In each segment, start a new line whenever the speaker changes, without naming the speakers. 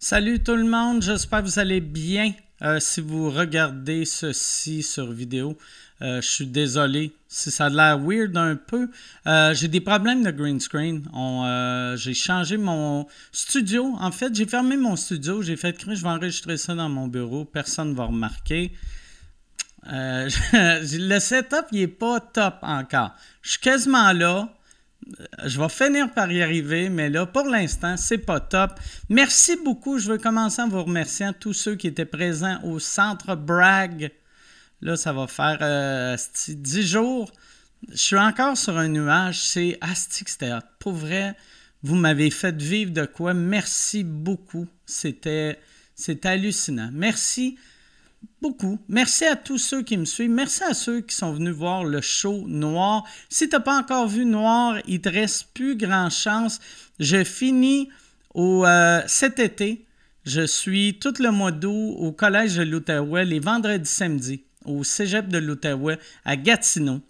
Salut tout le monde, j'espère que vous allez bien. Euh, si vous regardez ceci sur vidéo, euh, je suis désolé si ça a l'air weird un peu. Euh, j'ai des problèmes de green screen. On, euh, j'ai changé mon studio. En fait, j'ai fermé mon studio. J'ai fait que je vais enregistrer ça dans mon bureau. Personne ne va remarquer. Euh, le setup, il n'est pas top encore. Je suis quasiment là. Je vais finir par y arriver, mais là, pour l'instant, c'est pas top. Merci beaucoup. Je veux commencer en vous remerciant tous ceux qui étaient présents au centre Bragg. Là, ça va faire euh, asti, 10 jours. Je suis encore sur un nuage. C'est Asti que c'était hot. Pour vrai, vous m'avez fait vivre de quoi. Merci beaucoup. C'était, c'était hallucinant. Merci beaucoup. Merci à tous ceux qui me suivent. Merci à ceux qui sont venus voir le show Noir. Si tu n'as pas encore vu Noir, il te reste plus grand chance. Je finis au, euh, cet été. Je suis tout le mois d'août au Collège de l'Outaouais, les vendredis samedis, au Cégep de l'Outaouais, à Gatineau.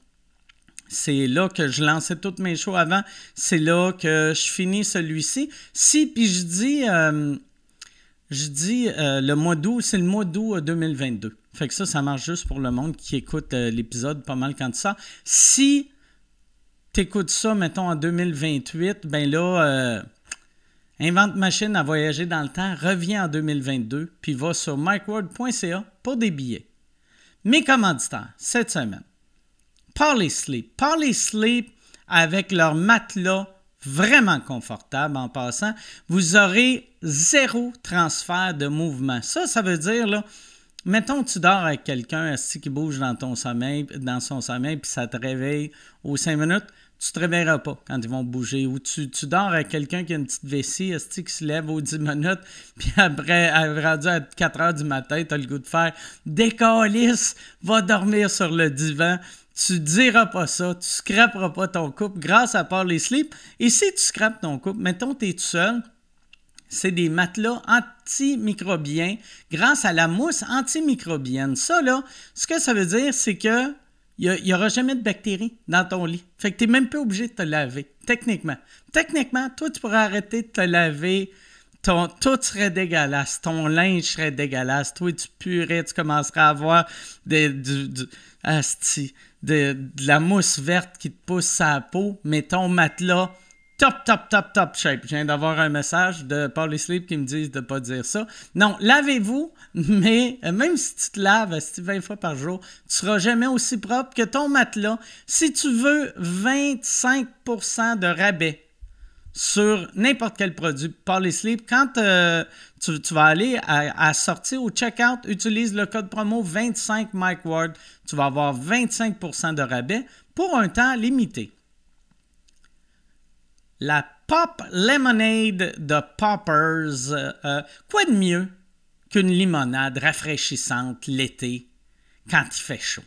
C'est là que je lançais toutes mes shows avant. C'est là que je finis celui-ci. Si, puis je dis... euh, je dis euh, le mois d'août, c'est le mois d'août euh, 2022. Fait que ça, ça marche juste pour le monde qui écoute euh, l'épisode pas mal quand ça. Si t'écoutes ça, mettons, en 2028, ben là, euh, invente machine à voyager dans le temps, reviens en 2022, puis va sur micworld.ca pour des billets. Mes commanditaires, cette semaine, Parley Sleep. Parley Sleep avec leur matelas vraiment confortable en passant, vous aurez zéro transfert de mouvement. Ça, ça veut dire, là, mettons, tu dors avec quelqu'un assis qui bouge dans ton sommeil, dans son sommeil, puis ça te réveille aux cinq minutes, tu te réveilleras pas quand ils vont bouger. Ou tu, tu dors avec quelqu'un qui a une petite vessie, assis qui se lève aux 10 minutes, puis après, euh, rendu à 4 heures du matin, tu as le goût de faire décalisse, va dormir sur le divan. Tu diras pas ça, tu scraperas pas ton couple grâce à part les slips. Et si tu scrapes ton couple, mettons tu es tout seul, c'est des matelas antimicrobiens grâce à la mousse antimicrobienne. Ça, là, ce que ça veut dire, c'est que il n'y aura jamais de bactéries dans ton lit. Fait que tu n'es même pas obligé de te laver, techniquement. Techniquement, toi, tu pourrais arrêter de te laver. Ton, tout serait dégueulasse. Ton linge serait dégueulasse. Toi, tu puerais, tu commencerais à avoir des, du, du- asti, de, de la mousse verte qui te pousse sa peau. Mais ton matelas, top, top, top, top shape. Je viens d'avoir un message de Paul Sleep qui me disent de ne pas dire ça. Non, lavez-vous, mais euh, même si tu te laves asti, 20 fois par jour, tu seras jamais aussi propre que ton matelas. Si tu veux 25% de rabais sur n'importe quel produit par les sleep. Quand euh, tu, tu vas aller à, à sortir au checkout, utilise le code promo 25 Mike Ward. Tu vas avoir 25% de rabais pour un temps limité. La Pop Lemonade de Poppers. Euh, euh, quoi de mieux qu'une limonade rafraîchissante l'été quand il fait chaud?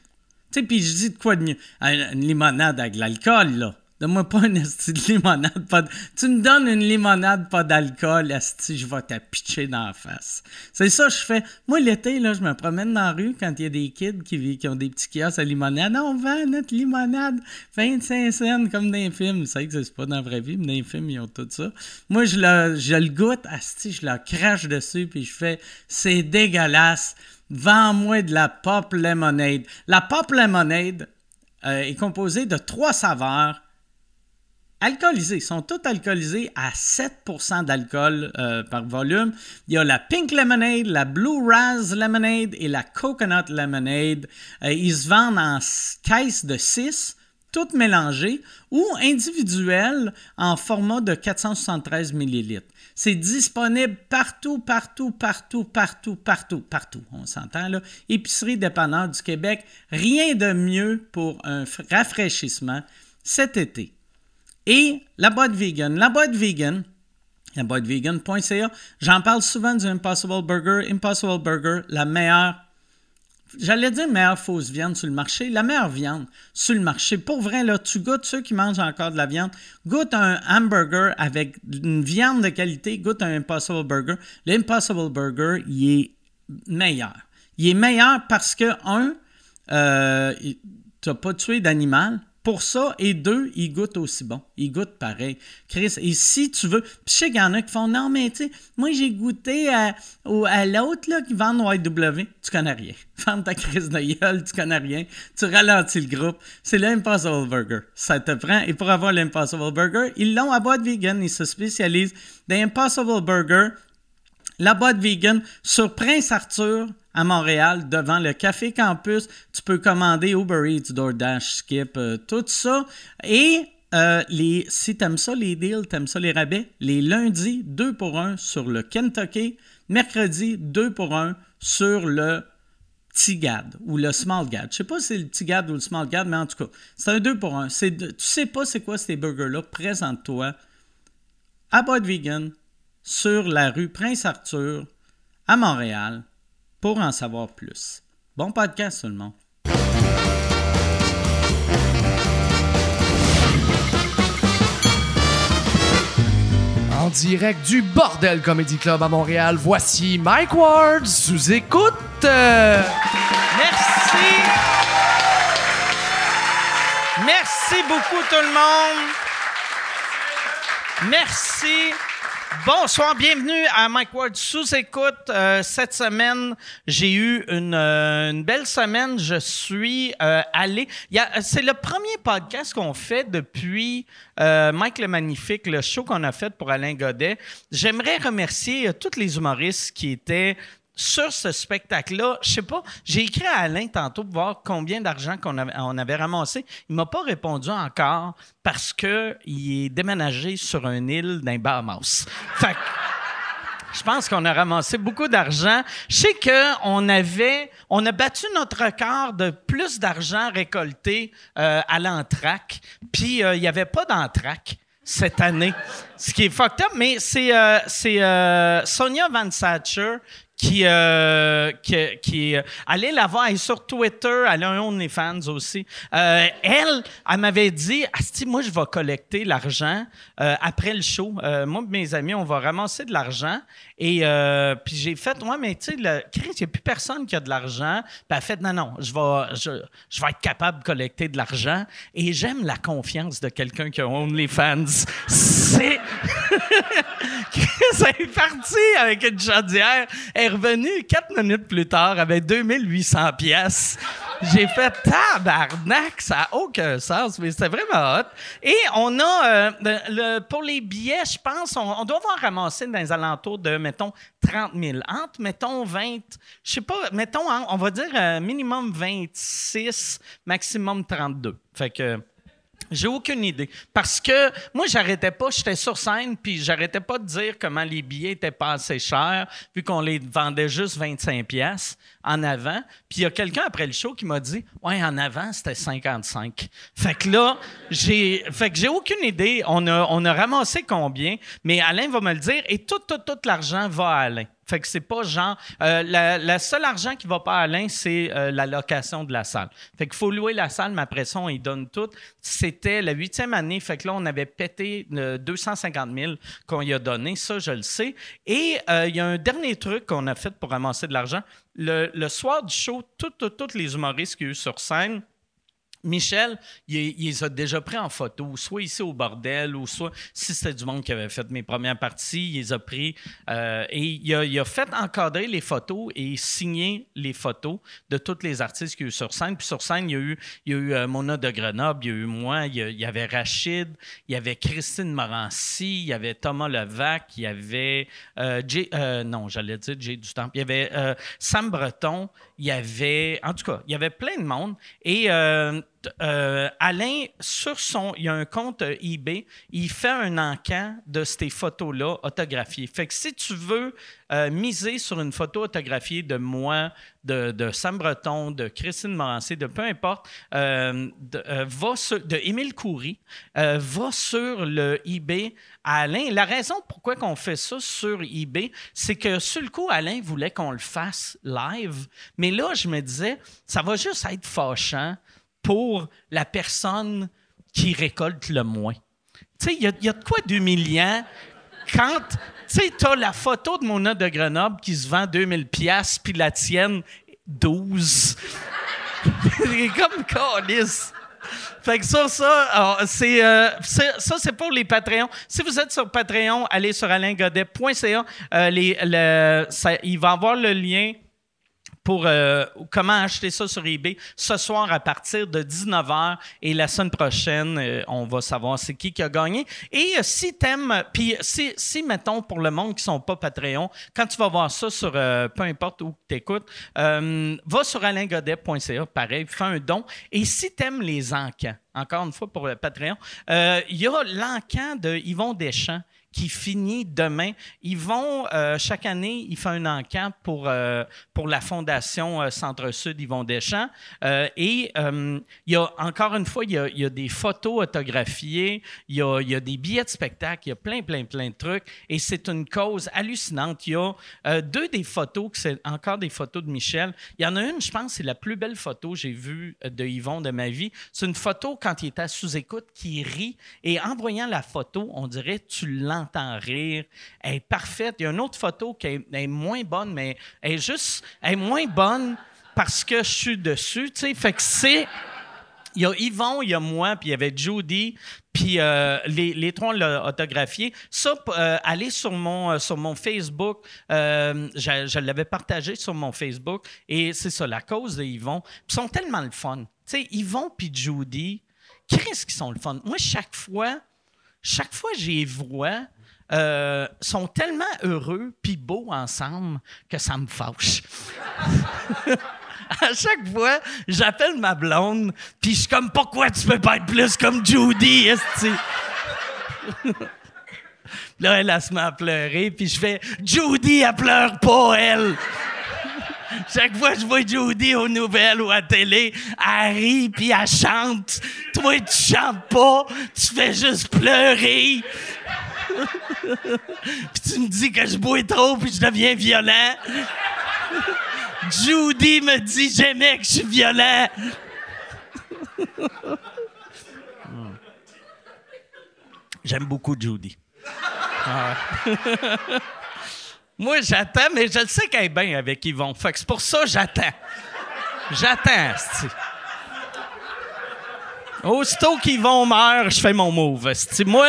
Tu sais, puis je dis de quoi de mieux? Euh, Une limonade avec de l'alcool, là. Donne-moi pas une esti de limonade. Pas d- Tu me donnes une limonade, pas d'alcool, esti, je vais te pitcher dans la face. C'est ça que je fais. Moi, l'été, là, je me promène dans la rue quand il y a des kids qui, vi- qui ont des petits kiosques à limonade. Ah, On vend notre limonade 25 cents, comme dans les films. C'est vrai que c'est pas dans la vraie vie, mais dans les films, ils ont tout ça. Moi, je le, je le goûte, asti, je le crache dessus, puis je fais « C'est dégueulasse ». Vends-moi de la pop lemonade. La pop lemonade euh, est composée de trois saveurs alcoolisées. Ils sont toutes alcoolisées à 7% d'alcool euh, par volume. Il y a la pink lemonade, la blue raz lemonade et la coconut lemonade. Euh, ils se vendent en s- caisse de 6 toutes mélangées ou individuelles en format de 473 ml. C'est disponible partout, partout, partout, partout, partout, partout. On s'entend là. Épicerie dépanneur du Québec, rien de mieux pour un f- rafraîchissement cet été. Et la boîte vegan. La boîte vegan, la boîte vegan.ca, j'en parle souvent du Impossible Burger. Impossible Burger, la meilleure J'allais dire meilleure fausse viande sur le marché, la meilleure viande sur le marché. Pour vrai, là, tu goûtes ceux qui mangent encore de la viande, goûte un hamburger avec une viande de qualité, goûte un Impossible Burger. L'Impossible Burger, il est meilleur. Il est meilleur parce que, un, euh, il- tu n'as pas tué d'animal,
pour ça, et deux, il goûte aussi bon. Il goûte pareil. Chris, et si tu veux, puis je sais qu'il y en a qui font non, mais tu sais, moi j'ai goûté à, au- à l'autre là, qui vend au YW, tu connais rien. Ferme ta crise de gueule, tu connais rien. Tu ralentis le groupe. C'est l'Impossible Burger. Ça te prend. Et pour avoir l'Impossible Burger, ils l'ont à boîte vegan. Ils se spécialisent dans Impossible Burger la boîte vegan sur Prince Arthur à Montréal, devant le Café Campus. Tu peux commander Uber Eats, DoorDash, Skip, euh, tout ça. Et euh, les, si t'aimes ça, les deals, t'aimes ça, les rabais, les lundis, 2 pour 1 sur le Kentucky, mercredi, 2 pour 1 sur le petit gad ou le small gad. Je sais pas si c'est le petit gad ou le small gad, mais en tout cas, c'est un 2 pour 1. C'est de- tu sais pas c'est quoi ces burgers-là, présente-toi à Boîte Vegan sur la rue Prince-Arthur à Montréal pour en savoir plus. Bon podcast tout le monde.
En direct du Bordel Comedy Club à Montréal, voici Mike Ward sous écoute. Euh,
Merci. Merci beaucoup tout le monde. Merci. Bonsoir, bienvenue à Mike Ward sous écoute. Euh, cette semaine, j'ai eu une, euh, une belle semaine. Je suis euh, allé. il y a- C'est le premier podcast qu'on fait depuis euh, Mike le Magnifique, le show qu'on a fait pour Alain Godet. J'aimerais remercier euh, tous les humoristes qui étaient sur ce spectacle-là, je sais pas, j'ai écrit à Alain tantôt pour voir combien d'argent qu'on avait, on avait ramassé. Il m'a pas répondu encore parce que il est déménagé sur une île d'un Bahamas. Fait que je pense qu'on a ramassé beaucoup d'argent. Je sais qu'on avait, on a battu notre record de plus d'argent récolté euh, à l'entraque. Puis euh, il n'y avait pas d'entraque cette année, ce qui est fucked up. Mais c'est euh, c'est, euh, Sonia Van Satcher qui, euh, qui, qui euh, allez la voir, elle est sur Twitter, elle a un OnlyFans aussi. Euh, elle, elle m'avait dit, Asti, moi, je vais collecter l'argent euh, après le show. Euh, moi et mes amis, on va ramasser de l'argent. Et euh, puis j'ai fait, ouais, mais tu sais, le- Chris, il n'y a plus personne qui a de l'argent. Puis elle a fait, non, non, je vais, je, je vais être capable de collecter de l'argent. Et j'aime la confiance de quelqu'un qui a OnlyFans. C'est... Chris est parti avec une chaudière. Elle est revenue quatre minutes plus tard avec 2800 pièces. J'ai fait tabarnak, ça n'a aucun sens, mais c'était vraiment hot. Et on a, euh, le- le- pour les billets, je pense, on, on doit avoir ramassé dans les alentours de, mettons, 30 000. Entre, mettons, 20, je sais pas, mettons, hein, on va dire euh, minimum 26, maximum 32. Fait que... J'ai aucune idée. Parce que moi, j'arrêtais pas, j'étais sur scène, puis j'arrêtais pas de dire comment les billets étaient pas assez chers, vu qu'on les vendait juste 25 pièces en avant. Puis il y a quelqu'un après le show qui m'a dit « Ouais, en avant, c'était 55. » Fait que là, j'ai fait que j'ai aucune idée. On a, on a ramassé combien, mais Alain va me le dire, et tout, tout, tout l'argent va à Alain. Fait que c'est pas genre. euh, la, la seule argent qui va pas à Alain, c'est euh, la location de la salle. Fait qu'il faut louer la salle, mais après ça, on y donne tout. C'était la huitième année. Fait que là, on avait pété euh, le 250 000 qu'on y a donné. Ça, je le sais. Et euh, il y a un dernier truc qu'on a fait pour ramasser de l'argent. Le, le soir du show, tous tout, toutes les humoristes qu'il y a eu sur scène, Michel, il, il les a déjà pris en photo, soit ici au bordel, ou soit si c'était du monde qui avait fait mes premières parties, il les a pris euh, et il a, il a fait encadrer les photos et signer les photos de tous les artistes qu'il y a eu sur scène. Puis sur scène, il y a eu, il y a eu euh, Mona de Grenoble, il y a eu moi, il y, a- il y avait Rachid, il y avait Christine Morancy, il y avait Thomas Levac, il y avait euh, Jay- euh, non, j'allais dire Jay du Temple, il y avait euh, Sam Breton, il y avait, en tout cas, il y avait plein de monde. Et euh, t- euh, Alain, sur son, il y a un compte euh, eBay, il fait un encan de ces photos-là autographiées. Fait que si tu veux euh, miser sur une photo autographiée de moi, de, de Sam Breton, de Christine Morancé, de peu importe, euh, de, euh, va sur, de Émile Coury, euh, va sur le eBay à Alain. La raison pourquoi qu'on fait ça sur eBay, c'est que sur le coup, Alain voulait qu'on le fasse live, mais là, je me disais, ça va juste être fâchant pour la personne qui récolte le moins. Tu sais, il y, a- il y a de quoi d'humiliant quand, tu sais, t'as la photo de Mona de Grenoble qui se vend 2000 pièces puis la tienne, 12. C'est comme calice. Fait que sur ça, on- c'est, euh, c'est- ça, c'est pour les Patreons. Si vous êtes sur Patreon, allez sur alaingodet.ca. Euh, les- le- ça- il va y avoir le lien pour euh, comment acheter ça sur eBay ce soir à partir de 19h et la semaine prochaine, euh, on va savoir c'est qui qui a gagné. Et euh, si t'aimes, puis euh, si, si, mettons, pour le monde qui sont pas Patreon, quand tu vas voir ça sur euh, peu importe où tu écoutes, va sur alaingodet.ca, pareil, fais un don. Et si t'aimes les encans, encore une fois pour le Patreon, euh, il y a l'encan de Yvon Deschamps qui finit demain. Ils vont, euh, chaque année, ils font un encamp pour, euh, pour la Fondation euh, Centre-Sud Yvon Deschamps. Euh, et euh, il y a, encore une fois, il y a, il y a des photos autographiées, il y, a, il y a des billets de spectacle, il y a plein, plein, plein de trucs. Et c'est une cause hallucinante. Il y a euh, deux des photos, que c'est encore des photos de Michel. Il y en a une, je pense, c'est la plus belle photo que j'ai vue euh, de Yvon de ma vie. C'est une photo quand il était à sous-écoute qui rit. Et en voyant la photo, on dirait tu l'entends rire. Elle est parfaite. Il y a une autre photo qui est, elle est moins bonne, mais elle est juste elle est moins bonne parce que je suis dessus. tu sais. Fait que c'est. Il y a Yvon, il y a moi, puis il y avait Judy, puis euh, les, les trois, on l'a autographié. Ça, p- euh, allez sur mon, euh, sur mon Facebook. euh, je je l'avais partagé sur mon Facebook. Et c'est ça, la cause de Yvon. Puis Ils sont tellement le fun. Tu sais, Yvon puis Judy, qu'est-ce qu'ils sont le fun? Moi, chaque fois, chaque fois que je les vois, euh, sont tellement heureux puis beaux ensemble que ça me fâche à chaque fois, j'appelle ma blonde, puis je suis comme pourquoi tu peux pas être plus comme Judy, esti. là, elle, elle se met à pleurer, puis je fais Judy, elle pleure pas, elle. Chaque fois que je vois Judy aux nouvelles ou à la télé, elle rit puis elle chante. Toi, tu chantes pas, tu fais juste pleurer. puis tu me dis que je bois trop puis je deviens violent. Judy me dit jamais que je suis violent. J'aime beaucoup Judy. Ah ouais. Moi, j'attends, mais je le sais qu'elle est bien avec Yvon. Fait que c'est pour ça que j'attends. J'attends, asti. Aussitôt qu'Yvon meurt, je fais mon move, asti. Moi...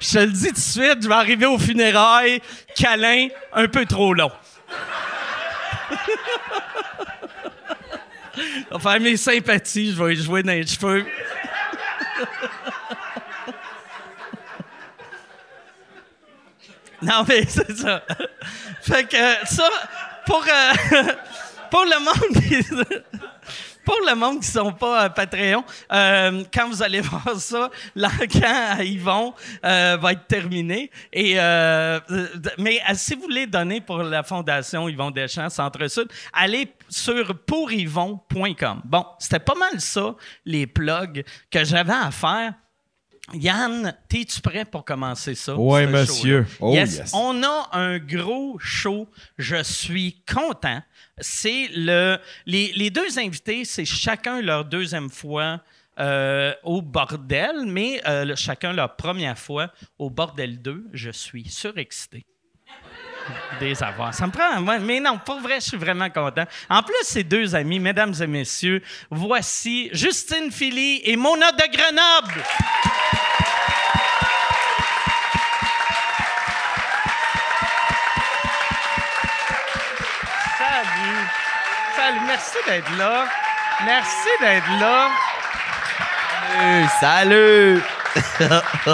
Je te le dis tout de suite, je vais arriver au funérailles, câlin, un peu trop long. On va faire mes sympathies, je vais y jouer dans les cheveux. Non, mais c'est ça. Fait que euh, ça, pour, euh, pour le monde qui- pour le monde qui sont pas euh, Patreon, euh, quand vous allez voir ça, l'encan à Yvon euh, va être terminé. Et, euh, euh, mais euh, si vous voulez donner pour la Fondation Yvon Deschamps Centre-Sud, allez sur pouryvon.com. Bon, c'était pas mal ça, les plugs que j'avais à faire. Yann, es-tu prêt pour commencer ça?
Ouais,
ce show-là?
monsieur. Oh, yes.
On a un gros show. Je suis content. C'est le. Les, les deux invités, c'est chacun leur deuxième fois. euh, au bordel, mais euh, le- chacun leur première fois au bordel 2. Je suis surexcité des avoirs. Ça me prend. ouais, Mais non, pour vrai, je suis vraiment content. En plus, ces deux amis, mesdames et messieurs, voici Justine Philly et Mona de Grenoble. Salut. Salut. Merci d'être là. Merci d'être là.
Salut!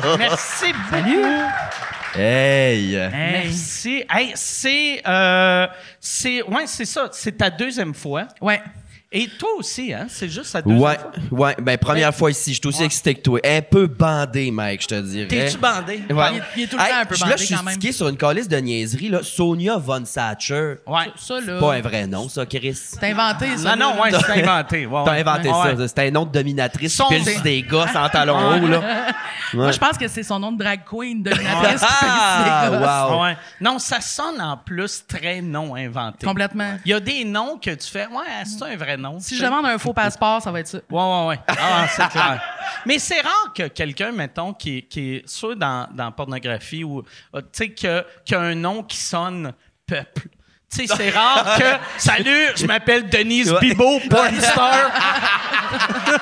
Merci beaucoup.
Hey!
Merci. Hey, c'est, euh, c'est, ouais, c'est ça. C'est ta deuxième fois.
Ouais.
Et toi aussi, hein? C'est juste ta deuxième
Ouais,
fois.
ouais, ben première
Ouais.
fois ici, je suis aussi
Ouais.
excité que toi. Un peu bandé, mec, je te dirais.
T'es-tu bandé?
Ouais.
Il est- il est tout le temps un peu
je- Là,
bandé
je suis
quand même.
stické sur une calice de niaiserie, là. Sonia Von Satcher.
Ouais.
Ça, là.
Pas un vrai nom, ça, Chris.
T'as inventé ça.
Non, non,
là.
ouais, c'est inventé. Ouais,
T'as
ouais.
inventé
Ouais,
ça.
ouais.
ça. C'était un nom de dominatrice
Son-
qui pile sur des gosses en talons hauts, là.
Moi,
Ouais.
je pense que c'est son nom de drag queen de l'actrice qui fait ses gosses.
Ah, wow.
Ouais. Non, ça sonne en plus très non inventé.
Complètement.
Il y a des noms que tu fais. Ouais, c'est un vrai nom.
Si je demande un faux passeport, ça va être ça.
Ouais, ouais, ouais. Ah, c'est clair. Mais c'est rare que quelqu'un, mettons, qui, qui est soit dans, dans la pornographie ou, euh, tu sais, que- qui a un nom qui sonne peuple. Tu sais, c'est rare que « Salut, je m'appelle Denise
Ouais.
Bibo, porn star.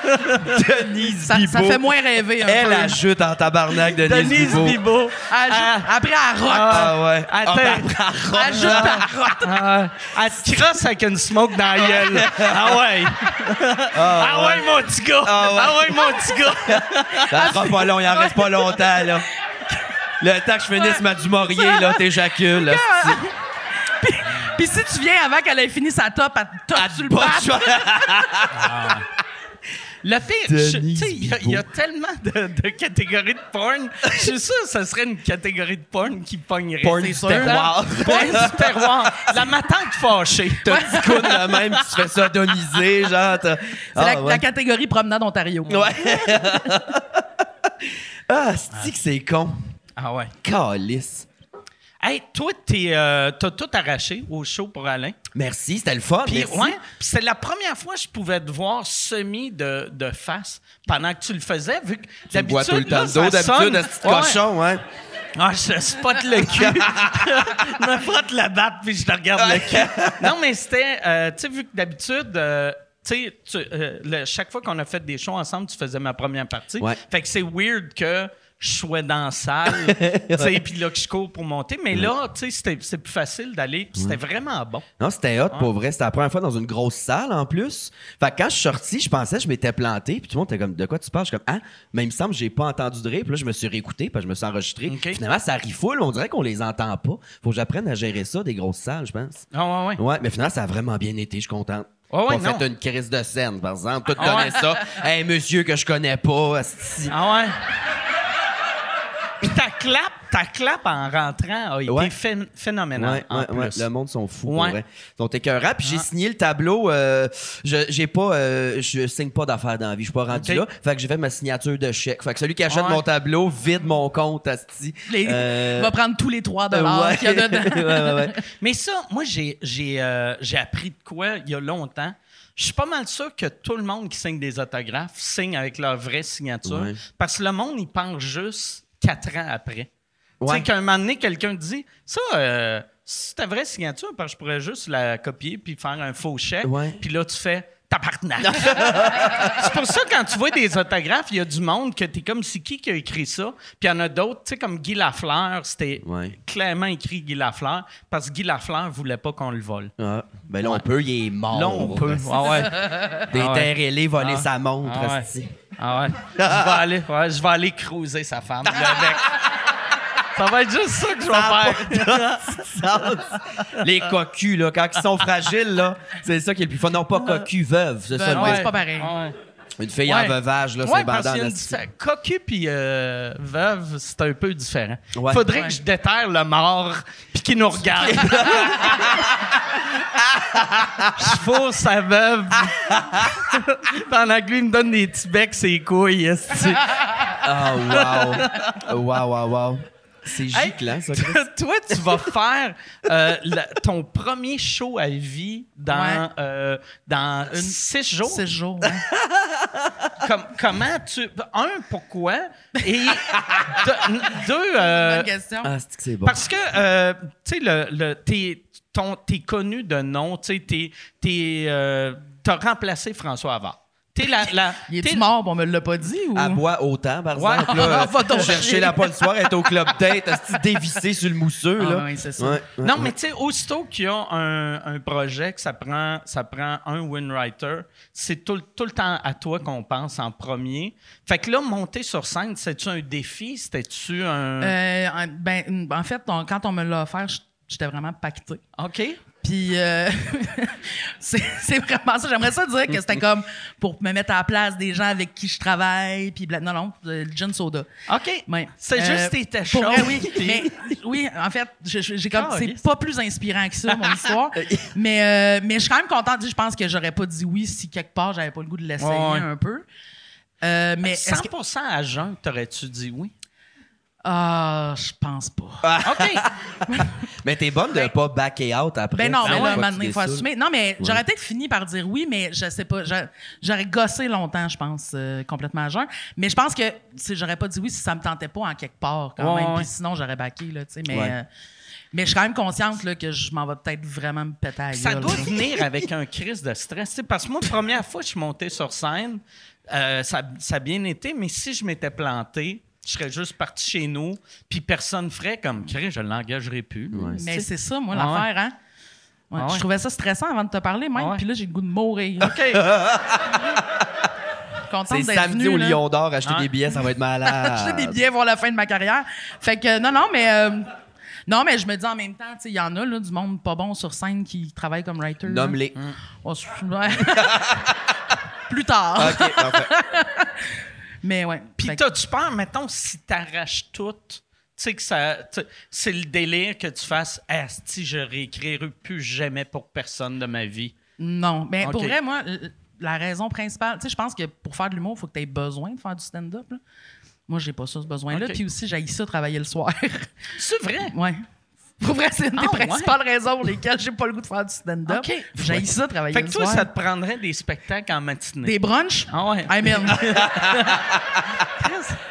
Denise
Ça, ça
Bibeau.
fait moins rêver un
Elle
peu.
ajoute en tabarnak Denise,
Denise
Bibeau.
Bibo.
Elle joue-
Ah.
Après, elle rock.
Ah ouais.
Attends.
Ah, ben, après, elle rentre.
Elle joue ta rock.
Ah, elle te crosse avec une smoke dans la gueule. Ah ouais. Ah, ouais, mon petit gars. Ah
Ah
ouais,
ouais.
mon petit gars.
Ça sera pas long, il en reste pas longtemps, là. Le temps que je finisse ma Dumorier, là, t'éjacules. là.
Puis si tu viens avant qu'elle ait fini sa top, elle te tape sur le
Bon,
bat.
je vais-
Le pire, je- tu
Denise
sais, il y a- il y, a tellement de, de catégories de porn. Je suis sûr que ce serait une catégorie de porn qui pognerait.
Porn
c'est
du
sûr.
terroir.
Porn du terroir. La matante fâchée.
T'as du coup de même, tu te fais sodomiser, genre. t'as-
C'est
Ah,
la,
ouais.
la catégorie promenade Ontario. Oh.
Ouais. ah, cest que c'est con?
Ah ouais.
Calice.
Hey, toi, t'es, euh, t'as tout arraché au show pour Alain.
Merci, c'était le fun.
Puis,
merci.
ouais, puis c'est la première fois que je pouvais te voir semi de, de face pendant que tu le faisais, vu que
Tu bois tout le
là,
temps
ça
d'eau,
sonne.
d'habitude, de petit
Ouais.
cochon, hein?
Ah, je spot le cul. je me frotte la batte, puis je te regarde le cul. Non, mais c'était, euh, tu sais, vu que d'habitude, euh, tu sais, tu- euh, le- chaque fois qu'on a fait des shows ensemble, tu faisais ma première partie.
Ouais.
Fait que c'est weird que je sois dans la salle, tu sais, puis là que je cours pour monter. Mais là, tu sais, c'était- c'est plus facile d'aller, puis c'était vraiment bon.
Non, c'était
Ah.
hot, pour vrai. C'était la première fois dans une grosse salle, en plus. Fait que quand je suis sorti, je pensais que je m'étais planté. Puis tout le monde était comme, de quoi tu parles? Je suis comme, ah, mais il me semble que j'ai pas entendu de rire. Puis là, je me suis réécouté, puis je me suis enregistré.
Ok.
Finalement, ça rit full. On dirait qu'on les entend pas. Faut que j'apprenne à gérer ça, des grosses salles, je pense.
Ah, ouais, ouais.
Ouais, mais finalement, ça a vraiment bien été. Je suis contente.
Ah ouais,
pas
non.
fait une crise de scène, par exemple. Tout
Ah
donner
ouais.
ça. Hey, monsieur que je connais pas. asti.
Ah ouais? Puis ta clap, ta clap en rentrant a été
Ouais.
phé-
Ouais,
phénoménale en
ouais, ouais.
plus.
Le monde sont fous,
Ouais. Ah.
pour vrai. Ils sont écœurants. Puis j'ai
Ouais.
signé le tableau. euh, je, j'ai pas, euh, je signe pas d'affaires dans la vie. Je suis pas rendu
Ok.
là. Fait que j'ai fait ma signature de chèque. Fait que celui qui achète
Ouais.
mon tableau vide mon compte, Asti.
Les-
Euh,
Va prendre tous les 3
euh,
dollars
ouais.
qu'il y a dedans.
Ouais, ouais, ouais.
Mais ça, moi, j'ai, j'ai, euh, j'ai appris de quoi il y a longtemps. Je suis pas mal sûr que tout le monde qui signe des autographes signe avec leur vraie signature.
Ouais.
Parce que le monde, il pense juste quatre ans après. Tu sais,
Ouais.
qu'un moment donné, quelqu'un dit Ça, euh, c'est ta vraie signature, parce que je pourrais juste la copier puis faire un faux chèque.
Ouais.
Puis là, tu fais Tabarnak. c'est pour ça, quand tu vois des autographes, il y a du monde que t'es comme c'est qui qui a écrit ça. Puis il y en a d'autres, tu sais, comme Guy Lafleur, c'était
Ouais.
clairement écrit Guy Lafleur, parce que Guy Lafleur voulait pas qu'on le vole.
Ah, ben là, on peut, il est mort.
Là, on peut. Ah ouais.
Des
Ah ouais.
terres ailées, voler
Ah.
sa montre,
Ah ouais.
asti.
Ah ouais. Je vais aller, ouais, je vais aller cruiser sa femme là, avec. Ça va être juste ça que je vais
a
faire.
Les cocus, là, quand ils sont fragiles, là, c'est ça qui est le plus fun. Non, pas cocu, veuve, c'est ça.
Ben
le
ouais,
mot.
c'est pas pareil.
Ah Ouais.
Une fille
Ouais.
en veuvage, là,
Ouais,
c'est
parce qu'il y a
bandant,
une
asti.
diffé- Cocu puis euh, veuve, c'est un peu différent.
Ouais.
Faudrait
Ouais.
que je déterre le mort puis qu'il nous regarde. je fous sa veuve. Pendant que lui, il me donne des petits becs, ses couilles. esti.
Ah, wow. wow, wow, wow. C'est
Hey,
giclant, ça. Chris.
Toi, tu vas faire euh, la- ton premier show à vie dans,
Ouais.
euh, dans six jours.
C'est hein. jour. ouais.
Com- comment tu. Un, pourquoi? Et de- deux, euh,
Bonne question.
Ah, c'est que c'est bon.
Parce que, euh, tu sais, le, le- t'es, ton- t'es connu de nom, tu sais, t'es, t'es, euh, t'as remplacé François Havard. T'es la... la
Il
t'es-
est-tu mort? puis On me l'a pas dit ou?
À bois autant, par
Ouais.
exemple. Là,
Va donc chier.
chercher la pas le soir, être au club date, asti, dévissé sur le mousseux,
Ah,
là.
oui, c'est ça.
Ouais, ouais,
Non,
ouais.
mais tu sais, aussitôt qu'il y a un, un projet que ça prend, ça prend un win writer, c'est tout, le- tout le temps à toi qu'on pense en premier. Fait que là, monter sur scène, c'était-tu un défi? C'était-tu un...
Euh, en- ben, en fait, on- quand on me l'a offert, j- j'étais vraiment paquetée.
OK.
Puis euh, c'est c'est vraiment ça. J'aimerais ça dire que c'était comme pour me mettre à la place des gens avec qui je travaille. Puis bla- non, non, euh, le gin soda.
OK.
Ouais.
C'est
Euh,
juste tes
pour vrai,
chaud,
oui,
puis-
mais oui, en fait, je- je- j'ai comme c'est
Caliste.
pas plus inspirant que ça mon histoire, mais euh, mais je suis quand même contente. Je pense que j'aurais pas dit oui si quelque part j'avais pas le goût de l'essayer
Ouais, ouais.
un peu. Euh, mais est-ce que
100% à jeun, t'aurais-tu dit oui?
ah, je pense pas.
OK.
Mais t'es bonne de pas backer out après.
Ben non,
tu sais,
mais
une
là,
fois
maintenant,
que tu
il faut
dessoules.
assumer. Non, mais j'aurais peut-être fini par dire oui, mais je sais pas. j'a- J'aurais gossé longtemps, je pense, euh, complètement à jeun. Mais je pense que tu sais, j'aurais pas dit oui si ça me tentait pas en quelque part, quand
Ouais,
même.
ouais.
Puis sinon, j'aurais baqué, là, tu sais. Mais,
Ouais.
euh, mais je suis quand même consciente là, que je m'en vais peut-être vraiment me péter à la
Ça
gueule,
doit
là.
venir avec un crise de stress. tu sais, parce que moi, première fois que je suis monté sur scène, euh, ça, ça a bien été, mais si je m'étais planté, je serais juste parti chez nous, puis personne ferait comme Chris, je l'engagerai plus. lui.
Ouais.
Mais c'est ça, moi,
Ah ouais.
l'affaire, hein? Ouais,
Ah ouais.
Je trouvais ça stressant avant de te parler, même.
Ah ouais.
Puis là, j'ai le goût de mourir.
OK.
Je suis contente
C'est
d'être
samedi
venue,
au
là.
Lion d'Or, acheter
Ouais.
des billets, ça va être malade.
acheter
Ah.
des billets voir la fin de ma carrière. Fait que euh, non, non, mais euh, non, mais je me dis en même temps, tu sais, il y en a là, du monde pas bon sur scène qui travaille comme writer. là.
Nomme-les.
Oh, je- ouais. Plus tard.
OK, parfait.
Mais ouais.
Puis
Fait que-
t'as-tu peur, mettons, si t'arraches tout, tu sais que ça, tu sais, c'est le délire que tu fasses « Asti, je réécrirai plus jamais pour personne de ma vie.
non, mais pour
Ok.
vrai, moi, l- la raison principale, tu sais, je pense que pour faire de l'humour, il faut que tu aies besoin de faire du stand-up. là. Moi, j'ai pas ça, ce besoin-là.
Ok.
Puis aussi, j'ai ça travailler le soir. »
C'est vrai?
ouais. Pour vrai, c'est une des
Ah, ouais?
principales raisons pour lesquelles j'ai pas le goût de faire du stand-up.
Ok.
J'ai ça travailler
Fait que
le
toi,
soir.
ça te prendrait des spectacles en matinée.
Des brunchs?
Ah ouais.
I'm in.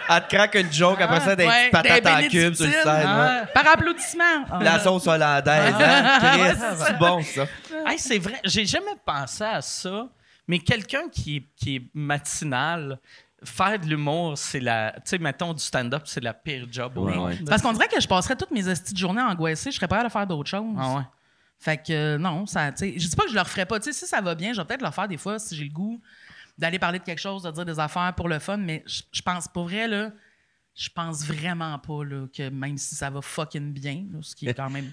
Elle te craque une joke, après ça, des
Ouais,
petites patates
des
en cube sur le
bénédictines,
scène.
Ah.
ouais.
Par applaudissement. Ah.
La sauce hollandaise, hein? Chris, c'est bon, ça.
Hey, c'est vrai, j'ai jamais pensé à ça, mais quelqu'un qui, est- qui est matinal, faire de l'humour, c'est la. Tu sais, mettons du stand-up, c'est la pire job au
Ouais,
monde.
ouais.
Parce qu'on dirait que je passerais toutes mes esties de journée angoissée, je serais pas à faire d'autres choses.
Ah ouais.
Fait que euh, non, ça, tu sais, je dis pas que je le referais pas. Tu sais, si ça va bien, je vais peut-être le faire des fois si j'ai le goût d'aller parler de quelque chose, de dire des affaires pour le fun, mais je je pense pour vrai, là, je pense vraiment pas là, que même si ça va fucking bien, là, ce qui est quand même.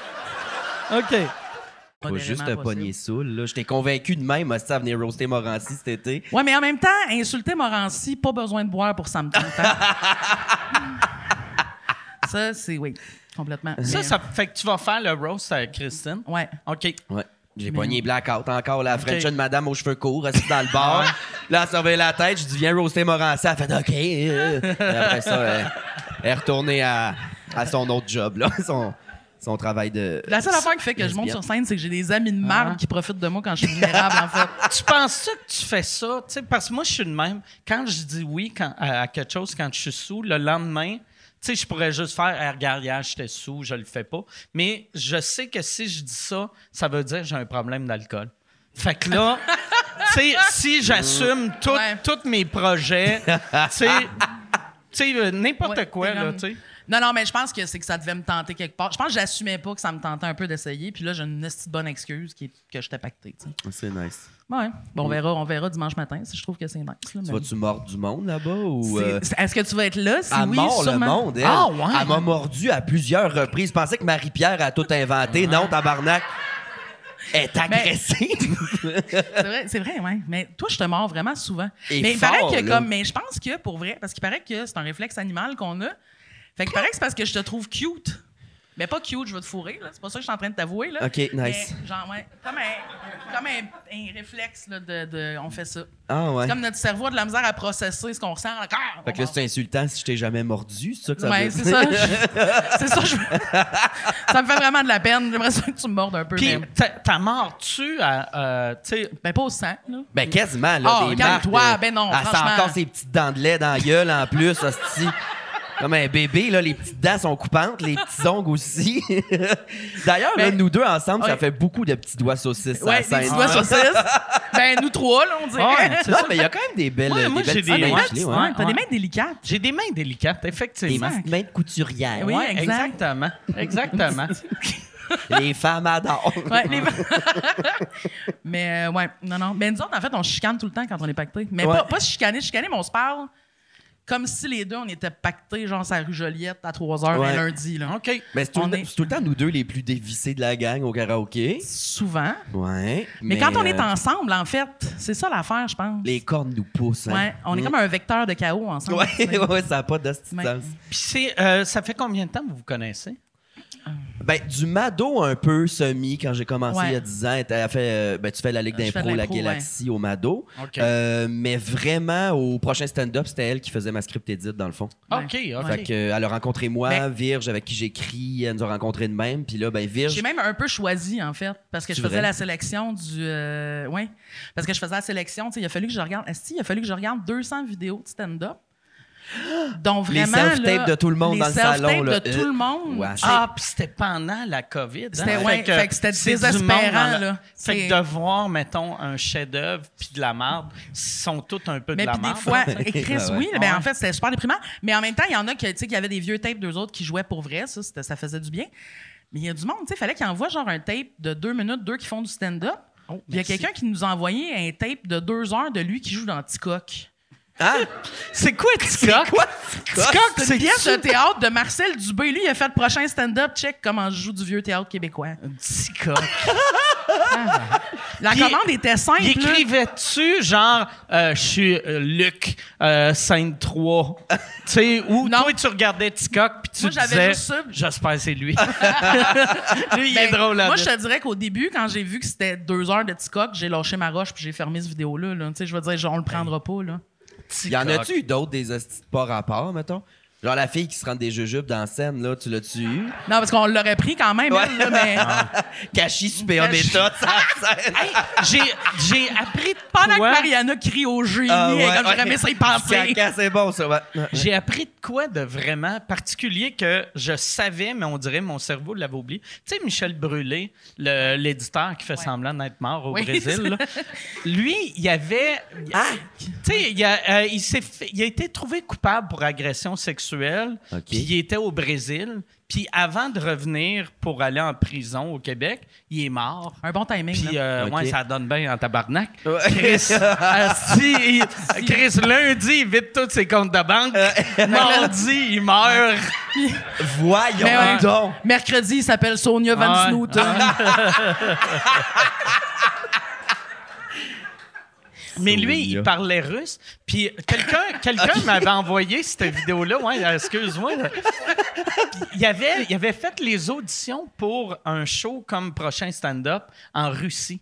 ha! OK.
Faut
modérément
juste un
possible.
pogné saoul, là. Je t'ai convaincu de même, aussi, à venir roaster Morancy cet été.
Ouais, mais en même temps, insulter Morancy, pas besoin de boire pour ça me tente. hein. ça, c'est oui, complètement.
Ça,
Mais- euh,
ça fait que tu vas faire le roast à Christine.
Ouais.
OK.
Ouais. J'ai pogné Blackout encore, la French une madame aux cheveux courts, assise dans le bar. là, elle surveille la tête, je dis viens roaster Morancy. Elle fait OK. euh. Et après ça, elle, elle est retournée à, à son autre job, là, son, son travail de.
La seule affaire qui fait que je monte sur scène, c'est que j'ai des amis de
Ah.
merde qui profitent de moi quand je suis vulnérable, en fait.
tu penses que tu fais ça? Tu sais, parce que moi, je suis le même. Quand je dis oui quand- à, à quelque chose quand je suis sous, le lendemain, tu sais, je pourrais juste faire Ah, regarde, hier, j'étais sous, je le fais pas. Mais je sais que si je dis ça, ça veut dire que j'ai un problème d'alcool. Fait que là, tu sais, si j'assume tout-
Ouais.
tous mes projets, tu sais, tu sais, euh, n'importe
Ouais,
quoi,
t'es
là,
comme-
tu sais.
Non, non, mais je pense que c'est que ça devait me tenter quelque part. Je pense que j'assumais pas que ça me tentait un peu d'essayer. Puis là, j'ai une petite bonne excuse qui est que j'étais pacté. tu sais.
Ah, C'est nice.
Ouais. Bon, on
Mm.
verra, on verra dimanche matin si je trouve que c'est nice. là,
Tu
mais-
vas-tu mordre du monde là-bas ou.
C'est-
euh,
c'est- Est-ce que tu vas être là? Si
Elle
oui,
mord le
sûrement.
monde, elle.
Ah, ouais.
Elle m'a mordu à plusieurs reprises. Je pensais que Marie-Pierre a tout inventé. Non, tabarnak. Elle est agressive.
C'est vrai, c'est vrai, ouais. Mais toi, je te mords vraiment souvent.
Et
mais
fort,
il paraît que
là.
comme, mais je pense que pour vrai, parce qu'il paraît que c'est un réflexe animal qu'on a. Fait que paraît que c'est parce que je te trouve cute. Mais pas cute, je veux te fourrer, là. C'est pas ça que je suis en train de t'avouer, là.
OK, nice.
Mais genre, ouais, comme un, comme un, un réflexe, là, de, de- On fait ça.
Ah, ouais.
C'est comme notre cerveau a de la misère à processer ce qu'on ressent. Là, Ah,
Fait que là,
on
c'est insultant si je t'ai jamais mordu, c'est ça que ça
Ouais,
veut
c'est
dire?
ça. je- C'est ça, je- ça me fait vraiment de la peine. J'aimerais ça que tu me mordes un peu.
Puis,
mais-
t'as- t'as mordu à. euh, tu sais,
Ben, pas au sang, là.
Ben, quasiment, là,
Ah,
des marques.
calme-toi,
là.
ben non,
Elle sent
franchement.
encore ses petites dents de lait dans la gueule, en plus, hostie. Comme un bébé, là, les petites dents sont coupantes, les petits ongles aussi. D'ailleurs, là,
Ben,
nous deux ensemble, ça
ouais.
fait beaucoup de petits doigts saucisses
Ouais,
à la
des
scène.
petits doigts saucisses. ben, nous trois, là, on dirait.
Ouais, c'est
Non,
ça.
mais il y a quand même des belles.
Ouais, moi,
des
j'ai
belles
des
petites
Des
mains
mains,
gelées, ouais.
ouais, t'as
ouais.
des mains délicates.
J'ai des mains délicates,
Des
effectivement.
petites mains de couturière.
Oui,
Ouais,
exact.
exactement. Exactement.
Les femmes adorent.
Ouais, les- mais Ben, euh, ouais, non, non. Mais nous autres, en fait, on se chicane tout le temps quand on est pacté. Mais
Ouais.
pas, pas se chicaner, chicaner, mais on se parle comme si les deux, on était pactés, genre, sa rue Joliette à 3 heures
Ouais.
un lundi, là.
OK.
Mais c'est tout,
On
le-
est-
c'est tout le temps nous deux les plus dévissés de la gang au karaoké.
Souvent.
Ouais.
Mais, quand on est
euh,
ensemble, en fait, c'est ça l'affaire, je pense.
Les cornes nous poussent. hein.
Ouais, on est
Mm.
comme un vecteur de chaos ensemble. tu
Ouais,
sais.
ouais, ça n'a pas de
Ouais.
sens.
Puis c'est, euh, ça fait combien de temps que vous vous connaissez?
Ben, du Mado un peu semi, quand j'ai commencé
Ouais.
il y a 10 ans, t'as fait, euh, ben, tu fais la Ligue
Euh, je fais
d'impro,
de
la
l'impro, ouais.
Galaxie au Mado.
OK.
Euh, mais vraiment, au prochain stand-up, c'était elle qui faisait ma script edit, dans le fond.
Ah, OK, OK.
Fait que, euh, elle a rencontré moi,
Mais-
Virge, avec qui j'écris, elle nous a rencontrés de même. Puis là, ben,
J'ai
Virge,
même un peu choisi, en fait, parce que
C'est
je faisais
vrai?
la sélection du. euh, ouais, parce que je faisais la sélection. tu sais, Il a fallu que je regarde. Esti, il a fallu que je regarde 200 vidéos de stand-up. Donc
Les
vraiment.
self-tapes
là,
de tout le monde
les
dans le salon,
self-tapes
là.
de
Euh,
tout le monde.
ouais.
Ah, puis c'était pendant la COVID. hein?
C'était- ouais, fait que c'était
c'est du
désespérant,
monde dans la-
là.
Fait
C'est-
que de voir, mettons, un chef-d'œuvre puis de la marde, ils sont tous un peu
Mais
de la
puis des
marde.
fois, et Chris,
hein. Ouais, ouais.
oui, ben,
Ouais.
en fait, c'était super déprimant. Mais en même temps, il y en a qui, tu sais, qui avaient des vieux tapes d'eux autres qui jouaient pour vrai, ça, c'était- ça faisait du bien. Mais il y a du monde, tu sais, fallait qu'ils envoient genre un tape de deux minutes, deux qui font du stand-up.
Oh,
Puis il y a
merci.
quelqu'un qui nous a envoyé un tape de deux heures de lui qui joue dans Ticoc.
hein?
C'est quoi Ticoc?
quoi?
Ticoc, c'est
c'est
une pièce de théâtre de Marcel Dubé. Lui, il a fait le prochain stand-up, check comment je joue du vieux théâtre québécois.
Ticoc.
La
Puis,
commande était simple.
Il
là.
écrivait-tu genre euh, je suis euh, Luc euh, scène 3 tu sais ou
Non.
toi tu regardais Ticoc puis tu
Moi, j'avais
disais
juste ça.
j'espère que c'est lui lui il est
Ben,
drôle là
Moi, je te dirais qu'au début, quand j'ai vu que c'était deux heures de TikTok, j'ai lâché ma roche puis j'ai fermé cette vidéo-là. là. Tu sais, Je veux dire, genre, on le prendra pas. Là.
Y en a-tu eu d'autres des hosties de pas rapport, mettons? Genre la fille qui se rend des jujubes dans la scène, là, tu l'as-tu eu?
Non, parce qu'on l'aurait pris quand même.
Ouais.
elle, là, mais...
Ah.
Cachis, super
Cachis.
méta, ça scène.
j'ai j'ai appris de
Pendant
quoi-
que Mariana crie au génie,
Ah, ouais,
elle est comme
ouais.
j'aurais aimé ça y
C'est
penser.
caca, C'est bon, ça, ouais.
J'ai appris de quoi de vraiment particulier que je savais, mais on dirait mon cerveau l'avait oublié. Tu sais, Michel Brûlé, le- l'éditeur qui fait semblant d'être mort au
Oui. Ah!
Brésil, là, lui, il avait. Tu sais, il, a, euh, il s'est fait- il a été trouvé coupable pour agression sexuelle,
OK.
puis il était au Brésil, puis avant de revenir pour aller en prison au Québec, il est mort.
Un bon timing.
Puis,
là.
euh,
Ok.
ouais, ça donne bien en tabarnak.
Ouais.
Chris, asti, Ah, il- Chris, lundi, il vide tous ses comptes de banque. Mardi, il meurt.
Voyons
Mais ouais.
donc!
Mercredi, il s'appelle Sonia Van
Ouais. Ah.
Snooten.
Mais lui,
Sonia.
il parlait russe. Puis euh, quelqu'un quelqu'un m'avait envoyé cette vidéo-là. Ouais, euh, excuse-moi. là. Puis Il avait, il avait fait les auditions pour un show comme prochain stand-up en Russie.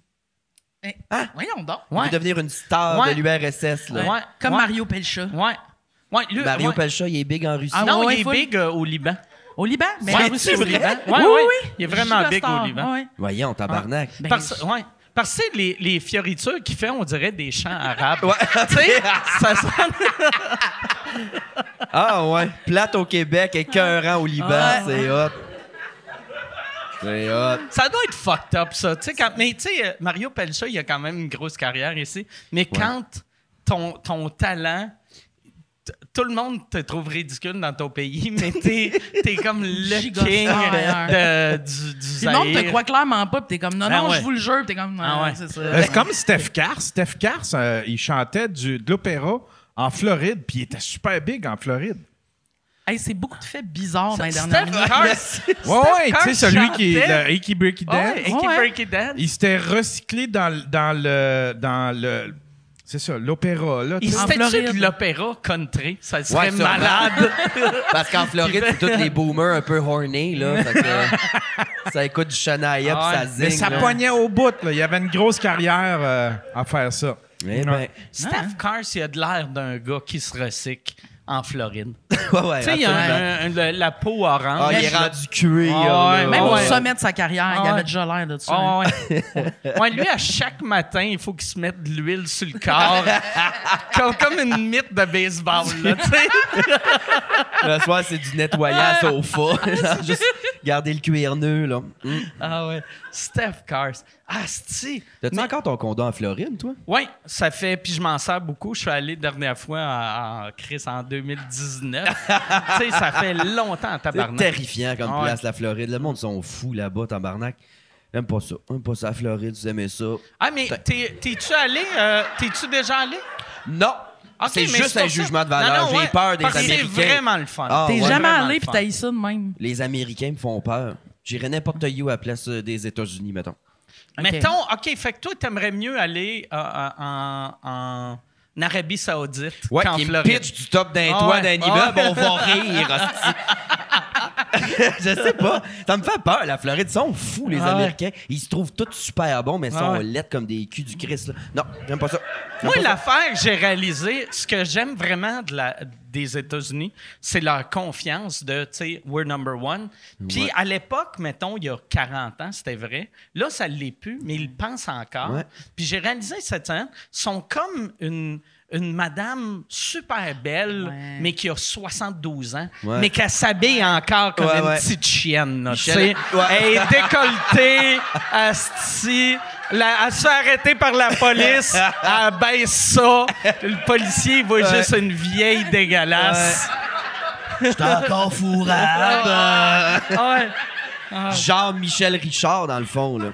Eh, Voyons donc.
Il
Ouais.
veut devenir une star
Ouais.
de l'URSS, là.
Ouais.
Comme
ouais,
Mario Pelcha.
Ouais. Ouais, lui,
Mario
ouais.
Pelcha, il est big en Russie.
Ah
Non,
ouais,
il est
full.
big euh, au Liban.
Au Liban. Mais
Ouais,
en Russie,
c'est
au
vrai.
Liban.
Ouais, ouais. Il est vraiment
Gigastar.
big au Liban.
Ouais.
Voyons, tabarnak.
Ben,
Parce, ouais. Parce que c'est les, les fioritures qu'il fait, on dirait des chants arabes. Ah. tu sais, ça sonne.
Ah ouais, plate au Québec, écœurant au Liban,
Ouais.
c'est hot. C'est hot.
Ça doit être fucked up, ça. Tu sais, quand- mais tu sais, euh, Mario Pelcha, il a quand même une grosse carrière ici. Mais quand ton, ton talent. t- Tout le monde te trouve ridicule dans ton pays, mais t'es es comme le king
Gigastar,
de- du, du
Puis le monde te
Zaïre.
croit clairement pas, puis t'es comme, non,
Ben
non,
ouais.
je vous le jure, puis t'es comme, non,
Ah ouais.
c'est ça.
Euh, C'est comme Steph Carr. Steph Carr, ça, il chantait du, de l'opéra en Floride, puis il était super big en Floride.
Hey, c'est beaucoup de faits bizarres ben, dans les
Steph
dernières minutes.
Curry.
Ouais, ouais, tu sais,
Carr
celui qui
chantait.
est le Icky Breaky Dan.
Oh, Ouais, et qui
Ouais.
break it down.
Il s'était recyclé dans, le- dans le. Dans le c'est ça, l'opéra, là. tu
Il
sais.
En
s'était
Floride.
de l'opéra country. Ça
Ouais,
serait
sûrement.
malade.
Parce qu'en Floride, c'est tous les boomers un peu horny, là. fait que ça écoute du Shania
Ah ouais,
pis ça zing.
Mais ça
là.
pognait au bout, là. Il y avait une grosse carrière euh, à faire ça.
Eh ben,
Ouais.
Steph Cars, il a de l'air d'un gars qui se recycle en Floride.
ouais, ouais,
Tu sais, il a
absolument.
un- un- le- la peau orange.
Ah, il est rendu cuir. là.
ouais,
Même
ouais.
au sommet de sa carrière, il
Ah ouais.
avait déjà l'air de ça.
Ah, ouais. Ouais, lui, à chaque matin, il faut qu'il se mette de l'huile sur le corps. comme, comme une mythe de baseball, là, tu sais.
Le soir, c'est du nettoyage au fond. Juste garder le cuir nœud, là. Mm.
Ah ouais. Steph Cars. Ah, c'ti.
T'as-tu encore ton condo en Floride, toi?
Oui, ça fait. Puis je m'en sers beaucoup. Je suis allé dernière fois en, en Chris en 2019. tu sais, ça fait longtemps,
C'est
tabarnak.
terrifiant comme
Ah ouais.
place, la Floride. Le monde sont fous là-bas, tabarnak. J'aime pas ça. J'aime pas ça, la Floride, vous aimez ça.
Ah, mais t'es- t'es-tu allé? euh, T'es-tu déjà allé?
Non!
Ok,
C'est
mais
juste
pour ça-
un jugement de valeur. J'ai peur des
parce que
Américains.
C'est vraiment le fun.
Ah,
T'es
ouais.
jamais
Vraiment
allé
le
puis
fun.
t'as eu ça de même.
Les Américains me font peur. J'irais n'importe où à la place euh, des États-Unis, mettons.
Ok.
Mettons, OK, fait que toi, t'aimerais mieux aller euh, euh, en, en- en Arabie Saoudite
Ouais,
qu'en
qui me
Floride.
pitch du top d'un
Ah
toit
ouais. Ah
d'un immeuble,
ouais.
on va rire. hostie. je sais pas. Ça me fait peur. La Floride, ils sont fous, les
Ah ouais.
Américains. Ils se trouvent tous super bons, mais ils
Ah
sont
ouais.
laides comme des culs du Christ. là. Non, j'aime pas ça. J'aime
Moi,
pas ça.
l'affaire, j'ai réalisé, ce que j'aime vraiment de la- des États-Unis, c'est leur confiance de, tu sais, we're number one. Puis à l'époque, mettons, il y a 40 ans, c'était vrai. Là, ça ne l'est plus, mais ils le pensent encore.
Ouais.
Puis j'ai réalisé cette année, ils sont comme une, une madame super belle,
Ouais.
mais qui a 72 ans,
Ouais.
mais qu'elle s'habille encore comme
Ouais,
une
ouais.
petite chienne. là, tu
Michel-
sais.
Ouais.
Elle est décolletée, asti, la- elle se fait arrêter par la police, elle baisse ça, le policier il voit juste une vieille dégueulasse.
J'étais encore fourrable.
Ah, Ouais.
Jean-Michel Richard, dans le fond. Là.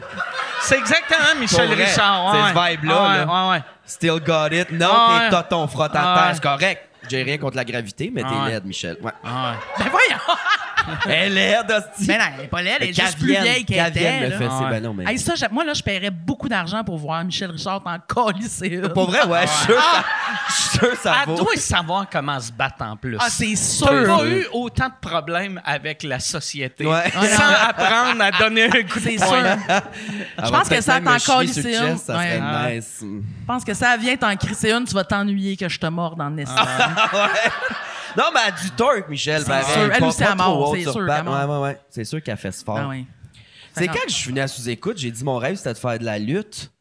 C'est exactement Michel
Pour vrai,
Richard. ouais,
c'est ce
ouais.
vibe-là,
Ouais,
là.
ouais, ouais.
Still got it. Non,
Ah ouais.
t'es toton frottant
Ah ouais.
terre, c'est correct. J'ai rien contre la gravité, mais t'es
Ah ouais.
laide, Michel. Ouais.
Ben voyons!
Elle est laide, hostie.
Mais non, elle est pas laide, elle est
Qu'elle
juste plus
vienne,
vieille qu'elle
qu'elle
était,
vienne
là.
le fait,
Ah
c'est
ouais.
ben non, mais...
Hey, ça, j'a- moi, là, je paierais beaucoup d'argent pour voir Michel Richard en colisée. une.
Pour vrai,
Ah,
ouais, je suis sûr, ça- je suis sûr ça
Elle
vaut.
doit savoir comment se battre en plus.
Ah, c'est
T'as
sûr!
pas eu autant de problèmes avec la société
Ouais.
sans apprendre à donner un coup de
C'est
poing.
sûr.
Elle
Je
va
pense que
peut-être
ça hein.
même me
t'en
chier
calisse
sur le
une.
chest, Ça
Ouais. Ah.
serait
Ouais.
nice.
Je pense que ça vient t'en crisser une, tu vas t'ennuyer que je te morde
Ah.
dans le nez.
Non, mais elle a du torque, Michel. ben,
sûr. Elle
pas-
aussi,
pas
elle mord,
trop haute
c'est
sur
sûr,
le bat.
elle mord.
Ouais, ouais, ouais. C'est sûr qu'elle fait ce fort.
Ah oui.
C'est
Ça
quand je suis venu à sous-écoute, j'ai dit mon rêve, c'était de faire de la lutte.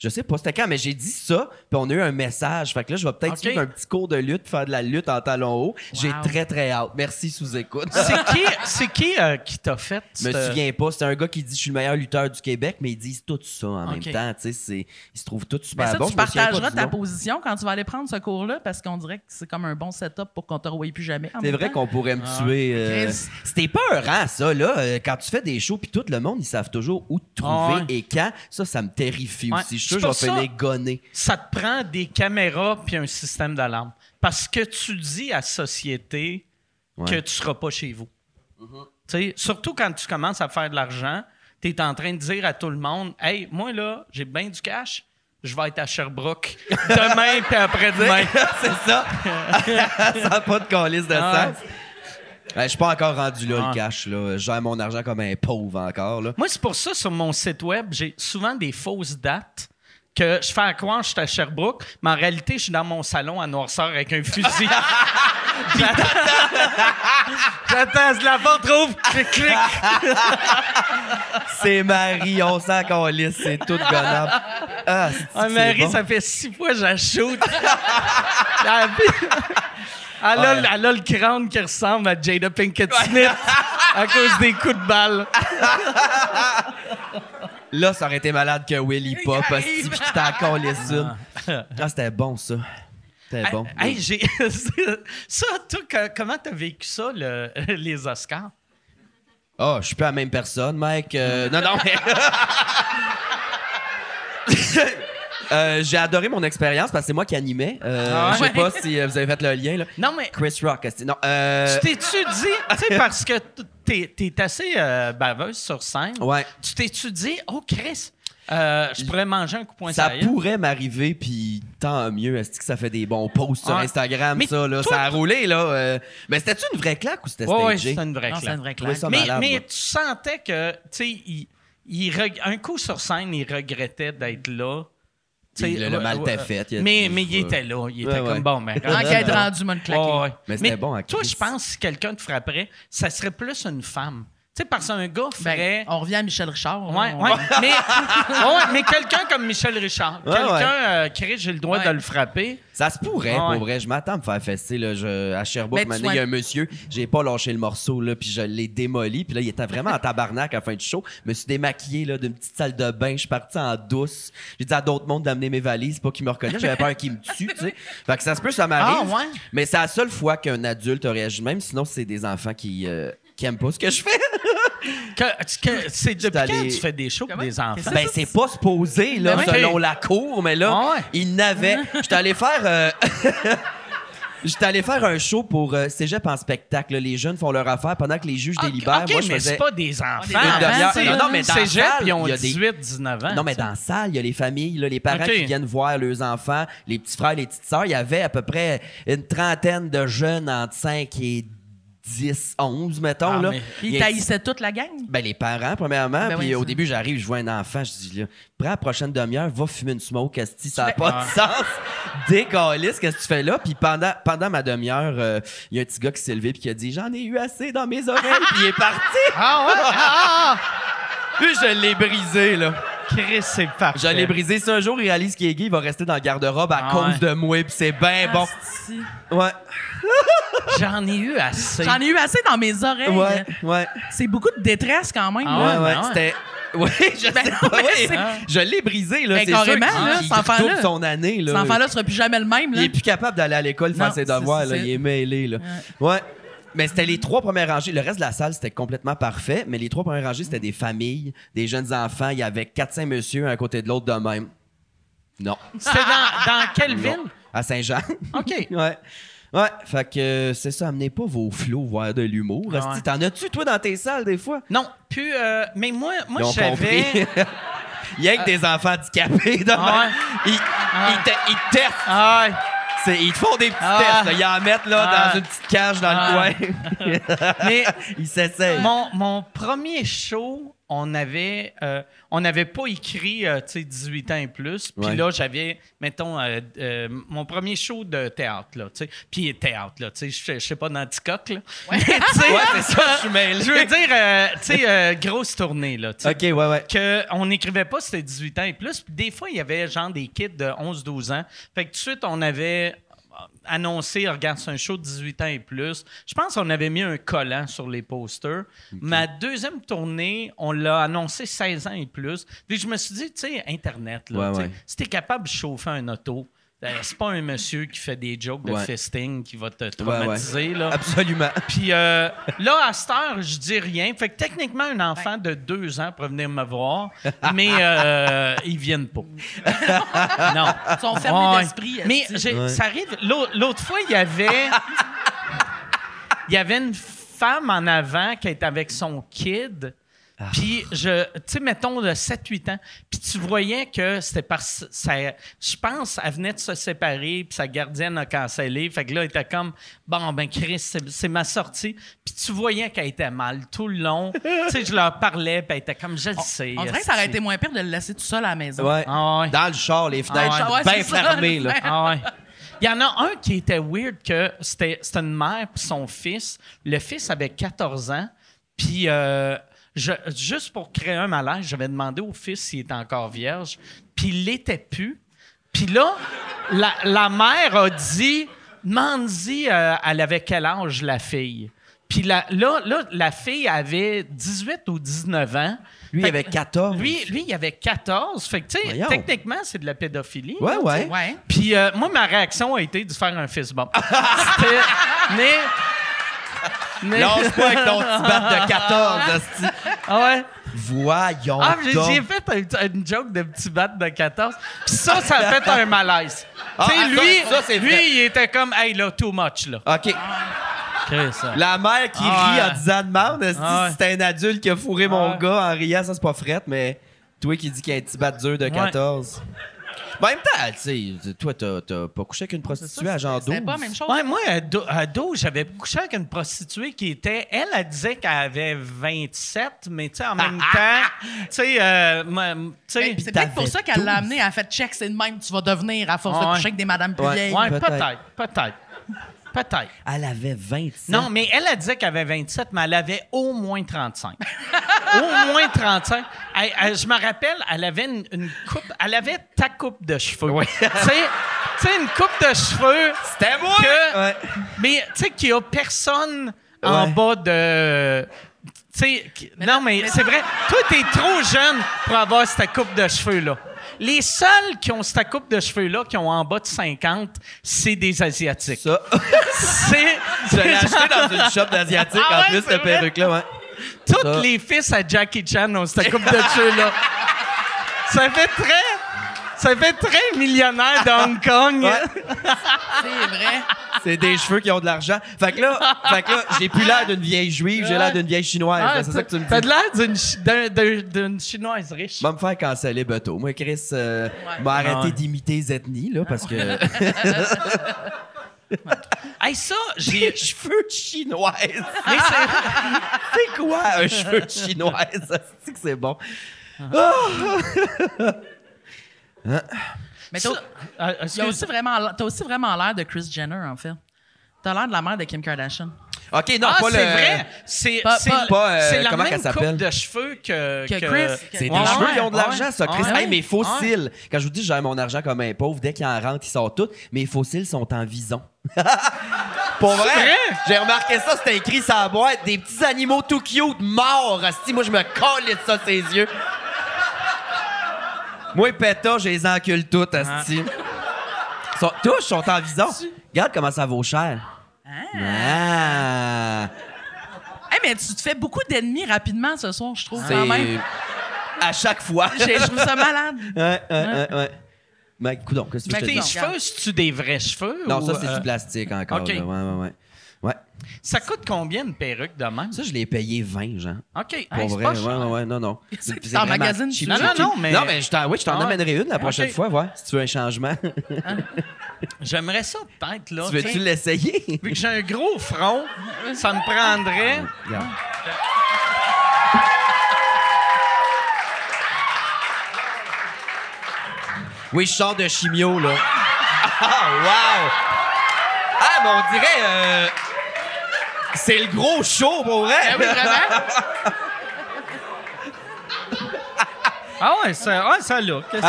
Je sais pas c'était quand, mais j'ai dit ça, puis on a eu un message. Fait que là, je vais peut-être
Ok.
suivre un petit cours de lutte, faire de la lutte en talons hauts. J'ai très, très hâte. Merci, sous-écoute.
C'est qui, c'est qui, euh, qui t'a fait?
Je me
euh,
cette-
souviens pas. C'est un gars qui dit « Je suis le meilleur lutteur du Québec », mais ils disent tout ça en
Ok.
même temps. Tu sais, c'est- ils se trouvent tous
Mais
super
ça,
bons.
tu
Ben, Je me souviens pas
partageras
du
ta
nom.
position quand tu vas aller prendre ce cours-là parce qu'on dirait que c'est comme un bon setup pour qu'on te revoie plus jamais. en
C'est
même
vrai
temps.
qu'on pourrait me
Ah.
tuer. euh,
Chris.
C'était peur, hein, ça, là. Euh, Quand tu fais des shows, puis tout le monde, ils savent toujours où te trouver
Ah Ouais.
et quand. Ça, ça me terrifie
Ouais.
aussi. Je suis sûr
C'est
que
pour
je vais
ça-
finir gonner.
ça te prend des caméras puis un système d'alarme. Parce que tu dis à société
Ouais.
que tu seras pas chez vous. Tu sais, Surtout quand tu commences à faire de l'argent, tu es en train de dire à tout le monde Hey, moi là, j'ai bien du cash, je vais être à Sherbrooke demain puis après-demain.
c'est ça. ça n'a pas de calice de
Ah.
sens. Ouais, je suis pas encore rendu là,
Ah.
le cash. Là. Je gère mon argent comme un pauvre encore. Là.
Moi, c'est pour ça, sur mon site web, j'ai souvent des fausses dates que je fais à croire que je suis à Sherbrooke, mais en réalité, je suis dans mon salon à noirceur avec un fusil. J'attends. J'attends, la porte trouve. clic, clic.
Ah, C'est Marie, on sent calice. C'est tout gonnable. Ah, c'est-
Ah,
c'est
Marie,
bon.
ça fait six fois que j'achoute. elle, a- elle a,
Ouais.
elle a le crâne qui ressemble à Jada Pinkett Smith à cause des coups de balle.
Là, ça aurait été malade que Willy Pop. parce que J'étais en calice une. Ah, c'était bon, ça. C'était bon.
Hey, j'ai- ça, toi, co- comment t'as vécu ça, le- les Oscars?
Ah, je suis plus la même personne, mec. Euh, non, non, mais. Euh, j'ai adoré mon expérience parce que c'est moi qui animais. Euh,
Ah
Je
ouais?
sais pas si euh, vous avez fait le lien. Là.
Non, mais
Chris Rock, est-ce- non. euh,
tu t'es-tu dit, tu sais, parce que t- t'es, t'es assez euh, baveuse sur scène,
ouais.
tu t'es-tu dit, oh Chris, euh, je pourrais manger un coup de poing
Ça
sérieux?
pourrait m'arriver, puis tant mieux. Est-ce que ça fait des bons posts sur
Ouais.
Instagram,
Ah. Mais
ça, là?
toi-
Ça a roulé, là. euh, Mais c'était-tu une vraie claque ou c'était
Ouais, ouais,
stagé?
c'est une vraie
Non, c'est
claque.
une vraie
Je trouvais
claque.
ça
mais,
malade,
mais
moi.
tu sentais que, tu sais, il- il reg- un coup sur scène, il regrettait d'être là. Tu sais,
Il- le- le
ouais,
mal
ouais,
était
ouais.
fait, il a
mais
dit,
mais il
euh,
était là. Il était
ouais,
comme
ouais.
bon, ben, mais.
Enquête rendue, m'a claqué.
Ouais, ouais.
Mais c'était bon, à
Toi,
Chris.
je pense que si quelqu'un te frapperait, ça serait plus une femme. Tu sais, parce qu'un gars
Ben,
ferait.
on revient à Michel Richard.
Ouais,
on-
ouais. mais, ouais, ouais, mais quelqu'un comme Michel Richard,
Ouais,
quelqu'un,
ouais.
euh, Chris, j'ai le droit
Ouais.
de le frapper.
Ça se pourrait,
Ouais.
pour vrai. Je m'attends à me faire fesser. Là, je, à Sherbrooke,
Mais tu
maintenant, il y a un monsieur, j'ai pas lâché le morceau, là, puis je l'ai démoli. Puis là, il était vraiment en tabarnak à la fin du show. Je me suis démaquillé là, d'une petite salle de bain. Je suis parti en douce. J'ai dit à d'autres mondes d'amener mes valises, pas qu'ils me reconnaissent. J'avais peur qu'ils me tuent, tu sais. Fait que ça se peut, ça m'arrive.
Ah, ouais?
Mais c'est la seule fois qu'un adulte réagit, même sinon, c'est des enfants qui. euh, qui aiment pas ce que je fais.
Que- que- c'est depuis
allé-
quand tu fais des shows pour
Comment?
des enfants?
Ben, c'est pas supposé, là,
Mais Ben, oui.
selon la cour, mais là,
Ah ouais.
il n'avait. J'étais allé faire. euh, J'étais allé faire un show pour euh, Cégep en spectacle. là. Les jeunes font leur affaire pendant que les juges
Ah, Ok,
délibèrent.
ok,
Moi, je
mais
faisais.
c'est pas des enfants.
des enfants,
avant,
c'est-
tu sais.
non, mais dans la
Cégep,
salle,
ils ont
il y a des-
18, 19 ans.
Non, mais dans la salle, il y a les familles, là, les parents
Ok.
qui viennent voir leurs enfants, les petits frères, les petites sœurs. Il y avait à peu près une trentaine de jeunes entre 5 et 10, 11, mettons.
Ah,
là.
mais
Il
Ils
y a-
taillissaient toute la gang.
ben, les parents, premièrement.
Ben
puis
oui,
au
ça.
début, j'arrive, je vois un enfant, je dis, là, prends la prochaine demi-heure, va fumer une smoke, Asti, ça n'a pas de sens. Décalisse, qu'est-ce que tu fais là? Puis pendant, pendant ma demi-heure, euh, il y a un petit gars qui s'est levé puis qui a dit, j'en ai eu assez dans mes oreilles, puis il est parti. Ah ouais? Lui, je l'ai brisé, là.
Chris, c'est parfait.
Je l'ai brisé. Si un jour il réalise qu'il est gay, il va rester dans le garde-robe à
Ah
cause
ouais.
de moi, puis c'est ben
Ah,
bon.
Asti.
Ouais,
J'en ai eu assez.
J'en ai eu assez dans mes oreilles.
ouais, ouais.
C'est beaucoup de détresse quand même.
Ah
là.
ouais,
ben
ouais,
ouais.
c'était. Oui, je sais
non,
pas,
mais
ouais.
c'est-
Hein?
Je l'ai brisé, là.
Ben,
c'est sûr
carrément,
qu'il-
là,
il
cet enfant-là.
double son année, là.
Cet enfant-là sera plus jamais le même.
Il
Hein?
Là.
est plus capable d'aller à l'école faire
Non,
ses
c'est-
devoirs,
c'est
là.
ça.
Il est mêlé, là. Ouais. Mais c'était les trois premières rangées. Le reste de la salle, c'était complètement parfait. Mais les trois premières rangées, c'était des familles, des jeunes enfants. Il y avait 4-5 messieurs un à côté de l'autre de même. Non.
C'était dans, dans quelle
Non.
ville?
À Saint-Jean.
OK.
Ouais. Ouais, fait que euh, c'est ça, amenez pas vos flots voir de l'humour.
Ah Ouais.
Asti, T'en as-tu, toi, dans tes salles, des fois?
Non, puis, euh, mais moi, moi
Ils ont compris.
j'avais.
Il y a que des enfants handicapés. de même.
Ah ouais.
Ils,
Ah.
ils te, ils te testent.
Ah, ouais.
C'est- Ils te font des petits
Ah.
tests. là. Ils en mettent là,
Ah.
dans une petite cage dans
Ah.
le coin.
mais
ils s'essayent.
mon, mon premier show, on avait, euh, on n'avait pas écrit, euh, tu sais, 18 ans et plus. Puis
Ouais.
là, j'avais, mettons, euh, euh, mon premier show de théâtre, là, tu sais. Puis théâtre, là, tu sais, je- je sais pas, dans Ticoc, là. Mais, tu sais,
Ouais, c'est ça, je suis mêlé.
je veux dire, euh, tu sais, euh, grosse tournée, là, tu sais.
OK, ouais, ouais.
qu'on n'écrivait pas c'était 18 ans et plus. Puis des fois, il y avait genre des kids de 11-12 ans. Fait que tout de suite, on avait annoncé, regarde, c'est un show de 18 ans et plus. Je pense qu'on avait mis un collant sur les posters. Ma deuxième tournée, on l'a annoncé 16 ans et plus. Puis je me suis dit, tu sais, Internet, là,
Ouais,
tu sais,
ouais.
si t'es capable de chauffer un auto, euh, c'est pas un monsieur qui fait des jokes de
Ouais.
fisting qui va te traumatiser, là.
Absolument.
Puis euh, là, à cette heure, je dis rien. Fait que techniquement, un enfant de deux ans peut venir me voir, mais euh, ils viennent pas. non.
Ils sont fermés
Ouais.
d'esprit.
Mais
asti.
j'ai- ça arrive. l'au- L'autre fois, il y avait. Il y avait une femme en avant qui était avec son kid. Puis, je, tu sais, mettons, de 7-8 ans. Puis, tu voyais que c'était parce. Ça, je pense, elle venait de se séparer, puis sa gardienne a cancellé. Fait que là, elle était comme, bon, ben, Chris, c'est c'est ma sortie. Puis, tu voyais qu'elle était mal tout le long. tu sais, je leur parlais, puis elle était comme, je le sais.
On dirait que ça aurait
esti.
été moins pire de le laisser tout seul à la maison.
Ouais.
Ah ouais.
Dans le char, les fenêtres
Ah ouais,
bien
c'est ça,
fermées.
les
Là.
fenêtres.
Ah ouais. Il y en a un qui était weird que c'était c'était une mère puis son fils. Le fils avait 14 ans. Puis euh, je- juste pour créer un malaise, j'avais demandé au fils s'il était encore vierge. Puis il l'était plus. Puis là, la, la mère a dit Mandy, elle avait quel âge, la fille? Puis la- là, là, la fille avait 18 ou 19 ans.
Lui, il
Fait-
avait 14.
Lui, lui, il avait 14. Fait que, tu sais,
Voyons.
techniquement, c'est de la pédophilie.
Ouais, ouais.
Ouais.
Puis euh, moi, ma réaction a été de faire un fist bump. C'était- mais... mais-
Lâche pas avec ton petit bat de 14. hostie.
Ah ouais.
Voyons
Ah, j'ai
donc.
j'ai fait un- une joke de petit bat de 14. Puis ça, ça a fait un malaise.
Ah,
tu sais,
ah,
lui,
ça, ça, c'est
lui
vrai.
il était comme, hey, là, too much, là.
OK. La mère qui
Ah
rit
ouais.
en disant demande si
Ah ouais. Ah,
c'était un adulte qui a fourré mon
ouais.
gars en riant, ça c'est pas frette, mais toi qui dis qu'il y a un petit bat dur de 14. Ben, en même temps, tu sais, toi, t'as t'as pas couché avec une prostituée à genre 12.
C'était pas la même chose.
Ouais, moi, ado, ado, j'avais couché avec une prostituée qui était. Elle, elle disait qu'elle avait 27, mais tu sais, en même
Ah,
temps, tu sais, euh, moi, tu sais.
Ben, c'est peut-être pour ça qu'elle l'a amené à faire check, c'est de même, tu vas devenir à force de
Ouais.
coucher avec des madames plus
Ouais.
vieilles.
Ouais,
peut-être.
peut-être, peut-être. Peut-être.
Elle avait 27.
Non, mais elle, elle disait qu'elle avait 27, mais elle avait au moins 35. au moins 35. Elle- elle- je me rappelle, elle avait une, une coupe... Elle avait ta coupe de cheveux. tu sais, tu sais, une coupe de cheveux...
C'était moi!
que-
Ouais.
Mais, tu sais, qu'il n'y a personne en
Ouais.
bas de... Tu sais, qui- non, mais c'est vrai. Toi, t'es trop jeune pour avoir cette coupe de cheveux-là. Les seuls qui ont cette coupe de cheveux-là, qui ont en bas de 50, c'est des Asiatiques.
Ça,
C'est...
je l'ai acheté dans une shop d'asiatique
Ah
en
ouais,
plus,
c'est
cette
vrai?
perruque-là, ouais.
Tous
Ça.
les fils à Jackie Chan ont cette coupe de cheveux-là. ça fait très... Ça fait très millionnaire de Hong Kong.
C'est vrai.
C'est des cheveux qui ont de l'argent. Fait que là, fait que là j'ai plus l'air d'une vieille juive, j'ai l'air d'une vieille chinoise.
Ah,
c'est ça que tu me
T'as de
dis.
l'air d'une chi- d'un- d'un- d'une chinoise riche.
Va me faire canceller Beto. Moi, Chris, euh, m'a arrêté d'imiter les ethnies, là, parce que.
Hey, ça, j'ai.
cheveux chinoises!
Mais c'est-
C'est quoi un cheveu de chinoise? C'est que c'est bon.
Mais t'as
Euh,
t'as
excuse-
aussi vraiment l'air- t'as aussi vraiment l'air de Chris Jenner, en fait. T'as l'air de la mère de Kim Kardashian.
OK, non,
Ah,
pas le.
c'est vrai. C'est
Pas-
c'est-
pas-
pas, euh,
c'est la
comment
même
qu'elle
coupe
s'appelle?
de cheveux que, Ah
Que Chris.
C'est des
Ouais,
cheveux qui
ouais,
ont de l'argent,
ouais.
ça, Chris.
Ouais,
Hey, mes fossiles, quand je vous dis j'ai mon argent comme un pauvre, dès qu'il en rentre, ils sort tout. Mes fossiles sont en vison. Pour vrai?
vrai?
J'ai remarqué ça, c'était écrit sur la boîte. Des petits animaux tout cute, morts. Si moi, je me colle de ça, ses yeux. Moi, Péta, je les encule toutes,
Ah.
Asti. Ils Sont, tous sont en vison. Regarde comment ça vaut cher. Ah!
Hey, mais tu te fais beaucoup d'ennemis rapidement ce soir, je trouve,
C'est.
quand même.
À chaque fois.
J'ai- Je trouve ça malade.
Ouais, ouais, ouais, ouais. Mais coudonc, qu'est-ce que
Mais
je
Ben,
te
tes
dis?
non,
cheveux,
regarde.
c'est-tu des vrais cheveux?
Non,
ou,
ça, c'est
euh,
du plastique encore.
OK.
là. Ouais, ouais, ouais. Ouais.
Ça coûte combien une perruque de même?
Ça, je l'ai payé 20, genre.
OK. hey,
Pour
c'est
vrai,
pas
ouais,
cher.
ouais, ouais, non, non.
C'est
c'est
en
vraiment
magazine,
cheap,
tu
cheap,
l'as? Non,
cheap.
non, mais-
Non, mais je t'en, oui, je t'en
Ah ouais.
amènerai une la prochaine
OK.
fois, voir, si tu veux un changement.
J'aimerais ça peut-être, là.
tu veux-tu
t'sais,
l'essayer?
Vu que j'ai un gros front, ça me prendrait...
Regarde. Oui, je sors de chimio, là. Ah, wow! Ah, mais on dirait... euh, C'est le gros show, pour vrai!
Eh, Ah ouais, ça, ah, ça look.
C'est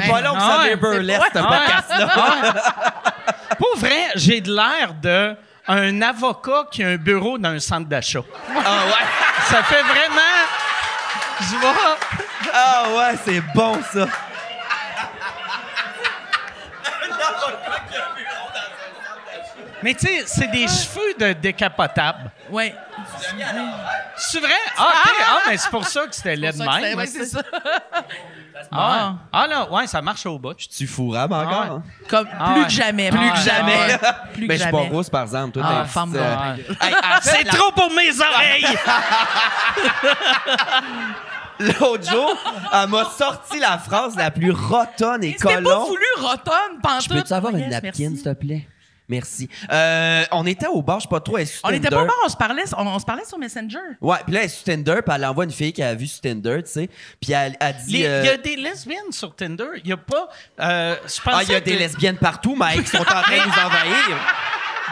Ben
pas long que ça
Ah ouais,
devient burlesque, ce podcast-là.
Pour vrai, j'ai de l'air de un avocat qui a un bureau dans un centre d'achat.
Ah ouais!
Ça fait vraiment... Je vois...
Ah ouais, c'est bon, ça!
Mais tu sais, c'est des cheveux de décapotable.
Oui.
C'est vrai? Ah, ok. Ah, mais c'est pour ça que c'était laid de même.
Ouais, c'est ça.
Ah, ouais. ah là, ouais, ça marche au bout.
Tu fourrable encore?
Ah ouais.
hein?
Comme
Ah
plus
ouais.
que jamais. Ben,
Ah
Plus que
ouais.
jamais.
Ah
Plus que
Mais Ben, je suis pas
jamais.
rousse, par exemple. Toi,
Ah,
t'as une petite,
femme
euh,
noire.
Hey, en fait,
C'est
la-
trop pour mes oreilles!
L'autre jour, elle m'a sorti la phrase la plus rotonne et
C'était pas
colon.
voulu rotonne, pantoute.
Je peux-tu avoir une
Yes,
napkin,
merci.
s'il te plaît? Merci. Euh, on était au bar, je sais pas trop, elle est sur
On était pas
Tinder.
mort, on se parlait, on, on se parlait sur Messenger.
Ouais, puis là, elle est sur Tinder, puis elle envoie une fille qu'elle a vue sur Tinder, tu sais. Puis elle, elle
Les- Il
dit...
y
euh,
a des lesbiennes sur Tinder. Il y a pas. euh, je pensais
ah, il y a
que-
des lesbiennes partout, Mike, qui sont en train de nous envahir.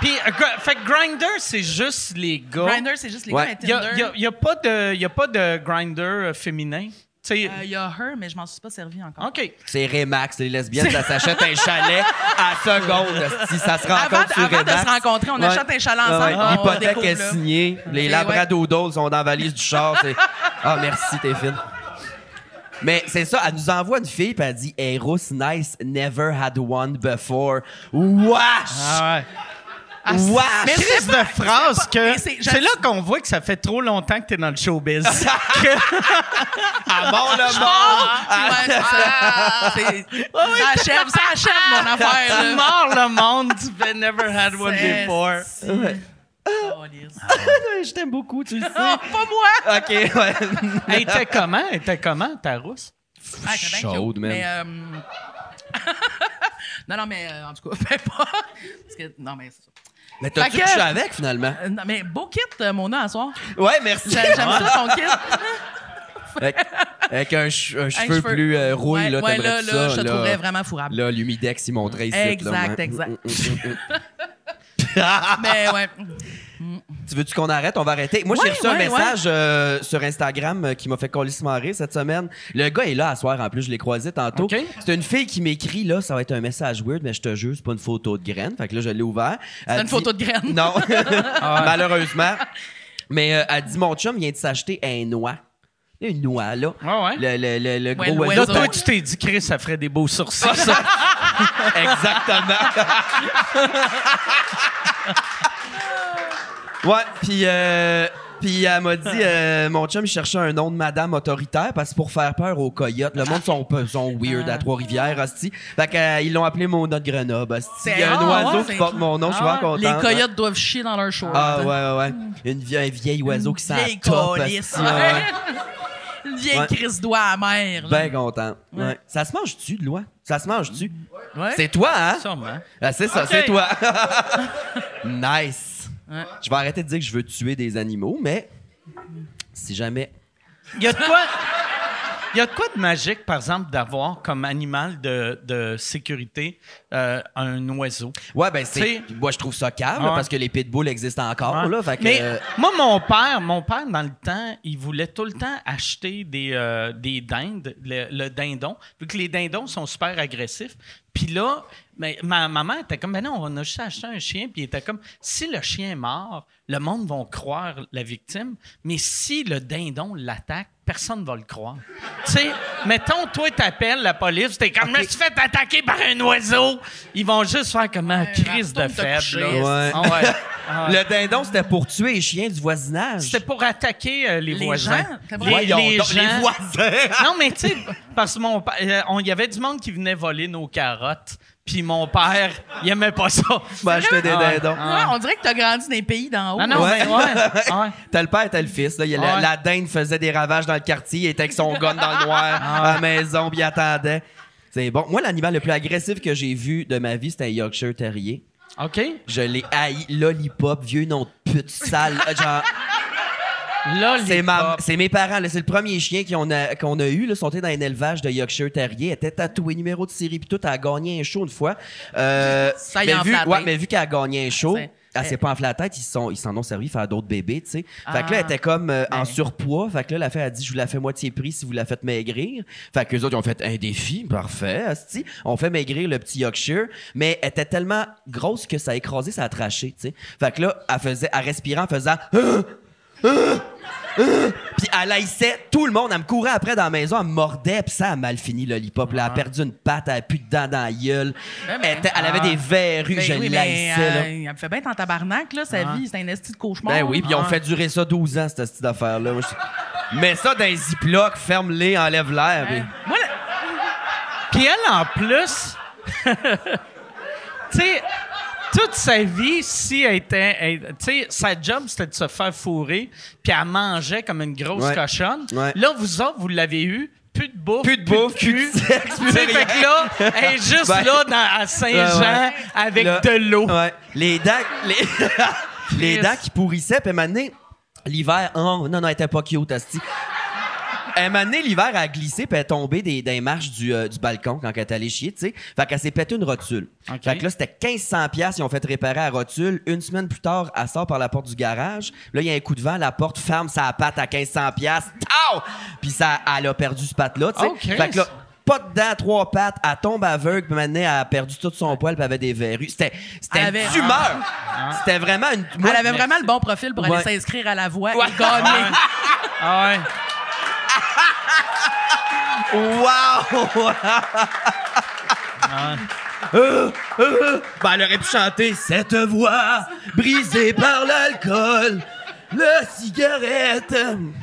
Puis, euh, gr- fait que Grindr, c'est juste les gars.
Grindr, c'est juste les
Ouais.
gars, mais
Il y a, il y
Tinder.
a- il y a pas de, il y a pas de Grindr euh, féminin. Tu sais.
euh, Il y a Her, mais je m'en suis pas servi encore.
OK.
C'est Remax, les lesbiennes, ça s'achète un chalet à seconde. Si ça se rencontre
Avant,
sur
avant de
Remax.
se rencontrer, on achète un chalet ensemble.
Ouais,
on
L'hypothèque
découvre,
est
là.
signée. Les
Ok,
labradoodles sont dans la valise du char. c'est- Ah, merci, t'es fine. Mais c'est ça, elle nous envoie une fille, puis elle dit Hey, rousse, nice, never had one before. Wesh!
Ah ouais.
Wesh!
Mais c'est de phrase que.
mais c'est-
C'est là qu'on voit que ça fait trop longtemps que t'es dans le showbiz.
À mort le monde!
Ah! Ouais, c'est ça. C'est- ça achève, ça achève
Ah!
mon affaire.
tu
là.
mords le monde, tu fais never had one
C'est-
before.
c'est- Calisse.
Ah! Je t'aime beaucoup, tu le sais.
Ah, Pas moi!
ok, ouais.
Elle était comment? Elle était comment, ta rousse?
Ah, elle était bien
Chaude,
cute,
man.
Mais, euh, non, non, mais euh, en tout cas, peu importe. Parce que, non, mais c'est ça.
Mais t'as-tu
Fait que-
couché avec, finalement?
Euh, non, mais beau kit, euh, Mona, à soir.
Ouais, merci.
J'a- J'aime ça, ton kit.
Avec, avec un, che- un
Un
cheveu
cheveu.
plus euh, rouille,
Ouais,
là,
ouais,
t'aimerais
là,
tout ça,
là, je te trouverais vraiment fourrable.
Là, l'humidex, il montrait ici. là,
Exact,
ouais.
exact.
Mm, mm, mm, mm.
Mais ouais.
Tu veux-tu qu'on arrête? On va arrêter. Moi, j'ai
Ouais,
reçu un
ouais,
message euh, sur Instagram euh, qui m'a fait colissement rire cette semaine. Le gars est là à soir, en plus, je l'ai croisé tantôt.
OK.
C'est une fille qui m'écrit, là, ça va être un message weird, mais je te jure, c'est pas une photo de graine. Fait que là, je l'ai ouvert.
C'est une photo de graine. Ah.
Non, malheureusement. Mais euh, elle dit, mon chum vient de s'acheter un noix. Une noix, là.
Ouais,
Le, le, le, le
Ouais, le
gros oiseau.
Là,
oiseau.
toi, tu t'es dit, Chris, ça ferait des beaux sourcils, ça.
Exactement. Ouais, puis euh, puis elle m'a dit, euh, mon chum, il cherchait un nom de madame autoritaire parce que pour faire peur aux coyotes, le monde sont, pe- sont weird
Ah.
à Trois-Rivières, hostie. Fait qu'ils l'ont appelé mon nom de Grenoble, hostie. Il y a un
Ah,
oiseau
ouais,
qui
c'est-
porte mon nom, je suis
Ah,
vraiment content.
Les coyotes doivent chier dans leur short.
hein. Ah ouais, ouais, ouais. Une vieille, un vieil oiseau qui s'en
Vieille
top,
colisse.
hostie, ouais, ouais.
Une vieille
Ouais.
crise d'oie amère. là.
Ben content. Ouais. Ça se mange-tu, de loin? Ça se mange-tu?
Ouais.
C'est toi, hein?
Sûrement.
Ah, c'est ça,
Ok.
c'est toi. nice.
Ouais.
Je vais arrêter de dire que je veux tuer des animaux, mais si jamais.
Il y a de quoi. Il y a de quoi de magique, par exemple, d'avoir comme animal de, de sécurité euh, un oiseau.
Ouais, ben c'est.
T'sais-
Moi, je trouve ça calme
Ouais.
parce que les pitbulls existent encore,
Ouais.
là. Fait que,
Mais
euh,
moi, mon père, mon père, dans le temps, il voulait tout le temps acheter des, euh, des dindes, le, le dindon, vu que les dindons sont super agressifs. Puis là, ben, ma maman était comme, ben non, on a juste acheté un chien. Puis il était comme, si le chien est mort, le monde va croire la victime, mais si le dindon l'attaque, personne ne va le croire. tu sais, mettons, toi, t'appelles la police, t'es comme, je me suis fait attaquer par un oiseau. Ils vont juste faire comme un crise de
retourne te coucher,
faible. là.
Ouais.
Ah ouais. Ah ouais.
le dindon, c'était pour tuer les chiens du voisinage.
C'était pour attaquer euh, les,
Les
voisins.
gens? T'as
Les,
pas-
Voyons
les
donc,
gens.
les voisins.
non, mais tu sais, parce que mon père, euh, on- il y avait du monde qui venait voler nos carottes. Puis mon père, il aimait pas ça.
Je vais Ben, acheter des
Ah,
dindons.
ah.
Ouais, on dirait que t'as grandi dans les pays d'en haut.
Non, non,
Ouais.
mais ouais, ouais.
T'as le père, t'as le fils. Là. Il y a la,
Ouais.
la dinde faisait des ravages dans le quartier. Il était avec son gun dans le noir
Ah.
à la maison, puis il attendait. C'est bon. Moi, l'animal le plus agressif que j'ai vu de ma vie, c'était un Yorkshire Terrier.
OK.
Je l'ai haï. Lollipop, vieux nom de pute sale. Euh, Genre,
Là, les
c'est, ma-
pop-
c'est mes parents. là. C'est le premier chien qu'on a, qu'on a eu. Là, sont dans un élevage de Yorkshire Terrier. Elle était tatouée, numéro de série, puis tout. Elle a gagné un show une fois. Euh,
Ça y
mais,
enfle
vu,
la
ouais,
tête.
mais vu qu'elle a gagné un show,
C'est-
elle s'est pas enflée la tête. Ils sont- ils s'en ont servi faire d'autres bébés, tu sais. Fait que
Ah.
là, elle était comme euh, en
Ouais.
surpoids. Fait que là, la fille a dit, je vous la fais moitié prix si vous la faites maigrir. Fait que les autres, ils ont fait un défi. Parfait, asti. On fait maigrir le petit Yorkshire. Mais elle était tellement grosse que ça a écrasé sa trachée, tu sais. Fait que là, elle faisait, elle respirait en faisant, puis elle haïssait tout le monde. Elle me courait après dans la maison, elle me mordait, puis ça a mal fini, lollipop. Là, elle a perdu une patte, elle a plus de dents dans la gueule.
Ben,
elle,
ben.
était- elle avait des verrues,
Ben
je
oui, mais,
l'haïssais, là.
euh, elle me fait bien en tabarnak, là, sa
Ah.
vie. C'est un esti de cauchemar.
Ben oui, puis ils ont
Ah.
fait durer ça 12 ans, cette petite affaire-là. Moi, je- Mets ça dans les ziplocs, ferme-les, enlève l'air.
Hein?
puis-
Moi, la-
Puis elle, en plus, tu sais, toute sa vie, si elle était. elle- Tu sais, sa job, c'était de se faire fourrer, puis elle mangeait comme une grosse
Ouais.
cochonne.
Ouais.
Là, vous autres, vous l'avez eu. Plus de bouffe.
Plus de bouffe,
cul.
plus de sexe, plus
Tu sais,
rien.
fait que là, elle est juste
Ben.
là dans- à Saint-Jean
Ouais, ouais.
avec
Là, Ah
de l'eau.
Ouais. Les dents, les, les dents qui pourrissaient, puis maintenant, l'hiver, oh, non, non, elle était pas cute, Asti. Elle m'a amené l'hiver à glisser puis elle est tombée des, des marches du, euh, du balcon quand elle est allée chier, tu sais. Fait qu'elle s'est pété une rotule.
Ok.
Fait que là, c'était 1500 pièces ils ont fait réparer la rotule. Une semaine plus tard, elle sort par la porte du garage. Là, il y a un coup de vent, la porte ferme sa patte à 1500 pièces Puis ça, elle a perdu ce patte-là, tu sais.
Oh, Chris.
fait que là, pas de dents, trois pattes, elle tombe aveugle, puis maintenant, elle a perdu tout son poil, puis elle avait des verrues. C'était, c'était une
Elle avait-
tumeur. C'était vraiment une moi,
elle avait vraiment le bon profil pour
Ouais.
aller s'inscrire à la voix
Ouais.
et gagner.
Ah ouais.
Wow! Euh, euh, ben, elle aurait pu chanter cette voix brisée par l'alcool, la cigarette.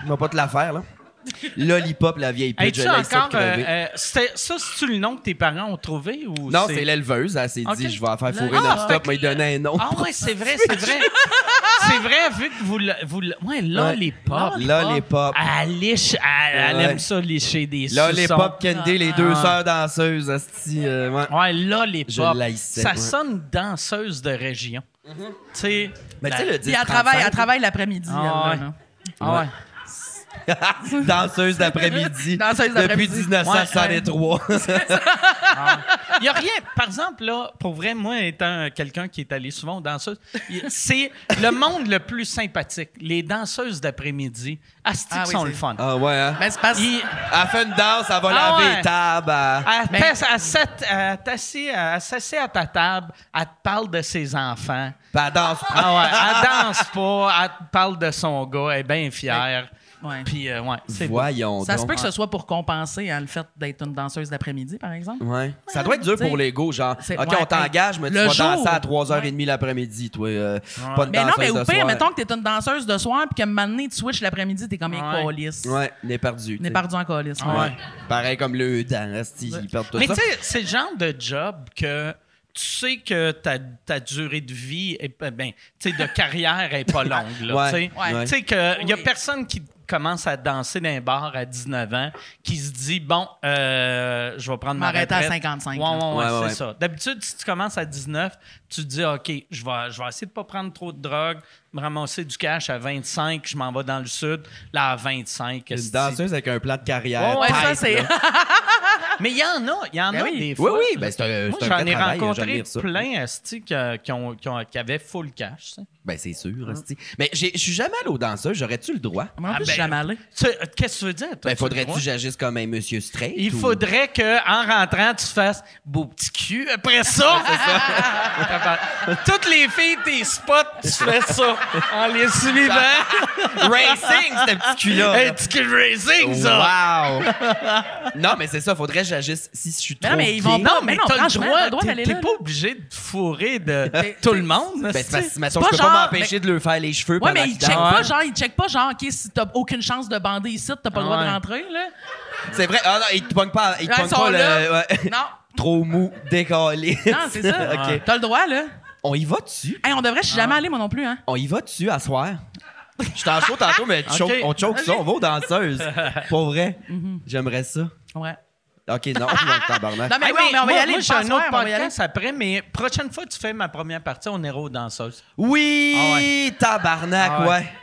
On va pas te la faire, là. Lollipop, la vieille pute,
Es-tu
je l'ai
encore. euh,
crevé.
euh, c'était- ça, c'est-tu le nom que tes parents ont trouvé? Ou
Non, c'est l'éleveuse. Elle s'est
Ok.
dit, je vais la faire fourrer
Ah,
non-stop, mais il donnait un nom.
Ah ouais, c'est vrai, c'est vrai. c'est vrai, vu que vous... le- vous le- ouais, là,
Ouais.
les pop.
Lollipop.
Elle liche... Elle, elle
Ouais.
aime ça licher des
Lollipop,
suçons.
Candy, les deux sœurs danseuses. asti, euh, Ah. ouais.
Ouais, là, les
Je
pop.
l'haïssais,
Ça
ouais. Mm-hmm.
sonne danseuse de région. Tu sais...
Mais tu sais,
la-
le
Puis
10
elle travaille,
35,
elle travaille l'après-midi.
Ah,
elle,
ouais.
là, là.
Ah ouais.
Danseuse d'après-midi.
Danseuse
Depuis
d'après-midi.
1963.
Il y a rien. Par exemple, là, pour vrai, moi, étant quelqu'un qui est allé souvent aux danseuses, y- c'est le monde le plus sympathique. Les danseuses d'après-midi, astiques
Ah oui,
sont
c'est-
le fun.
Ah ouais, hein?
Ben, c'est parce que
Ils-
Elle fait une danse, elle va
Ah
laver
ouais.
les tables. elle-
Elle t'ass- elle s'att- elle t'assit- elle s'assied à ta table, elle te parle de ses enfants.
Ah,
Puis elle danse.
Ah ouais, elle danse pas, elle te parle de son gars, elle est bien fière.
Ouais.
Puis, euh, ouais, c'est beau.
Voyons
Ça se
donc.
peut que ce soit pour compenser hein, le fait d'être une danseuse d'après-midi, par exemple.
Ah, Ouais. Ça doit être dur
T'sais,
pour l'ego, genre.
c'est-
OK,
ouais,
on t'engage, mais tu
le
vas
jour-
danser à 3h30 l'après-midi, toi. euh, Pas de
Mais Ben non,
danseuse
mais
ce
au pire,
soir.
mettons que t'es une danseuse de soir, puis qu'à un moment donné, tu switches l'après-midi, t'es comme un
Ouais.
colis.
Ouais, il est perdu.
On est
t'sais.
perdu en colis.
Ouais. Pareil comme le dent, esti, ils perdent tout
Mais tu
ça.
sais, c'est le genre de job que tu sais que ta, ta durée de vie, est, pas- ben, tu sais, de carrière est pas longue. là,
Ouais,
Tu sais.
ouais.
Tu sais qu'il n'y a
Oui.
personne qui commence à danser dans un bar à 19 ans qui se dit, bon, euh, je vais prendre ma
M'arrêter à
retraite.
55,
Ouais, ouais,
là.
ouais,
Ouais, ouais,
c'est
ouais.
ça. D'habitude, si tu commences à 19, tu te dis, OK, je vais, je vais essayer de pas prendre trop de drogue, me ramasser du cash à 25, je m'en vais dans le sud. Là, à 25,
Une
esti.
danseuse avec un plan de carrière.
Ouais,
tight,
ça, c'est.
là.
Mais il y en a, il y en
Ben
a
oui.
des
Oui,
fois.
oui, ben c'est un,
Moi,
c'est un
j'en
vrai
ai
travail,
rencontré
j'admire ça.
plein asti qui, euh, qui ont- qui ont- qui avaient full cash. ça.
Ben, c'est sûr, esti. Mais j'ai- je suis jamais allé aux danseuses, j'aurais-tu le droit?
Moi
Ah,
non plus, je
ben,
suis jamais allé.
Tu- euh, Qu'est-ce que tu veux dire? toi, tu
Ben,
le
faudrait-tu
vois?
que j'agisse comme un monsieur straight?
Il
ou-
faudrait que, en rentrant, tu fasses beau petit cul. Après ça, toutes les filles, tes spots, tu fais ça en les suivant.
Racing, ce petit cul-là!
Un petit cul racing, ça!
Wow! non, mais c'est ça, faudrait que j'agisse si je suis
Mais
trop
non, mais ils vont
gay.
pas-
Non,
mais
mais
non,
t'as le
franchement, t'as le
droit.
droit
t'es-
d'aller
T'es
là,
pas
là.
obligé de fourrer de
T'es-
tout
t'es-
le monde.
Ben, c'est parce
asti.
que, mettons,
pas
je peux
genre-
pas m'empêcher de leur faire les cheveux
Ouais,
pendant
mais
qu'ils
ils checkent
dansent.
pas, genre, ils checkent pas, genre, OK, si t'as aucune chance de bander ici, t'as pas le droit de
Ouais.
rentrer, là.
C'est vrai, ah non, ils te pognent pas, ils te
Ils
pognent
sont
pas le...
là.
ouais.
Non.
trop mou, décalé.
Non, c'est ça.
OK.
T'as le droit, là.
On y va dessus?
Hey, on devrait, je suis
Ah.
jamais allé, moi non plus, hein.
On y va dessus à soir? Je t'en chaud tantôt, mais
Ok.
choke- on choke ça, on va aux danseuses. Pour vrai, j'aimerais ça.
Ouais.
OK, non, on va au tabarnak.
Mhm. Non, mais
Hey,
oui, mais on va y
moi-
aller.
moi,
je
j'ai
pense,
un autre
ouais, on va y aller.
podcast après, mais prochaine fois, tu fais ma première partie, on ira aux danseuses.
Oui,
Ah
tabarnak,
Ah ouais.
ouais.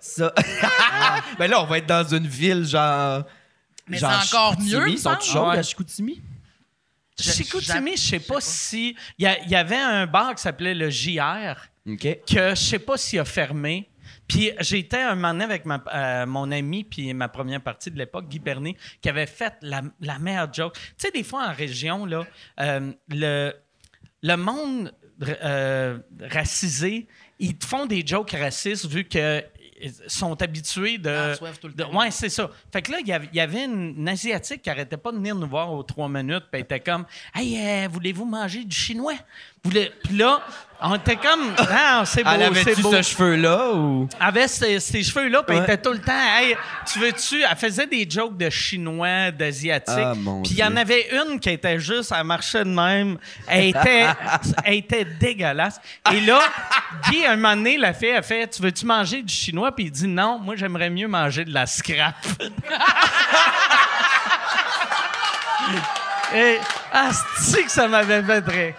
Ça. ben là, on va être dans une ville genre.
Ah. Mais
genre
c'est encore
Chicoutimi.
mieux, hein?
Ils sont
il me
chauds
semble.
à Chicoutimi?
Je-
Chicoutimi, je sais
je sais pas.
pas si. Il y, a- il y avait un bar qui s'appelait le JR,
OK.
que je sais pas s'il a fermé. Puis j'étais un moment donné avec ma- euh, mon ami, puis ma première partie de l'époque, Guy Bernier, qui avait fait la, la meilleure joke. Tu sais, des fois en région, là, euh, le, le monde r- euh, racisé, ils te font des jokes racistes vu que ils sont habitués de...
Ah, soif tout le
de-
temps.
ouais, c'est ça. Fait que là, il y avait- il y avait une, une Asiatique qui arrêtait pas de venir nous voir aux trois minutes, puis elle était comme « Hey, euh, voulez-vous manger du chinois? » Voulez- Puis là, on était comme « Ah, c'est beau,
Elle
c'est
avait-tu
beau.
ce » cheveu-là ou.
Elle avait ses, ses cheveux-là, puis elle
Ouais.
était tout le temps « Hey, tu veux-tu? » Elle faisait des jokes de chinois, d'asiatiques.
Ah, mon
puis il y en
Dieu.
avait une qui était juste, elle marchait de même. Elle était, elle était dégueulasse. Et là, Guy, un moment donné, la fille a fait Tu veux-tu manger du chinois Puis il dit Non, moi, j'aimerais mieux manger de la scrap. Et asti que ça m'avait fait rire.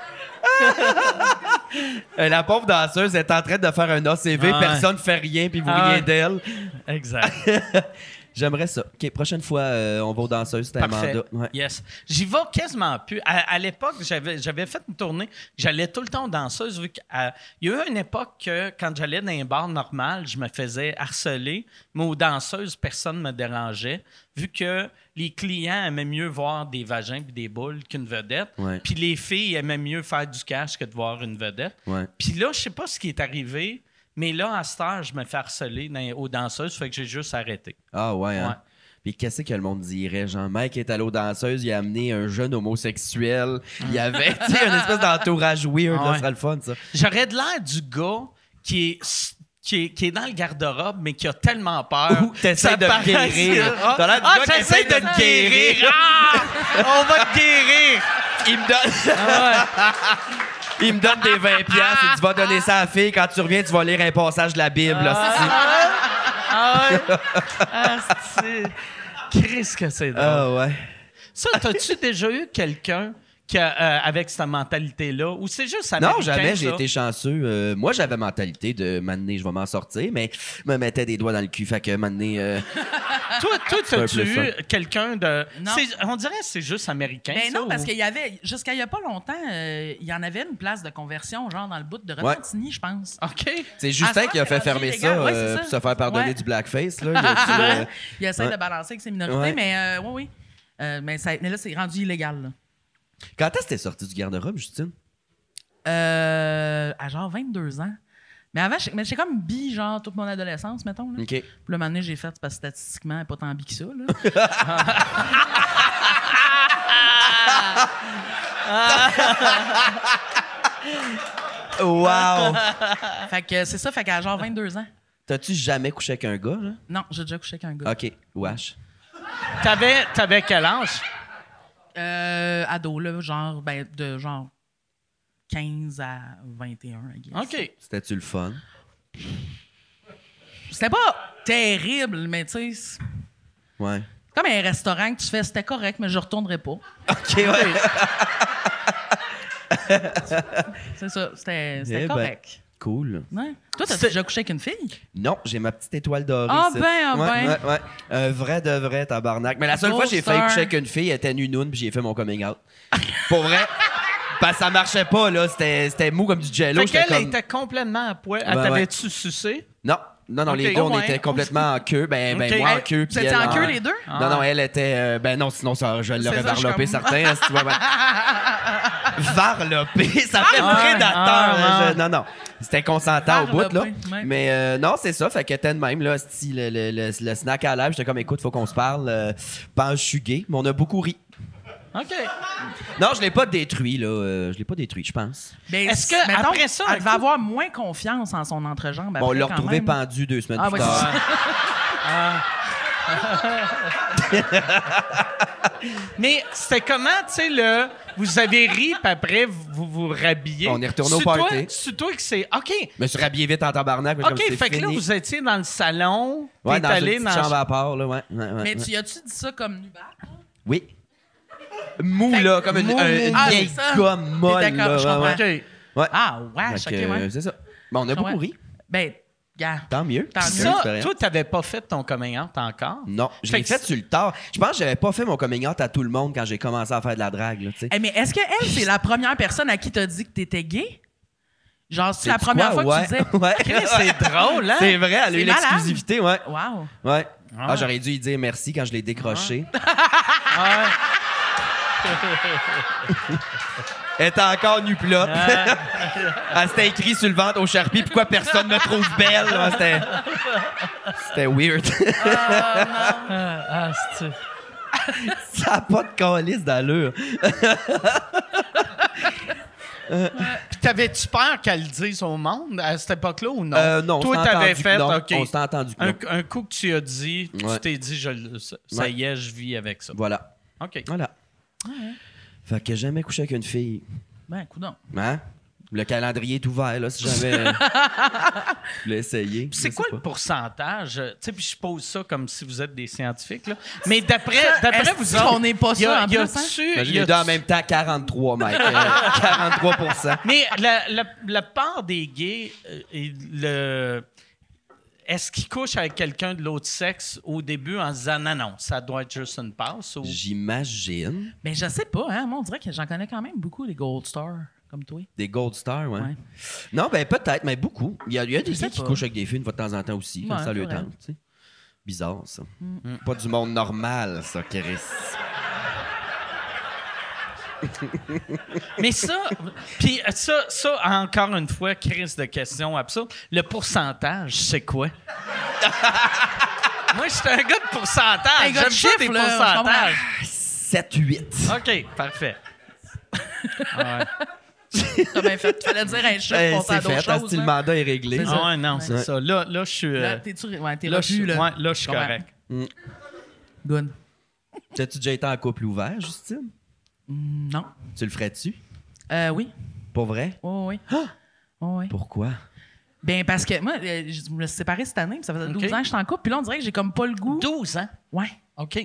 Euh, la pauvre danseuse est en train de faire un ACV,
Ah ouais.
personne ne fait rien, puis vous
Ah
riez
ouais.
d'elle.
Exact.
J'aimerais ça. OK, prochaine fois, euh, on va aux danseuses, c'était un
Parfait.
mandat. Ouais.
Yes. J'y vais quasiment plus. À, à l'époque, j'avais, j'avais fait une tournée. J'allais tout le temps aux danseuses. Vu qu'il y a eu une époque que quand j'allais dans un bar normal, je me faisais harceler. Mais aux danseuses, personne ne me dérangeait. Vu que les clients aimaient mieux voir des vagins et des boules qu'une vedette.
Ouais.
Puis les filles aimaient mieux faire du cash que de voir une vedette.
Ouais.
Puis là, je sais pas ce qui est arrivé. Mais là, à cette heure, je me fais harceler dans- aux danseuses. Fait que j'ai juste arrêté.
Ah ouais, hein?
Ouais.
Puis qu'est-ce que le monde dirait? Genre, Mike est allé aux danseuses, il a amené un jeune homosexuel. Il
Mm.
y avait, tu sais, une espèce d'entourage weird.
Ah
là,
ouais.
ce serait le fun, ça.
J'aurais de l'air du gars qui est, qui est, qui est dans le garde-robe, mais qui a tellement peur.
Ou t'essayes
Ça
de te
paraît-
guérir.
Ah,
T'as l'air du
ah,
gars qui
j'essaie
essaie de te guérir.
Ah! on va te guérir.
Il me donne, il me donne des 20 piastres et tu vas donner ça à la fille. Quand tu reviens, tu vas lire un passage de la Bible. là, c'est-
Ah ouais. Ah, c'est- Christ que c'est drôle.
Ah ouais.
Ça, t'as-tu déjà eu quelqu'un qui a, euh, avec cette mentalité-là? Ou c'est juste américain,
Non,
ça?
jamais, j'ai été chanceux. Euh, moi, j'avais mentalité de m'amener, je vais m'en sortir, mais je me mettais des doigts dans le cul. Fait que m'amener. euh,
Toi, toi t'as-tu
C'est un peu
eu quelqu'un de...
Non.
C'est- On dirait que c'est juste américain,
Ben
ça,
non, parce
ou-
qu'il y avait, jusqu'à il y a pas longtemps, euh, il y en avait une place de conversion, genre dans le bout de Repentigny, je pense.
OK.
C'est
Ah,
Justin
ça,
qui a
c'est
fait fermer
rendu illégal,
ça
ouais, c'est
euh,
ça.
pour se faire pardonner
Ouais.
du blackface. Là. Il a dit, euh,
Il essaie
Ouais.
de balancer avec ses minorités,
Ouais.
mais euh, oui, oui. Euh, mais, ça- mais là, c'est rendu illégal. Là.
Quand est-ce que t'es sorti du garde-robe, Justine?
Euh, à genre 22 ans. Mais avant, j'étais- mais j'étais comme bi, genre, toute mon adolescence, mettons. Là.
OK.
Puis là, un moment donné, j'ai fait, c'est parce que statistiquement, elle est pas tant bi que ça. Là.
Wow!
fait que euh, c'est ça, fait qu'à genre 22 ans.
T'as-tu jamais couché avec un gars, là?
Non, j'ai déjà couché avec un gars.
OK. Wesh.
T'avais, t'avais quel âge?
Euh, ado, là, genre, ben, de genre 15 à 21, I guess.
OK.
C'était-tu le fun?
C'était pas terrible, mais tu sais, c'est
Ouais.
comme un restaurant que tu fais, c'était correct, mais je retournerai pas.
OK, ouais.
C'est ça, c'était c'était
Eh ben.
correct.
Cool.
Ouais. Toi, t'as
C'est-
déjà couché avec une fille?
Non, j'ai ma petite étoile dorée.
Ah
ça.
ben, ah
ouais,
ben.
Ouais, ouais. Un vrai de vrai tabarnak. Mais la seule
Gros
fois que j'ai failli
star.
coucher avec une fille, elle était nunoune, puis j'ai fait mon coming out. Pour vrai. Parce que ça marchait pas, là. C'était c'était mou comme du jello.
Fait
J'étais
qu'elle
comme...
était complètement à poil.
Ben
Elle
ouais.
t'avait-tu sucé?
Non, non, non, les
Ok.
deux,
Oh,
on
ouais.
était complètement en queue. Ben, ben
Ok.
moi en
Hey,
queue.
Vous
puis
étiez
elle
en queue, les deux?
Non, non, elle était. euh, ben non, sinon ça, je l'aurais
Ah. ça, je suis
varlopé,
comme-
certain. hein, si tu vois, ben- varlopé, ça fait
Ah, ouais,
prédateur.
ah,
hein,
ouais.
je- non, non, c'était consentant au bout, là.
Varlopé, ouais.
Mais euh, non, c'est ça. Fait que t'es de même, là, si le, le- le- le snack à l'âge, j'étais comme, écoute, faut qu'on se parle. euh, pense que je suis gay, mais on a beaucoup ri.
OK.
Non, je l'ai pas détruit, là. euh, je l'ai pas détruit, je pense.
Ben,
Est-ce que,
mettons,
après ça, un
elle devait
coup-
avoir moins confiance en son entrejambe?
Bon, on
après,
l'a
quand
retrouvé
même.
pendu deux semaines
Ah,
plus
ouais,
tard.
Mais c'était comment, tu sais, le... Vous avez ri, puis après, vous vous rhabillez.
On est retourné au
C'est toi-
party.
C'est toi que c'est... OK.
Je me suis rhabillé vite en tabarnak. mais
OK,
comme c'est
fait que là,
fini.
vous étiez dans le salon.
Ouais,
t'es
dans
allé
une
dans...
petite chambre à part, là, ouais. ouais, ouais,
Mais
ouais.
tu y as-tu dit ça comme nubar?
Oui. Mou, là, comme une,
mou,
un-
mou,
une
mou.
Ah,
vieille
c'est ça.
gomme molle.
Mais d'accord,
là,
je
ouais,
comprends.
ouais.
OK.
Ouais.
Ah, ouais,
Fait
ok,
que,
ouais.
euh, c'est ça. Ben, on a beaucoup
Ouais.
ri.
Ben, gars.
Tant mieux.
Tant
C'est
mieux.
Ça,
une expérience.
toi, t'avais pas fait ton coming out encore.
Non, je
Fait
l'ai
que
fait
c'est-
sur le tard. Je pense que j'avais pas fait mon coming out à tout le monde quand j'ai commencé à faire de la drague, là, tu sais.
Eh, mais est-ce que elle, c'est la première personne à qui t'as dit que t'étais gay? Genre, c'est la
Sais-tu
première
quoi?
fois
Ouais.
que tu disais.
Ouais.
Chris, C'est drôle, hein?
C'est vrai, elle a
C'est
eu
malade.
l'exclusivité, ouais.
Wow!
Ouais. Ah, j'aurais dû y dire merci quand je l'ai décroché. Elle était encore nu plate. Elle s'était écrit sur le ventre au Sharpie pourquoi personne me trouve belle. Ouais, C'était C'était weird.
Ah, c'est...
Ça n'a pas de calice d'allure.
Puis t'avais-tu peur qu'elle le dise au monde à cette époque-là ou non?
Euh, non, on
Toi,
s'est
t'avais
entendu que
fait,
non.
OK.
On s'est entendu que
un,
non.
un coup que tu as dit,
Ouais.
tu t'es dit, je, le- ça ça
Ouais.
y est, je vis avec ça.
Voilà.
OK.
Voilà. Fait que jamais couché avec une fille.
Ben, coudon.
Hein? Le calendrier est ouvert, là, si jamais. Je l'ai essayé.
C'est
Je
quoi
sais
le
pas.
pourcentage? euh, Tu sais, puis je pose ça comme si vous êtes des scientifiques, là. Mais d'après,
est-ce
d'après vous
qu'on
autres...
n'est pas
y a-
ça en
y a-
plus, hein?
tu-
Imagine
y a-
les Ben, deux en même temps, 43, mec. Euh, 43
Mais la, la, la part des gays, euh, et le... est-ce qu'ils couchent avec quelqu'un de l'autre sexe au début en se disant, non, non, ça doit être juste une
Oh.
passe? Ou...
J'imagine.
Ben, je sais pas, hein. Moi, on dirait que j'en connais quand même beaucoup, les Gold Star, comme toi.
Des Gold Stars, ouais.
Ouais.
Non, ben peut-être, mais beaucoup. Il y a, il y a des
Je sais
gens qui
pas.
couchent avec des filles une fois de temps en temps aussi, comme
Ouais,
ça le
c'est vrai. Mm.
tente. tu sais. Bizarre, ça. Pas du monde normal, ça, Chris.
Mais ça, puis ça, ça, encore une fois, crise de question absurde. Le pourcentage, c'est quoi? Moi, je suis un gars de pourcentage.
Un gars de
J'aime ça,
chiffres,
tes
là,
pourcentages.
7-8.
OK, parfait.
T'as bien fait. Tu fallait dire un chiffre
Eh,
pour
c'est
faire
fait,
d'autres
hein,
choses.
si le
là.
mandat est réglé.
C'est ça.
Ah ouais, non, c'est
Ouais.
ça. Là, là, je suis... euh,
Là, t'es-tu. Ouais, t'es
là, je
revu,
suis
là.
ouais, là, je suis
Je comprends.
correct.
Good.
T'as-tu déjà été en couple ouvert, Justine?
Non.
Tu le ferais-tu?
Euh, oui.
Pour vrai?
Oui, oui, oui. Oui, oui.
Pourquoi?
Ben, parce que moi, euh, je me suis séparée cette année, puis ça faisait 12
Ok.
ans que j'étais en couple, puis là, on dirait que j'ai comme pas le goût.
12 ans.
Ouais.
OK.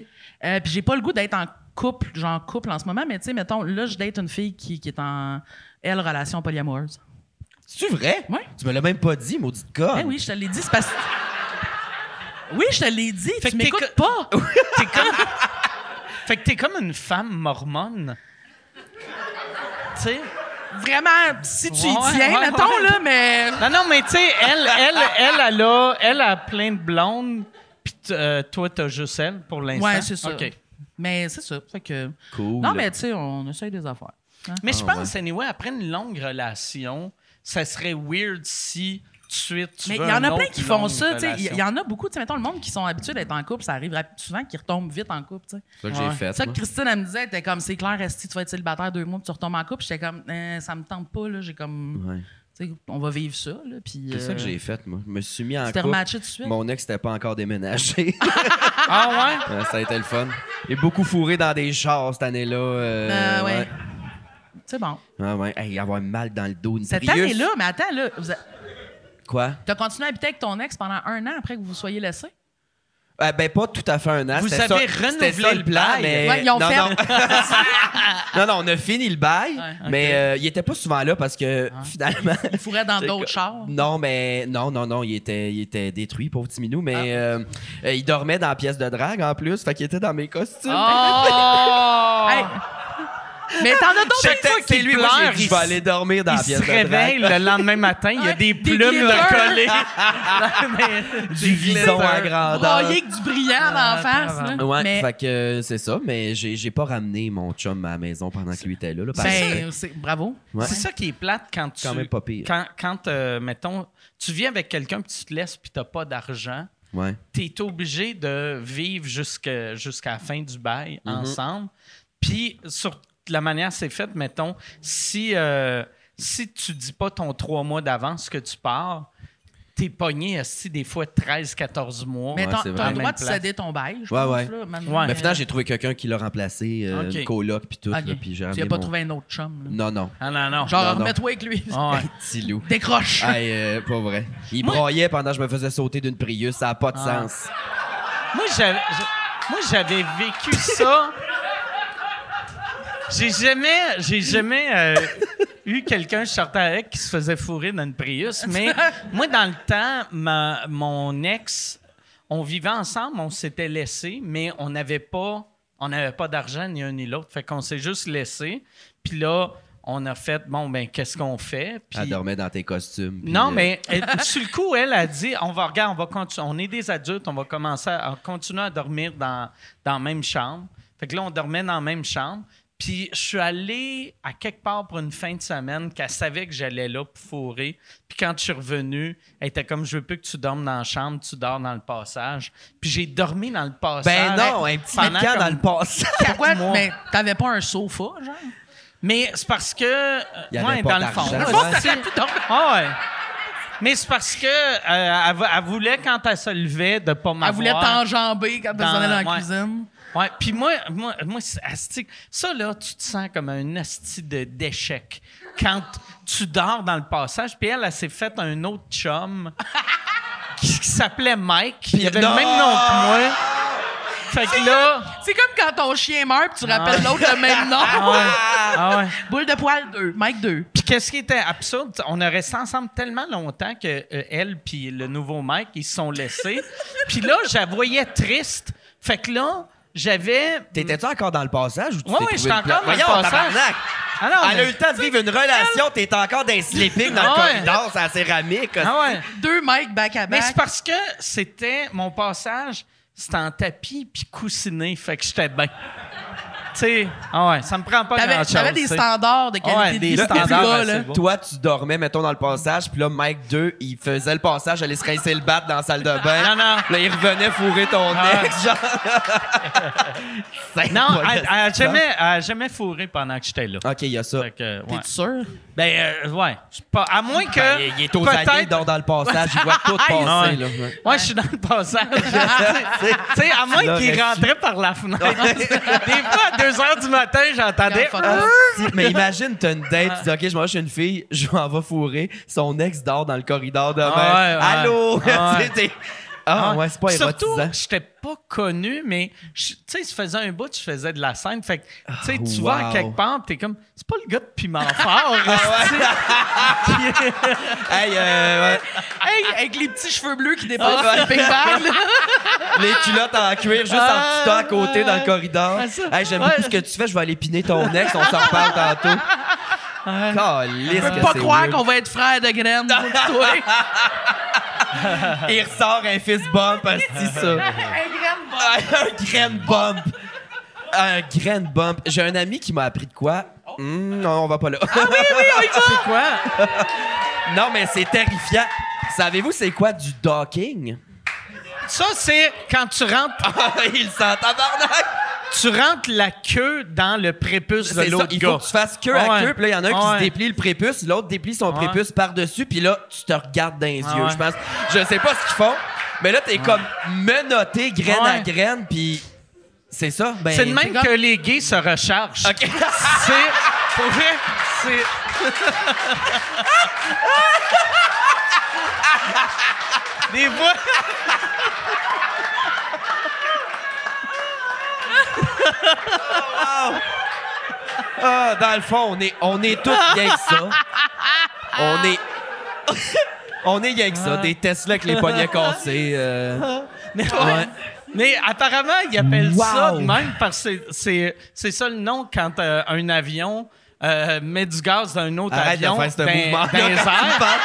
Euh, puis j'ai pas le goût d'être en couple, genre couple en ce moment, mais tu sais, mettons, là, je date une fille qui, qui est en, elle, relation polyamoureuse.
C'est-tu vrai?
Ouais.
Tu me l'as même pas dit, maudite
Ah.
con.
Eh oui, je te l'ai dit, c'est parce que. Oui, je te l'ai dit,
Fait
tu
que t'es
m'écoutes pas.
T'es comme... fait que t'es comme une femme mormone. tu sais?
Vraiment, si tu y
Ouais,
tiens,
ouais,
mettons,
ouais.
là, mais.
Non, non, mais tu sais, elle, elle, elle, elle, a, elle a plein de blondes, puis t- euh, toi, t'as juste elle pour l'instant.
Ouais, c'est ça.
OK.
Mais c'est ça. Fait que.
Cool.
Non, mais tu sais, on essaye des affaires.
Ah,
Mais je pense, anyway, après une longue relation, ça serait weird si de suite. Tu
Mais
veux
il y en
une
a plein
autre
qui font
longue
ça, tu sais. Il
relation.
y en a beaucoup, tu sais. Mettons, le monde qui sont habitués d'être en couple, ça arrive rap- souvent qu'ils retombent vite en couple, tu sais.
C'est ça que j'ai
Ouais.
fait.
C'est ça que
moi.
Christine, elle me disait, elle était comme, c'est clair, si tu vas être célibataire deux mois, puis tu retombes en couple, j'étais comme, Euh, ça me tente pas, là. J'ai comme,
Ouais.
tu sais, on va vivre ça, là. Puis.
C'est ça que
euh,
j'ai fait, moi. Je me suis mis en
Tu t'es
couple.
rematché tout de suite?
Mon ex n'était pas encore déménagé.
Ah ouais?
Euh, ça a été le fun. J'ai beaucoup fourré dans des chars cette année-là. euh,
Ah ouais. C'est bon.
Ah ouais. Hey, avoir mal dans le dos. Une
Cette
Prius.
année-là, mais attends, là, vous a-
Quoi?
t'as continué à habiter avec ton ex pendant un an après que vous vous soyez laissé?
Ah, ben, pas tout à fait un an.
Vous
C'était
avez
ça-
renouvelé
c'était ça
le
plan,
bail.
mais...
Ouais, ils ont
non,
fait-
Non. non, non, on a fini le bail,
Ouais, ok. Ah.
mais euh, il était pas souvent là parce que finalement...
Il fourrait dans
C'est
d'autres
co-
chars.
Non, mais non, non, non, il était, il était détruit, pauvre petit minou, mais euh, euh, il dormait dans la pièce de drague en plus, fait qu'il était dans mes costumes.
Ah,
Oh!
Hey! Mais t'en as d'autres
J'étais-
fois
c'est
qu'il
lui, moi, j'ai
pleure,
dit,
il
je vais
s-
aller dormir dans
il
la pièce
se
de drague.
réveille le lendemain matin, il y a
Ouais,
des
des
plumes
glitters.
collées.
du vison à grandeur.
broyés avec du brillant
Ah,
en face.
tabarnak.
là.
Euh, Ouais,
hein. mais,
fait que euh, c'est ça, mais j'ai j'ai pas ramené mon chum à la maison pendant que lui était là. là parce que-
ben, c'est- bravo.
Ouais.
C'est ça qui est plate quand tu.
Quand même pas pire.
Quand, quand, euh, mettons, tu vis avec quelqu'un puis tu te laisses puis t'as pas d'argent,
Ouais.
t'es obligé de vivre jusque- jusqu'à la fin du bail ensemble. Puis, sur la manière c'est fait, mettons, si, euh, si tu dis pas ton trois mois d'avance que tu pars, t'es pogné aussi des fois 13-14 mois.
Mais
Ouais,
t'as
c'est
t'as
vrai.
le droit de
Même place.
céder ton bail, je
Ouais,
pense.
ouais.
là, maintenant.
Ouais.
Mais finalement, j'ai trouvé quelqu'un qui l'a remplacé, euh,
Ok.
une coloc puis tout,
Ok.
là, puis j'ai
Tu
ramené
n'as pas
mon-
trouvé un autre chum. là.
Non, non.
Ah non, non.
Non,
Genre,
non.
remets-toi avec lui.
Ah ouais.
Petit loup.
Décroche.
Hey, euh, pas vrai. Il broyait pendant que je me faisais sauter d'une Prius, ça n'a pas de
Ah.
sens.
Moi, j'avais, je- moi, j'avais vécu ça. J'ai jamais, j'ai jamais euh, eu quelqu'un que je sortais avec qui se faisait fourrer dans une Prius, mais moi, dans le temps, ma- mon ex, on vivait ensemble, on s'était laissé, mais on n'avait pas, on n'avait pas d'argent ni un ni l'autre, fait qu'on s'est juste laissé. Puis là, on a fait, bon, ben, qu'est-ce qu'on fait? Puis-
Elle dormait dans tes costumes. puis,
non,
euh,
mais elle- sur le coup, elle a dit on va regarder, on va continuer. On est des adultes, on va commencer à, à continuer à dormir dans, dans la même chambre. Fait que là, on dormait dans la même chambre. Puis je suis allé à quelque part pour une fin de semaine qu'elle savait que j'allais là pour fourrer. Puis quand je suis revenu, elle était comme je veux plus que tu dormes dans la chambre, tu dors dans le passage. Puis j'ai dormi dans le
Ben
passage.
non, un petit
pendant
camp
comme-
dans le passé.
Pourquoi?
moi.
Mais t'avais pas un sofa, genre?
Mais c'est parce que. euh,
Il y avait
ouais,
pas
dans le fond.
d'argent.
Dans le fond, c'est- Ah ouais. Mais c'est parce que euh, elle, vou- elle voulait, quand elle se levait, de pas m'avoir.
Elle voulait t'enjamber quand
Dans-
t'as allais dans la
ouais.
cuisine.
Ouais. Puis moi, moi, moi c'est- asti- ça, là, tu te sens comme un asti de- d'échec. Quand tu dors dans le passage, puis elle, elle s'est faite un autre chum qui, qui s'appelait Mike. il avait
non!
le même nom que moi. Fait que là...
C'est comme quand ton chien meurt puis tu rappelles l'autre le même
Ah ouais.
nom.
Ah ouais.
Boule de poil 2, Mike 2.
Puis qu'est-ce qui était absurde, on a resté ensemble tellement longtemps que euh, elle puis le nouveau mec, ils se sont laissés. puis là, je la voyais triste. Fait que là, j'avais...
T'étais-tu encore dans le passage ou tu
Ouais,
t'es
ouais,
trouvé
j'étais
une place?
encore dans le
Voyons,
passage.
tabarnak!
Ah non,
Elle
mais-
a eu le temps de vivre une relation, t'es encore dans les sleeping dans
Ah ouais.
le corridor, c'est la céramique.
Ah ouais.
Deux Mike back à
Mais c'est
back.
parce que c'était mon passage, c'était en tapis puis coussiné, fait que j'étais bien. Tu sais, ah ouais, ça me prend pas
T'avais
grand-chose.
t'avais des
tu sais.
standards de
Ouais,
qualité de
des
vie plus
standards ben,
bas,
assez
là.
bas.
ben, Toi, tu dormais, mettons, dans le passage, puis là, Mike 2, il faisait le passage, allait se rincer le battre dans la salle de bain.
Non, non.
Là, il revenait fourrer ton
Ah.
ex, genre. C'est
Non,
pas
elle,
de
elle a
sens.
jamais, elle a jamais fourré pendant que j'étais là.
OK, il y a ça.
Fait que, ouais.
T'es sûr?
Ben, euh, ouais. C'est Pas, à moins que.
Ben, il, il est aux années,
peut-être-
donc dans le passage, il voit tout passer.
Ouais.
Là. Ouais.
Ouais, je suis dans le passage. tu sais, à moins
l'aurais
qu'il
su.
rentrait par la fenêtre. Des fois, à 2 h du matin, j'entendais.
Quand
Ah, si, mais imagine, t'as une date, tu dis, OK, je mange une fille, je m'en vais fourrer, son ex dort dans le corridor de même.
Ah ouais, ouais.
Allô?
Ah ouais.
Tu sais, t'es- Ah, ouais, c'est pas
Surtout,
érotisant.
j'étais pas connu, mais je- tu sais, je faisais un bout, je faisais de la scène. Fait que, tu sais,
Ah,
tu vas à
wow.
quelque part, t'es comme, c'est pas le gars de Piment Fort. esti.
Hey, euh, ouais.
Hey, avec les petits cheveux bleus qui dépassent
Ah, ouais.
le Big Bang, là.
les culottes en cuir, juste en petit tas à côté dans le corridor. Hey, j'aime beaucoup ce que tu fais, je vais aller piner ton ex, on s'en reparle tantôt. Calisse
Je
que
peux pas
c'est
croire
weird.
qu'on va être frères de graines. toi.
Il ressort un fist bump, asti, ça. un grain bump. Un grain bump. J'ai un ami qui m'a appris de quoi. Hmm, non, on va pas là.
C'est quoi?
non, mais c'est terrifiant. Savez-vous c'est quoi du docking?
Ça, c'est quand tu rentres,
Ah, Il s'en tabarnak!
tu rentres la queue dans le prépuce de
C'est ça,
l'autre
il
gars.
faut que tu fasses queue
Ouais.
à queue, puis là, il y en a un qui
Ouais.
se déplie le prépuce, l'autre déplie son
Ouais.
prépuce par-dessus, puis là, tu te regardes dans les
Ah
yeux,
ouais.
je pense. Je sais pas ce qu'ils font, mais là, t'es comme menotté graine à
Ouais.
graine, puis c'est ça. Ben,
C'est de
t'es
même
comme-
que les gays se rechargent.
OK.
C'est. Pour vrai, c'est. Des fois.
Ah, dans le fond, on est, on est tous bien que ça. On est... on est bien que ça. Des Tesla avec les poignets cassés. euh,
Mais,
Ouais.
mais apparemment, ils appellent ça
Wow.
de même parce que c'est- c'est- c'est ça le nom quand euh, un avion euh, met du gaz d'un autre
Arrête de
avion
faire ce
dans-
mouvement.
dans les airs.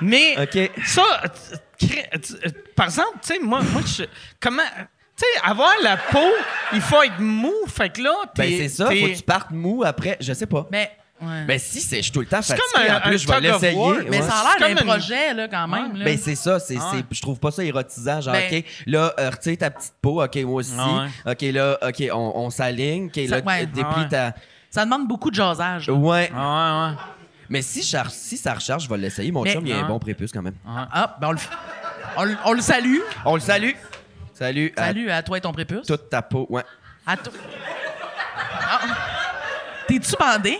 Mais
OK.
ça, t- cré- t- euh, par exemple, tu sais, moi, moi je, comment, tu sais, avoir la peau, il faut être mou. Fait que là, t'es,
Ben, c'est ça. Faut
t'es-
que tu partes mou après. Je sais pas.
Mais, ouais.
Ben, si, c'est, je suis tout le temps
C'est
fatigué.
comme un-
en plus,
un
je vais
tug of
l'essayer.
war,
mais
ouais.
ça a
C'est
l'air d'un
comme une-
projet, là, quand même. là.
Ben, c'est ça, c'est,
Ah ouais.
c'est- je trouve pas ça érotisant. Genre,
Ben-
OK, là, euh, retire ta petite peau, OK, moi aussi.
Ah
OK, là, OK, on, on s'aligne. OK,
Ça-
là,
ouais.
euh, déplie
Ah ouais.
ta.
Ça demande beaucoup de jasage. là.
Ouais.
Ah ouais, ouais.
Mais si, ça re- si ça recharge, je vais l'essayer. Mon
Mais-
chum, il a
Ah.
un bon prépuce quand même.
Ah, ben, on le, f- on, le- on le salue.
On le salue. Salut. à
Salut à toi et ton prépuce.
toute ta peau. Ouais.
À to- Ah. T'es-tu bandé?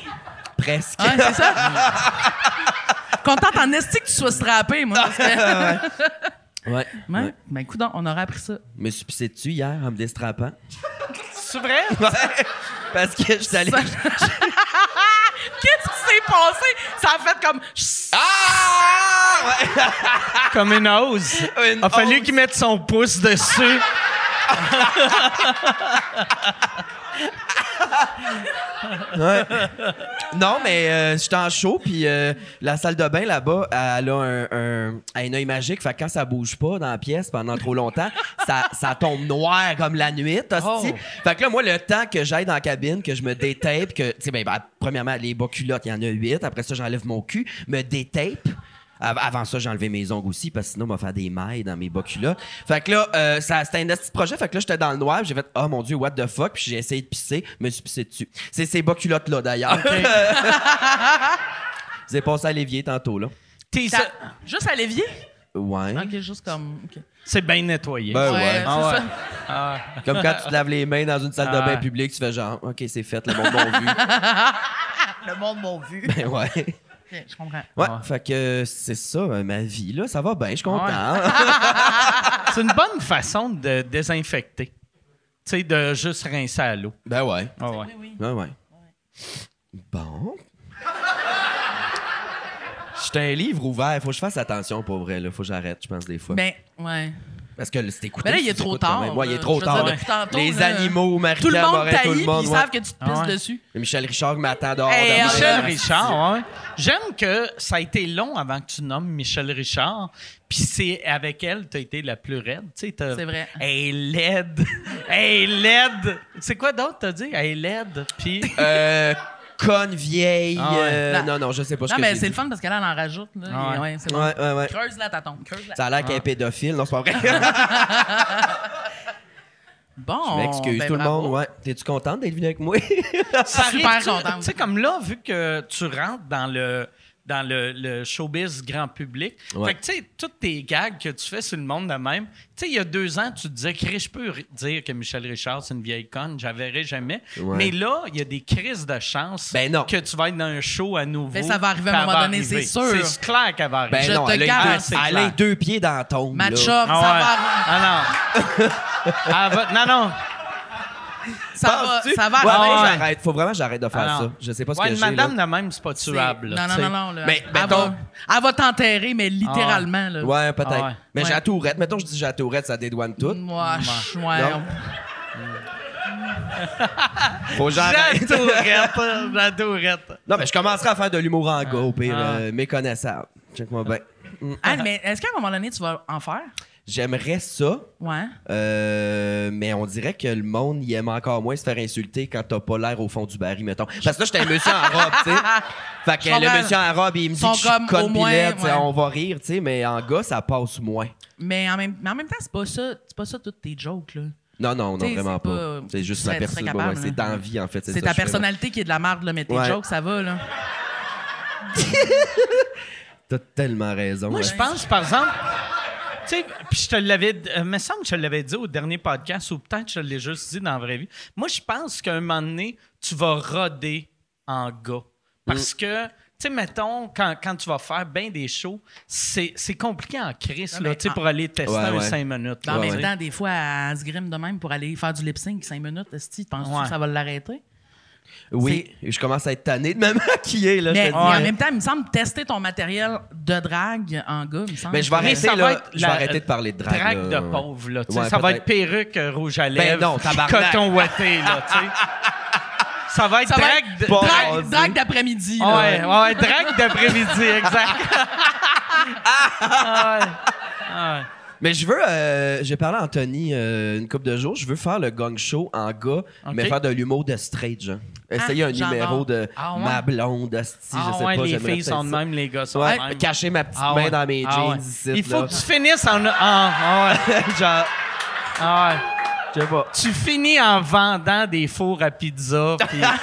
Presque.
Ouais, c'est ça. Contente en esti que tu sois strappé, moi. Parce que...
ouais.
Ouais. Ben, coudonc, on aurait appris ça.
Je me suis pissé dessus hier en me déstrapant.
C'est vrai?
Ouais. Parce que je suis allé.
Ça- Qu'est-ce qui s'est passé? Ça a fait comme.
Ah! Ouais.
Comme une hose.
Une
Il a fallu
hose.
qu'il mette son pouce dessus.
Non, mais euh, j'étais en show, puis euh, la salle de bain là-bas, elle a un, un, un œil magique. Fait que quand ça bouge pas dans la pièce pendant trop longtemps, ça, ça tombe noir comme la nuit. hostie. Fait que là, moi, le temps que j'aille dans la cabine, que je me détape, que, tu sais, ben, ben, premièrement, les bas culottes, il y en a huit. Après ça, j'enlève mon cul, me détape. Av- Avant ça, j'ai enlevé mes ongles aussi, parce que sinon, on va faire des mailles dans mes bas culottes. Fait que là, euh, ça- c'était un petit projet. Fait que là, j'étais dans le noir. puis J'ai fait, oh mon Dieu, what the fuck. Puis j'ai essayé de pisser, me suis pissé dessus. C'est ces bas culottes-là, d'ailleurs. Vous avez passé à l'évier tantôt, là.
T'es-
Ça- Juste à l'évier?
Ouais.
Ok, juste comme. ok.
C'est bien nettoyé.
Ben Hein? ouais.
Ouais,
Ah
c'est
ouais.
ça.
Ah.
Comme quand tu te laves les mains dans une salle de
Ah.
bain publique, tu fais genre, OK, c'est fait, le monde m'a vu.
Le monde m'a vu.
ben ouais. Ouais,
Ok, je comprends.
fait que euh, c'est ça, euh, ma vie, là. Ça va bien, je suis content.
C'est une bonne façon de désinfecter. Tu sais, de juste rincer à l'eau.
ben ouais.
Ah ouais.
Oui, oui.
Ben ouais. Bon. J'étais un livre ouvert. Faut que je fasse attention, pour vrai, là. Faut que j'arrête, je pense, des fois.
Ben, ouais.
Parce que là, c'est écouté.
Ben là, il
tu
est trop
t'écoutes quand
tard,
même. Ouais, il est
là.
trop
Je veux
tard.
dire,
là.
depuis tantôt,
les
là,
animaux, marie
Tout le monde
tout
taillit,
le
puis ils
monde. ouais.
savent que tu te pisses
ouais.
dessus.
Michel Richard m'attend dehors.
Hey,
demain.
Michel
Ah,
Richard, ouais. J'aime que ça a été long avant que tu nommes Michel Richard, puis c'est avec elle, t'as été la plus raide. tu sais, t'as-
C'est vrai.
Elle est laide. Elle est laide. C'est quoi d'autre, t'as dit? Elle est laide, puis...
Euh, conne vieille.
Ah ouais.
euh,
La-
non, non, je sais pas ce
Non,
que
mais
j'ai
c'est le
dit.
fun parce qu'elle elle en rajoute. Là.
Ah ouais.
Et ouais, c'est bon.
Ouais, ouais, ouais.
Creuse la ta tombe. Creuse la.
Ça a l'air qu'elle est pédophile. Non, c'est pas vrai.
Ah Bon.
Je m'excuse
ben,
tout le
bravo.
monde. Ouais. T'es-tu contente d'être venue avec moi?
Ça
Super
arrive-tu-
contente.
Tu sais, comme là, vu que tu rentres dans le dans le, le showbiz grand public.
Ouais.
Fait que, tu sais, toutes tes gags que tu fais sur le monde de même, tu sais, il y a deux ans, tu te disais, Chris, je peux ri- dire que Michel Richard, c'est une vieille conne, j'avais jamais.
Ouais.
Mais là, il y a des crises de chance
Ben non.
que tu vas être dans un show à nouveau.
Ben, ça va arriver à un
puis elle
moment
va
donné,
arriver.
c'est sûr.
C'est clair qu'elle va arriver.
Ben
Je
non,
te
elle a,
garantis,
les deux,
c'est
elle a les
clair.
deux pieds dans la tombe. là.
Match-up, ça
Ah
va.
ouais. Ah non. Elle va- non, non.
Ça va.
Penses-tu?
Ça va.
Ah, Ouais,
arriver.
ouais,
ouais.
j'arrête. Faut vraiment que j'arrête de faire
Ah non.
ça. Je sais pas ce
Ouais,
que
une
j'ai.
madame
là.
de même, c'est pas
C'est-
tuable.
Non,
là,
non,
tu sais.
non, non. là.
Mais,
elle,
mettons-
va, elle va t'enterrer, mais littéralement. Là.
Ouais, peut-être.
Ah ouais.
Mais
Ouais. Mm.
j'ai la tourette. Mettons, je dis j'ai la tourette, ça dédouane tout.
Moi, je- ouais.
Non. Faut que
La
j'arrête.
tourette, la tourette.
non, mais je commencerai à faire de l'humour en gars, au pire.
Ah.
euh, méconnaissable. Check-moi bien.
Ah, Anne, mais est-ce qu'à un moment donné, tu vas en faire?
J'aimerais ça,
Ouais.
euh, mais on dirait que le monde, il aime encore moins se faire insulter quand t'as pas l'air au fond du baril, mettons. Parce que là, j'étais un monsieur en robe, tu sais. Fait que
Je comprends.
le monsieur en robe, il me dit
Sont
que je suis
comme, au
conne
moins,
pilette, tu sais,
ouais.
on va rire, tu sais, mais en gars, ça passe moins.
Mais en même, mais en même temps, c'est pas ça, c'est pas ça toutes tes jokes là.
Non, non, non,
T'sais,
vraiment
c'est
pas.
pas-
C'est juste
tu
la
serais- tu serais
personne. ouais,
capable,
ouais, C'est
hein.
d'envie, en fait.
C'est
ça,
ta
je fais, ouais.
personnalité qui est de la marde là, mais tes
Ouais.
jokes ça va là.
T'as tellement raison. hein.
Moi,
ouais.
je pense, par exemple, tu sais, puis je te l'avais, euh, me semble que je te l'avais dit au dernier podcast, ou peut-être que je l'ai juste dit dans la vraie vie. Moi, je pense qu'à un moment donné, tu vas roder en gars.
Mm.
Parce que, tu sais, mettons, quand, quand tu vas faire bien des shows, c'est c'est compliqué en crise,
Ouais,
là,
mais
tu sais,
en-
pour aller tester
Ouais,
un
ouais.
5 minutes.
Puis Ben, en
là,
même
tu sais.
temps, des fois, elle se grime de même pour aller faire du lip sync 5 minutes. Esti, penses-tu
Ouais.
que ça va l'arrêter?
Oui, je commence à être tanné de me maquiller, là. je
Mais,
te
mais
dis.
en même temps, il me semble tester ton matériel de drague en gars, il me semble.
Mais Ben, je vais
Mais
arrêter,
ça va
là.
être
Je vais
la-
arrêter de parler de drague.
Drague
là.
de pauvre, là. tu sais,
Ouais,
ça va être
peut-être. Ben
perruque, euh, rouge à lèvres,
non, tabarnak.
coton ouaté, là, tu sais. Ça va être
Ça va
drague
être
de-
pas-
drague-
Drague, drague d'après-midi. là.
Ah Ouais, ouais, drague d'après-midi, exact. Ah ouais. Ah ouais.
Mais je veux. euh, J'ai parlé à Anthony euh, une couple de jours. Je veux faire le gong show en gars, mais faire de l'humour de straight, genre. Essayer un
j'adore.
numéro de
Ah ouais?
ma blonde, asti,
Ah
je sais
ouais,
pas.
les
j'aimerais
filles
peut-être
sont de
ça.
même, les gars sont de
Ouais,
même.
cacher ma petite
Ah
main
ouais.
dans mes
Ah
jeans
ouais.
ici.
Il faut
là.
que tu finisses en. ah, ah ouais.
Genre,
Ah ouais.
je sais pas.
Tu finis en vendant des fours à pizza. puis-
Mike,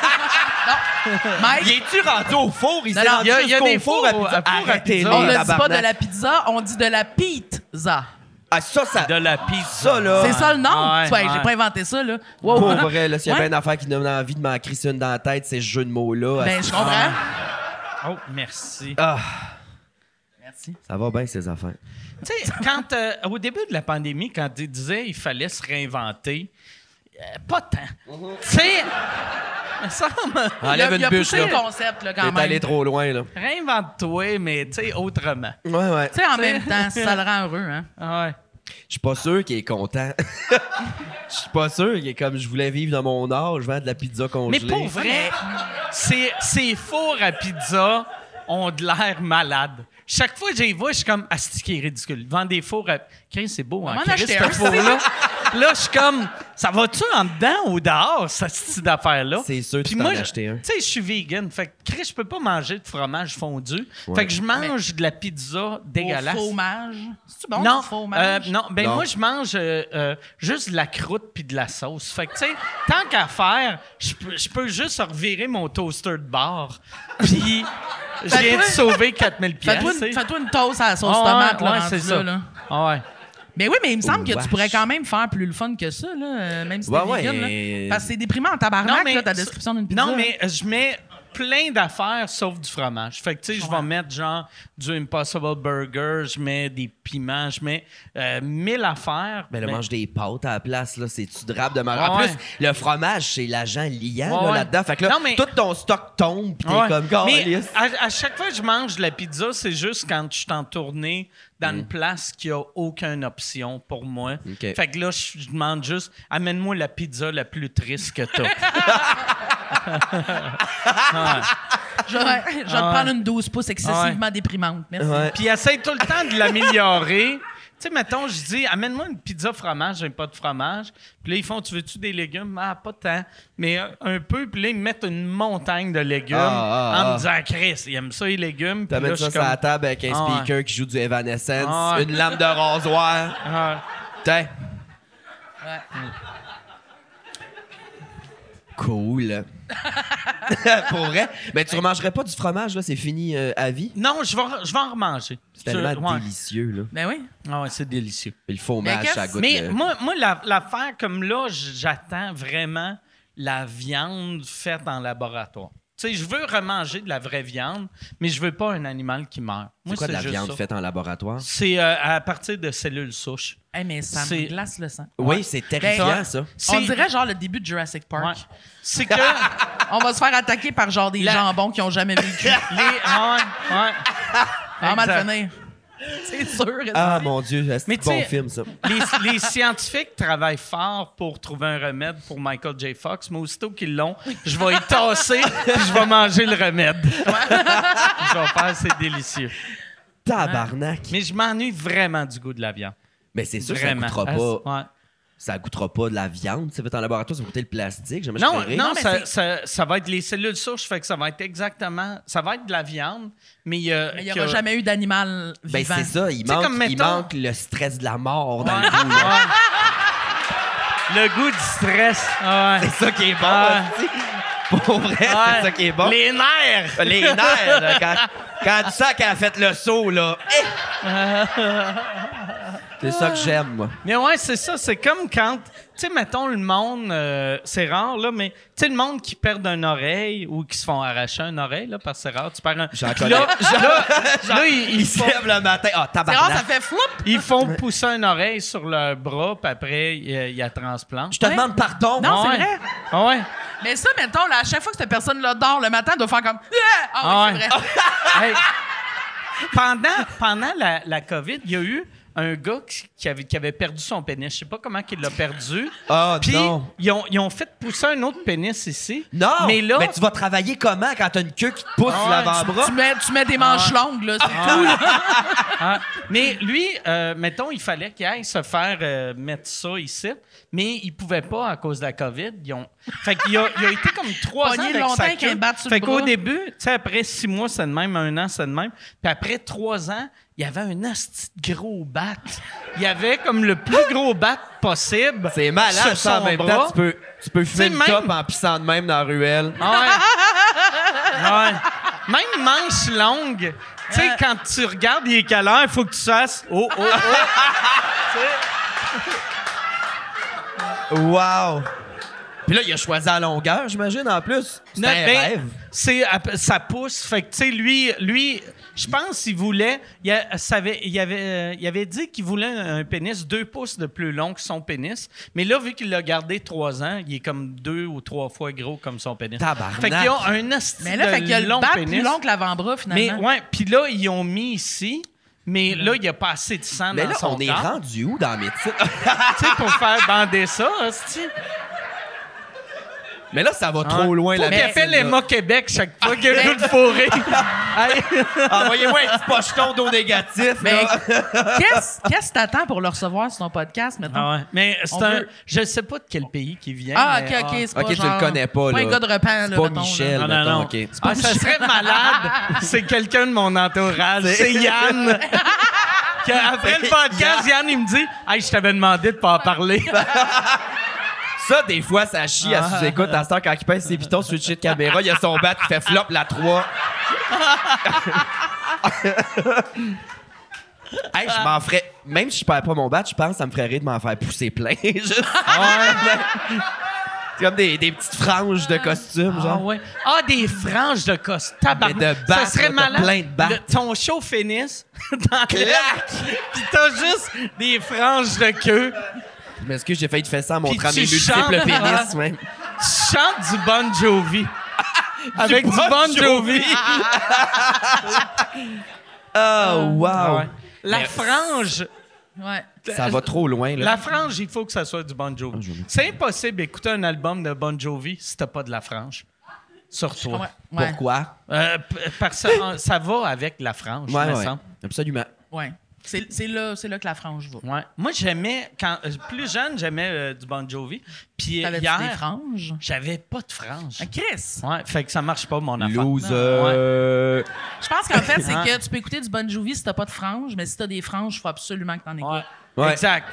Ah, Il est-tu rendu au four? Il
Non,
s'est
non,
rendu
il y a- il y a
jusqu'au
des fours
four
à-
à pizza.
à four à
Arrêtez-les,
pizza.
on ne dit pas de
tabarnak.
la pizza, on dit de la pizza.
Ah, ça, ça...
de la pizza.
Ça, là...
C'est ça le nom?
Ouais,
Tu vois,
ouais.
J'ai pas inventé ça, là. Wow.
Pour vrai, là, s'il y a
Ouais.
bien une affaire qui donne envie de m'en crisser une dans la tête, ces jeux de mots-là... ah,
Ben,
asti.
je comprends.
Oh, merci.
Ah,
Merci.
ça va bien, ces affaires.
Tu sais, quand, euh, au début de la pandémie, quand ils disaient qu'il fallait se réinventer, euh, pas tant. Tu sais, me semble,
Enlève
il a,
une
il a
bûche,
poussé
là.
le concept, là, quand
T'es
même.
allé
Tu
trop loin, là.
réinvente-toi, mais tu sais, autrement.
Ouais, ouais.
sais, en même temps, ça le rend heureux, hein.
Ah ouais.
Je suis pas sûr qu'il est content. Je suis pas sûr qu'il est comme je voulais vivre dans mon art, je vends de la pizza
Mais
congelée.
pour vrai, ces, ces fours à pizza ont de l'air malade. Chaque fois que j'y vois, je suis comme, asti qui est ridicule. Vendre des fours à. Chris, c'est beau, hein?
M'en
Chris,
acheter
ce
un.
four-là. là, je suis comme, ça va-tu en dedans ou dehors, cette petite d'affaire-là?
C'est sûr que
Puis
tu t'en
moi,
as
je-
acheté un.
Tu sais, je suis vegan. Fait que, Chris, je peux pas manger de fromage fondu. Fait que je mange de la pizza dégueulasse.
Au fromage. C'est-tu bon,
Non,
du fromage?
euh, non, ben
Non.
moi je mange euh, euh, juste de la croûte puis de la sauce. Fait que tu sais, tant qu'à faire, je peux- je peux juste revirer mon toaster de bar. Puis je viens de
Fais-toi-
sauver 4000 pièces.
Fais-toi
tu
une,
sais.
fais-toi une toast à la sauce
Ah ouais,
tomate, là,
ouais,
rendu
c'est
là,
ça.
là.
Ah ouais.
Mais Ben oui, mais il me semble
Oh,
que
vache.
tu pourrais quand même faire plus le fun que ça, là, euh, même si t'es
Ouais, ouais,
vegan, là.
et-
Parce que c'est déprimant en tabarnak, là, ta description d'une pizza.
Non, mais euh, je mets plein d'affaires sauf du fromage. Fait que, tu sais, je vais mettre genre du Impossible Burger, je mets des piments, je mets euh, mille affaires.
Mais Ben, le
Mais-
mange des pâtes à la place, là, c'est tu drapes de mal. En
Ouais.
plus, le fromage, c'est l'agent liant
Ouais, ouais.
là, là-dedans. Fait que là,
Non, mais-
tout ton stock tombe, pis t'es
Ouais.
comme
Mais
câlisse.
à, à chaque fois que je mange de la pizza, c'est juste quand je suis en tournée dans une place qui a aucune option pour moi.
Mm. Ok.
Fait que là, je je demande juste amène-moi la pizza la plus triste que t'as.
Je, ouais, je vais te prendre une 12 pouces excessivement déprimante. Merci.
Ouais.
Puis essaye tout le temps de l'améliorer. Tu sais, mettons, je dis, amène-moi une pizza fromage, j'aime pas de fromage. Puis là, ils font, tu veux-tu des légumes? Ah, pas tant. Mais euh, un peu. Puis là, ils mettent une montagne de légumes
Ah, ah,
en me
ah.
disant, Chris, ils aiment ça, les légumes. Puis là,
T'amènes
je
ça
suis
sur
comme,
la table avec un
Ah, ouais.
speaker qui joue du Evanescence,
Ah, ouais.
une lame de rasoir.
Ah.
Putain. Cool. Pour vrai. Mais tu remangerais pas du fromage, là, c'est fini euh, à vie.
Non, je vais, je vais en remanger.
C'est tellement
Ouais.
délicieux, là.
Ben oui.
Ah ouais, c'est délicieux.
Le fromage,
Mais
ça
qu'est-ce-
goûte.
Mais
le-
moi, moi la- l'affaire comme là, j- j'attends vraiment la viande faite en laboratoire. Tu sais, je veux remanger de la vraie viande, mais je veux pas un animal qui meurt. Moi,
c'est quoi de la
juste
viande
ça.
faite en laboratoire?
C'est euh, à partir de cellules souches.
Hey, mais ça
C'est-
me glace le sang. Ben,
Oui, c'est
Ben,
terrifiant, ça.
C'est-
On dirait genre le début de Jurassic
Ouais.
Park.
C'est que les
On va se faire attaquer par genre des
La-
jambons qui ont jamais vécu.
ouais, ah ouais.
Pas mal
Exact.
finir. C'est sûr.
Ah mon Dieu, c'est
Mais
un
tu
bon
sais-
film, ça.
les, les scientifiques travaillent fort pour trouver un remède pour Michael J. Fox, mais aussitôt qu'ils l'ont, je vais y tasser puis je vais manger le remède. je vais faire, c'est délicieux.
Tabarnak.
Mais je m'ennuie vraiment du goût de la viande.
Mais c'est sûr que ça
Vraiment.
goûtera
Ah,
pas.
ouais.
Ça goûtera pas de la viande, c'est fait en laboratoire, ça va goûter le plastique. Jamais
Non,
je ferais.
non,
mais
ça,
c'est-
ça- ça va être les cellules souches, fait que ça va être exactement. Ça va être de la viande, mais il y a.
Mais il n'y
Ah, que-
aura jamais eu d'animal
Ben,
vivant.
c'est ça, il
T'sais,
manque,
comme,
il
mettons-
manque le stress de la mort dans
Ouais.
le goût. là.
Le goût du stress. Ah ouais.
C'est ça qui est bon,
Ah.
aussi. Pour vrai,
Ouais.
c'est ça qui est bon.
Les nerfs!
Les nerfs, là, quand, quand tu sens qu'elle a fait le saut, là. eh! c'est ça que j'aime, moi.
Mais ouais, c'est ça. C'est comme quand, tu sais, mettons le monde, euh, c'est rare, là, mais tu sais, le monde qui perd une oreille ou qui se font arracher une oreille, là, parce que c'est rare, tu perds un.
J'en
Puis
connais.
Là, là, là, ils,
Il
ils
se
font,
lève le matin. Ah,
C'est rare, ça
tabarnak.
fait floup!
ils font pousser une oreille sur leur bras, puis après, ils euh, ils la transplantent.
Je te
Ouais.
demande pardon.
Non,
Ah
c'est
ouais.
vrai.
Ah ouais.
Mais ça, mettons, là, à chaque fois que cette personne-là dort le matin, elle doit faire comme. Ah,
Ah
oui,
ouais.
c'est vrai.
Hey, pendant pendant la, la COVID, il y a eu un gars qui, qui avait, qui avait perdu son pénis. Je sais pas comment il l'a perdu.
Ah,
Puis,
non.
ils ont, ils ont fait pousser un autre pénis ici.
Non,
mais là,
tu vas travailler comment quand t'as une queue qui te pousse
Ah
sur
ouais,
l'avant-bras?
Tu mets, tu mets des manches longues, là. c'est tout.
Ah, mais lui, euh, mettons, il fallait qu'il aille se faire euh, mettre ça ici, mais il pouvait pas à cause de la COVID. Ils ont... Fait qu'il a, il a été comme trois ans
Pogné
avec
longtemps
sa
avec un
queue.
bat sur le
Fait qu'au
bras.
début, tu sais, après six mois, c'est de même, un an, c'est de même. Puis après trois ans, il y avait un asti de gros bat. Il y avait comme le plus gros bat possible.
C'est malade,
sur
ça, en
son
même
bras.
temps. Tu peux, tu peux fumer
Tu sais,
une
même-
top en pissant de même dans la ruelle.
Ah ouais. Ouais. Même manche longue. Tu
Euh.
sais, quand tu regardes, il est quelle heure, il faut que tu sasses. Oh, oh, oh.
Wow! Puis là, il a choisi à longueur, j'imagine, en plus. C'est un
Non, ben,
rêve.
c'est- ap- ça pousse. Fait que, tu sais, lui, lui je pense qu'il voulait. Il, a- ça avait, il, avait, euh, il avait dit qu'il voulait un, un pénis deux pouces de plus long que son pénis. Mais là, vu qu'il l'a gardé trois ans, il est comme deux ou trois fois gros comme son pénis.
Tabarnak.
Fait qu'ils ont un asti
Mais là, fait
de
qu'il y a le
long
bat
pénis.
plus long que l'avant-bras,
mais
finalement.
ouais, puis là, ils ont mis ici. Mais là, il n'y a pas assez de sang
Mais
dans
là,
son
on est
corps.
rendu où dans la médecine?
Tu sais, pour faire bander ça, hostie.
Mais là, ça va trop
Ouais.
loin,
Ah. Faut
la
qu'il
médecine.
appelle les
là.
mots Québec chaque fois qu'il y a un coup de forêt.
Envoyez-moi un petit pocheton d'eau négatif.
Mais
là.
qu'est-ce qu'est-ce que t'attends pour le recevoir sur ton podcast, maintenant?
Ah ouais. Mais c'est
On
un.
veut-
Je sais pas de quel pays qui vient.
Ah, ok,
mais-
ok, c'est pas
Ok, tu
genre-
le connais pas,
Pas
là.
un gars de repas, là,
C'est pas
mettons,
Michel.
Non,
là.
non, non.
ok.
C'est pas- Ah, ça serait malade. C'est quelqu'un de mon entourage. C'est Yann. Que Après le podcast, Yann, il me dit Hey, je t'avais demandé de pas en parler.
Ça, des fois, ça chie
Ah.
à sous-écoute. À ce temps, quand il pince ses pitons sur le shit caméra, il y a son bat qui fait flop la 3. hey, je m'en ferais. Même si je perds pas mon bat, je pense que ça me ferait rire de m'en faire pousser plein. Juste. C'est comme des, des petites franges de costume,
Ah,
genre.
ouais. Ah, des franges de coste. Tabarnak.
Mais de
Ça
battes,
serait
là, t'as
malade.
plein de battes.
Le- ton show finisse dans
Clac!
Pis Ah t'as juste des franges de queue.
Je m'excuse, j'ai failli te faire ça en montrant
tu
mes
chantes.
multiples pénis, Oh, ouais.
Tu chantes du Bon Jovi. Avec du Bon, Jovi. Ah
Oh, wow!
Ouais. La frange.
Ouais.
Ça va trop loin, là.
La frange, il faut que ça soit du Bon Jovi. C'est impossible d'écouter un album de Bon Jovi si t'as pas de la frange. Sur toi.
Ouais. Ouais.
Pourquoi?
Euh, p- parce que ça- ça va avec la frange,
Ouais,
il me
ouais.
semble.
Absolument.
Ouais. C'est c'est là, c'est là que la frange va.
Ouais. Moi, j'aimais, quand euh, plus jeune, j'aimais euh, du Bon Jovi. Puis euh,
T'avais-tu des
hier,
franges?
j'avais pas de frange.
Ah, Chris!
Ouais, fait que ça marche pas, mon affaire. Ouais.
Loser!
Je pense qu'en fait, c'est
Ouais.
que tu peux écouter du Bon Jovi si t'as pas de franges, mais si t'as des franges, il faut absolument que t'en écoutes.
Ouais.
Ouais.
Exact.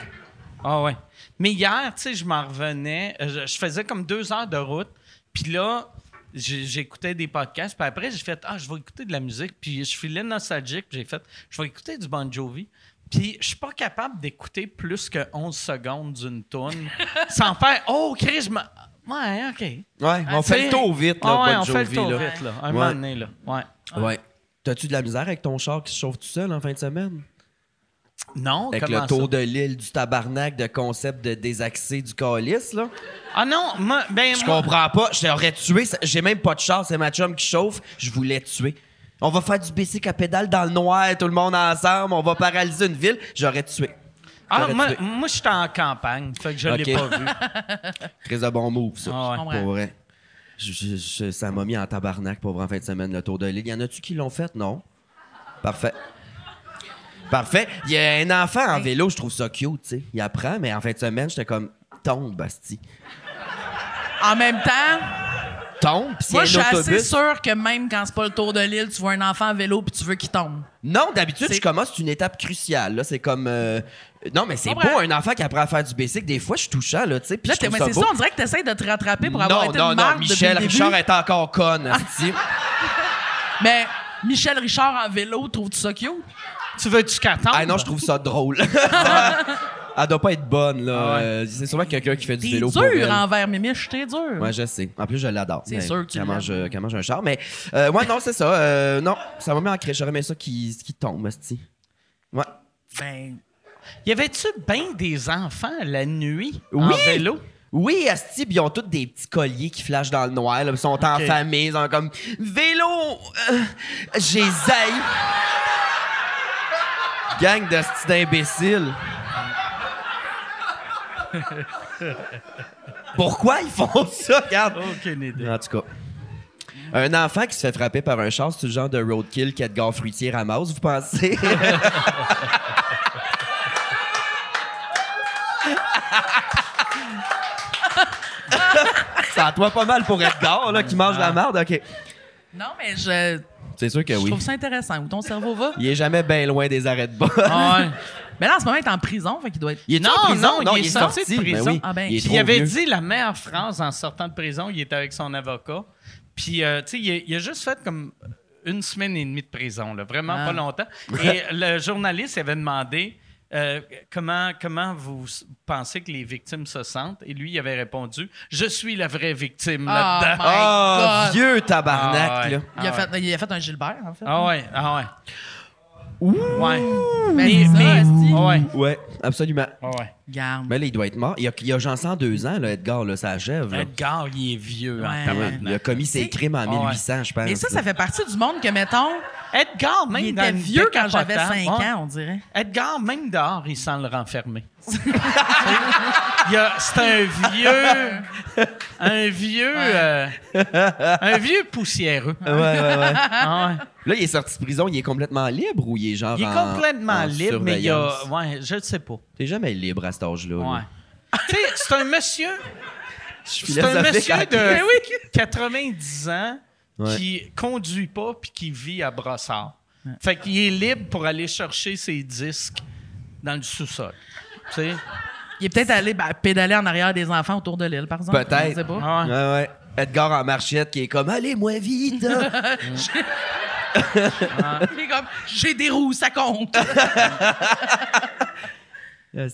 Ah ouais. Mais hier, tu sais, je m'en revenais. euh, Je, je faisais comme deux heures de route. Puis là, j'ai- j'écoutais des podcasts. Puis après, j'ai fait Ah, je vais écouter de la musique. Puis je filais nostalgique. Puis j'ai fait Je vais écouter du Bon Jovi. Puis je suis pas capable d'écouter plus que 11 secondes d'une toune sans faire Oh, Chris, je me. Ouais, OK.
Ouais, on
Ah,
fait
tu sais,
le tour vite, là,
ah ouais,
Bon
on fait le
Jovi,
tour
là.
vite, là. Un
Ouais.
moment donné, là. Ouais.
Ouais. T'as-tu de la misère avec ton char qui se chauffe tout seul en fin de semaine?
Non,
Avec
comment
le
ça?
tour de l'île, du tabarnak, de concept de désaxé du calice, là?
Ah non, moi, ben,
Je
moi-
comprends pas, je t'aurais tué, ça- j'ai même pas de char, c'est ma chum qui chauffe, je voulais tuer. On va faire du bicycle à pédale dans le noir, tout le monde ensemble, on va paralyser une ville, j'aurais tué.
Ah,
J'aurais
moi,
tué.
moi je suis en campagne, fait que je l'ai
Ok.
pas vu.
Très de bon move, ça.
Ah ouais.
Je comprends.
Pour vrai. Je- je- je- ça m'a mis en tabarnak pour vrai en fin de semaine le tour de l'île. Y en a-tu qui l'ont fait? Non. Parfait. Parfait. Il y a un enfant en vélo, je trouve ça cute, tu sais. Il apprend, mais en fin de semaine, j'étais comme tombe, Basti.
En même temps,
Tombe, puis s'il y a
moi, je suis
un
assez
autobus.
sûre que même quand c'est pas le tour de l'île, tu vois un enfant en vélo puis tu veux qu'il tombe.
Non, d'habitude,
C'est-
je commence, c'est une étape cruciale. Là, c'est comme. euh, Non, mais c'est
Comprends.
beau, un enfant qui apprend à faire du basic. Des fois, je suis touchant, là, tu sais. puis
Là,
je
t'es-
trouve
mais
ça
c'est
beau.
ça, on dirait que t'essayes de te rattraper pour avoir
non,
été
non,
une
non,
marde
Michel
depuis le
Richard
début.
est encore conne, asti.
Mais Michel Richard en vélo, trouves-tu ça cute?
Tu veux-tu qu'attendre?
ben.
Ah non, je trouve ça drôle. elle doit pas être bonne, là. Euh, c'est sûrement quelqu'un qui fait du
Ah, T'es
vélo pour elle.
dur envers Mimiche, t'es dur.
Ouais, je sais. En plus, je l'adore.
C'est
Mais
sûr que tu
qu'elle mange,
l'aimes.
euh, qu'elle mange un char. Mais, euh, ouais, non, c'est ça. Euh, non, ça m'a mis en crèche. J'aurais aimé ça qui, qui tombe, asti. Ouais.
Ben,
Y avait-tu bien des enfants la nuit en
Oui!
vélo?
Oui, Asti, puis ils ont tous des petits colliers qui flashent dans le noir. là, Ils sont en famille, ils sont comme vélo, euh, j'ai zaï. Gang de sti d'imbéciles. Pourquoi ils font ça? Regarde.
Aucune idée.
En tout cas. Un enfant qui se fait frapper par un char, c'est le genre de roadkill qu'Edgar Fruitier ramasse, vous pensez? ça doit pas mal pour Edgar, là, qui mange la merde. OK.
non, mais je,
C'est sûr que
je
oui.
trouve ça intéressant. Où ton cerveau va?
Il est jamais bien loin des arrêts de bas.
Ah
Mais là, en ce moment, il est en prison, fait qu'il doit être.
Il est
Non,
en prison?
non, il est sorti de
Ben
prison.
oui,
Ah ben,
il est
puis
Puis
trop
il avait
vieux.
dit la meilleure phrase en sortant de prison, il était avec son avocat. Puis, euh, tu sais, il, a- il a juste fait comme une semaine et demie de prison, là, vraiment
Ah.
pas longtemps. Et le journaliste avait demandé euh, comment, comment vous s- pensez que les victimes se sentent. Et lui, il avait répondu Je suis la vraie victime
Ah,
là-dedans.
my
Ah,
God.
vieux tabarnak,
Ah, ouais.
là.
Il, a
Ah,
fait, il a fait un Gilbert, en fait.
Ah ouais, ah ouais. Ouais. ah
mais, c'est ça, esti.
ouais, Ah
Ouais, absolument.
ouais.
Garde.
Mais là, il doit être mort. Il y a, il y a genre 102 ans, là, Edgar, là, ça achève. là.
Edgar, il est vieux
Ouais.
en
Ah Ouais,
tabarnak.
il a commis ses
C'est-
crimes en
Ah ouais.
1800, je pense.
mais ça, ça fait partie du monde que, mettons,
Edgar, même
il était
dans le
vieux quand j'avais 5
décapotable, ouais.
ans, on dirait.
Edgar, même dehors, il sent le renfermer. Il y a- C'est un vieux. Un vieux. euh, un vieux poussiéreux.
Ouais, ouais, ouais.
Ah ouais.
Là, il est sorti de prison, il est complètement libre ou il est genre.
Il est
en-
complètement
en
libre, mais il y a.
surveillance?
Ouais, je ne sais pas.
T'es jamais libre à cet âge-là. là.
Ouais. tu sais, c'est un monsieur.
suis
C'est un
philosophique
monsieur
à
de 90 ans
Ouais.
qui conduit pas puis qui vit à Brossard. Fait qu'il est libre pour aller chercher ses disques dans le sous-sol. Tu sais?
Il est peut-être allé ben, pédaler en arrière des enfants autour de l'île, par exemple.
Peut-être.
Je sais pas.
Ah ouais.
Ouais, ouais. Edgar en marchette qui est comme Allez-moi vite! Ah,
Il est comme, j'ai des roues, ça compte.
Ah,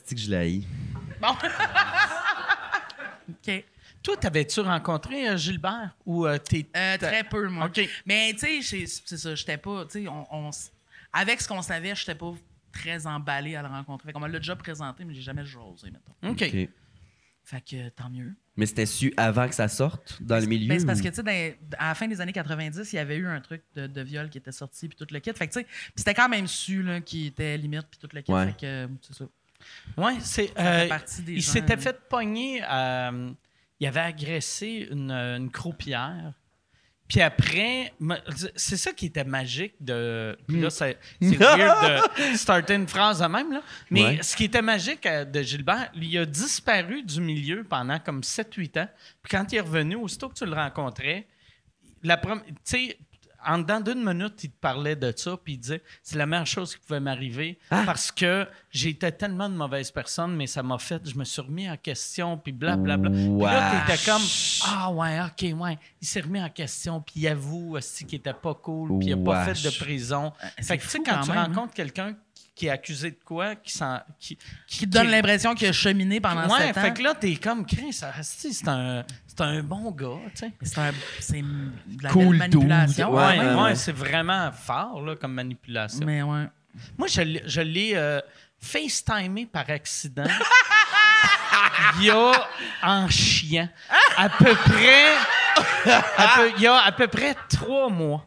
C'est que je l'ai.
OK.
Toi, t'avais-tu rencontré euh, Gilbert ou euh, t'es.
Euh, très peu, moi.
OK.
Mais tu sais, c'est- c'est ça, j'étais pas. Tu sais, on, on s- avec ce qu'on savait, j'étais pas très emballé à le rencontrer. Fait qu'on me l'a déjà présenté, mais j'ai jamais jasé, mettons.
OK.
Fait que euh, tant mieux.
Mais c'était su avant que ça sorte dans le milieu.
Ben, c'est parce
ou-
que, tu sais, dans- à la fin des années 90, il y avait eu un truc de, de viol qui était sorti, puis tout le kit. Fait que, tu sais, puis c'était quand même su, là, qui était limite, puis tout le kit.
Ouais.
Fait que, euh, c'est ça.
Ouais, c'est.
fait
euh,
partie des
il
gens,
s'était
là.
fait pogner. euh, il avait agressé une, une croupière. Puis après, ma- c'est ça qui était magique de. Puis là, c'est c'est
Hmm.
weird de starter une phrase de même, là. Mais
Ouais.
ce qui était magique euh, de Gilbert, il a disparu du milieu pendant comme 7-8 ans. Puis quand il est revenu, aussitôt que tu le rencontrais, la prom- tu sais, en dedans d'une minute, il te parlait de ça, puis il disait c'est la meilleure chose qui pouvait m'arriver
Ah!
parce que j'étais tellement une mauvaise personne, mais ça m'a fait, je me suis remis en question, puis blablabla. Puis là, t'étais comme ah ouais, ok, ouais. Il s'est remis en question, puis il avoue aussi qu'il était pas cool, puis il a pas
Wesh.
fait de prison.
Euh, c'est
Fait que tu sais,
fou
quand
quand
tu
même, hein.
rencontres quelqu'un qui- qui est accusé de quoi, qui s'en. qui-
Qui te donne l'impression qu'il a cheminé pendant
Ouais,
7 ans.
fait que là, t'es comme, Chris, asti, c'est un, c'est un bon gars, tu sais.
Mais C'est un- c'est de la
Cool
belle manipulation. hein.
dude.
Ouais,
Ouais,
ouais,
ouais, ouais.
c'est vraiment fort là, comme manipulation.
Mais ouais.
Moi, je, l'ai- je l'ai euh, FaceTimé par accident. il y a en chien à peu près. à peu- il y a à peu près trois mois.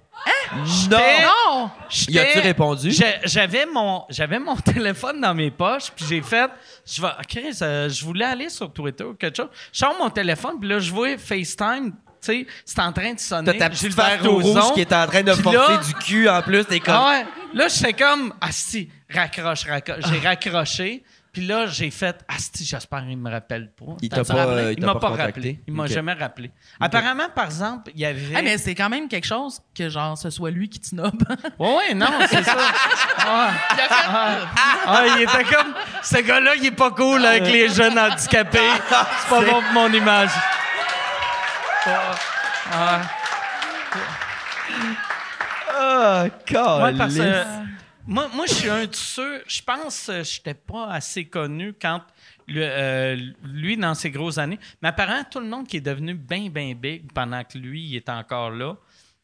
J'étais-
Non!
j'étais-
Hein? Y a-tu répondu?
j'ai- J'avais mon, j'avais mon téléphone dans mes poches, puis j'ai fait. Je vais, Chris, euh, je voulais aller sur Twitter ou quelque chose. Je sors mon téléphone, puis là, je vois FaceTime. Tu sais, c'est en train de sonner.
T'as ta petite
Gilbert
faire rouge
Rozon.
qui est en train de
Puis
forcer
là-
du cul en plus. T'es comme.
Ah ouais. Là, j'étais comme, asti, raccroche, raccroche.
Ah.
J'ai raccroché. Puis là, j'ai fait Asti, j'espère qu'il me rappelle pas.
Il t'a
T'as-tu
pas,
rappelé?
euh, il
Il
t'a
m'a
pas
pas
recontacté?
rappelé. Il m'a
Ok.
jamais rappelé. Apparemment, par exemple, il y avait.
Ah, mais c'est quand même quelque chose que, genre, ce soit lui qui te snob.
Ouais, ouais, non, c'est ça. Ah. Ah. Ah, il était comme. Ce gars-là, il est pas cool avec les jeunes handicapés. C'est pas bon pour mon image. Ah. Ah.
Ah,
Ouais, parce que, euh, moi, moi, je suis un de ceux. Je pense que je n'étais pas assez connu quand le- euh, lui, dans ses grosses années. Mais apparemment, tout le monde qui est devenu bien, bien big pendant que lui, il est encore là.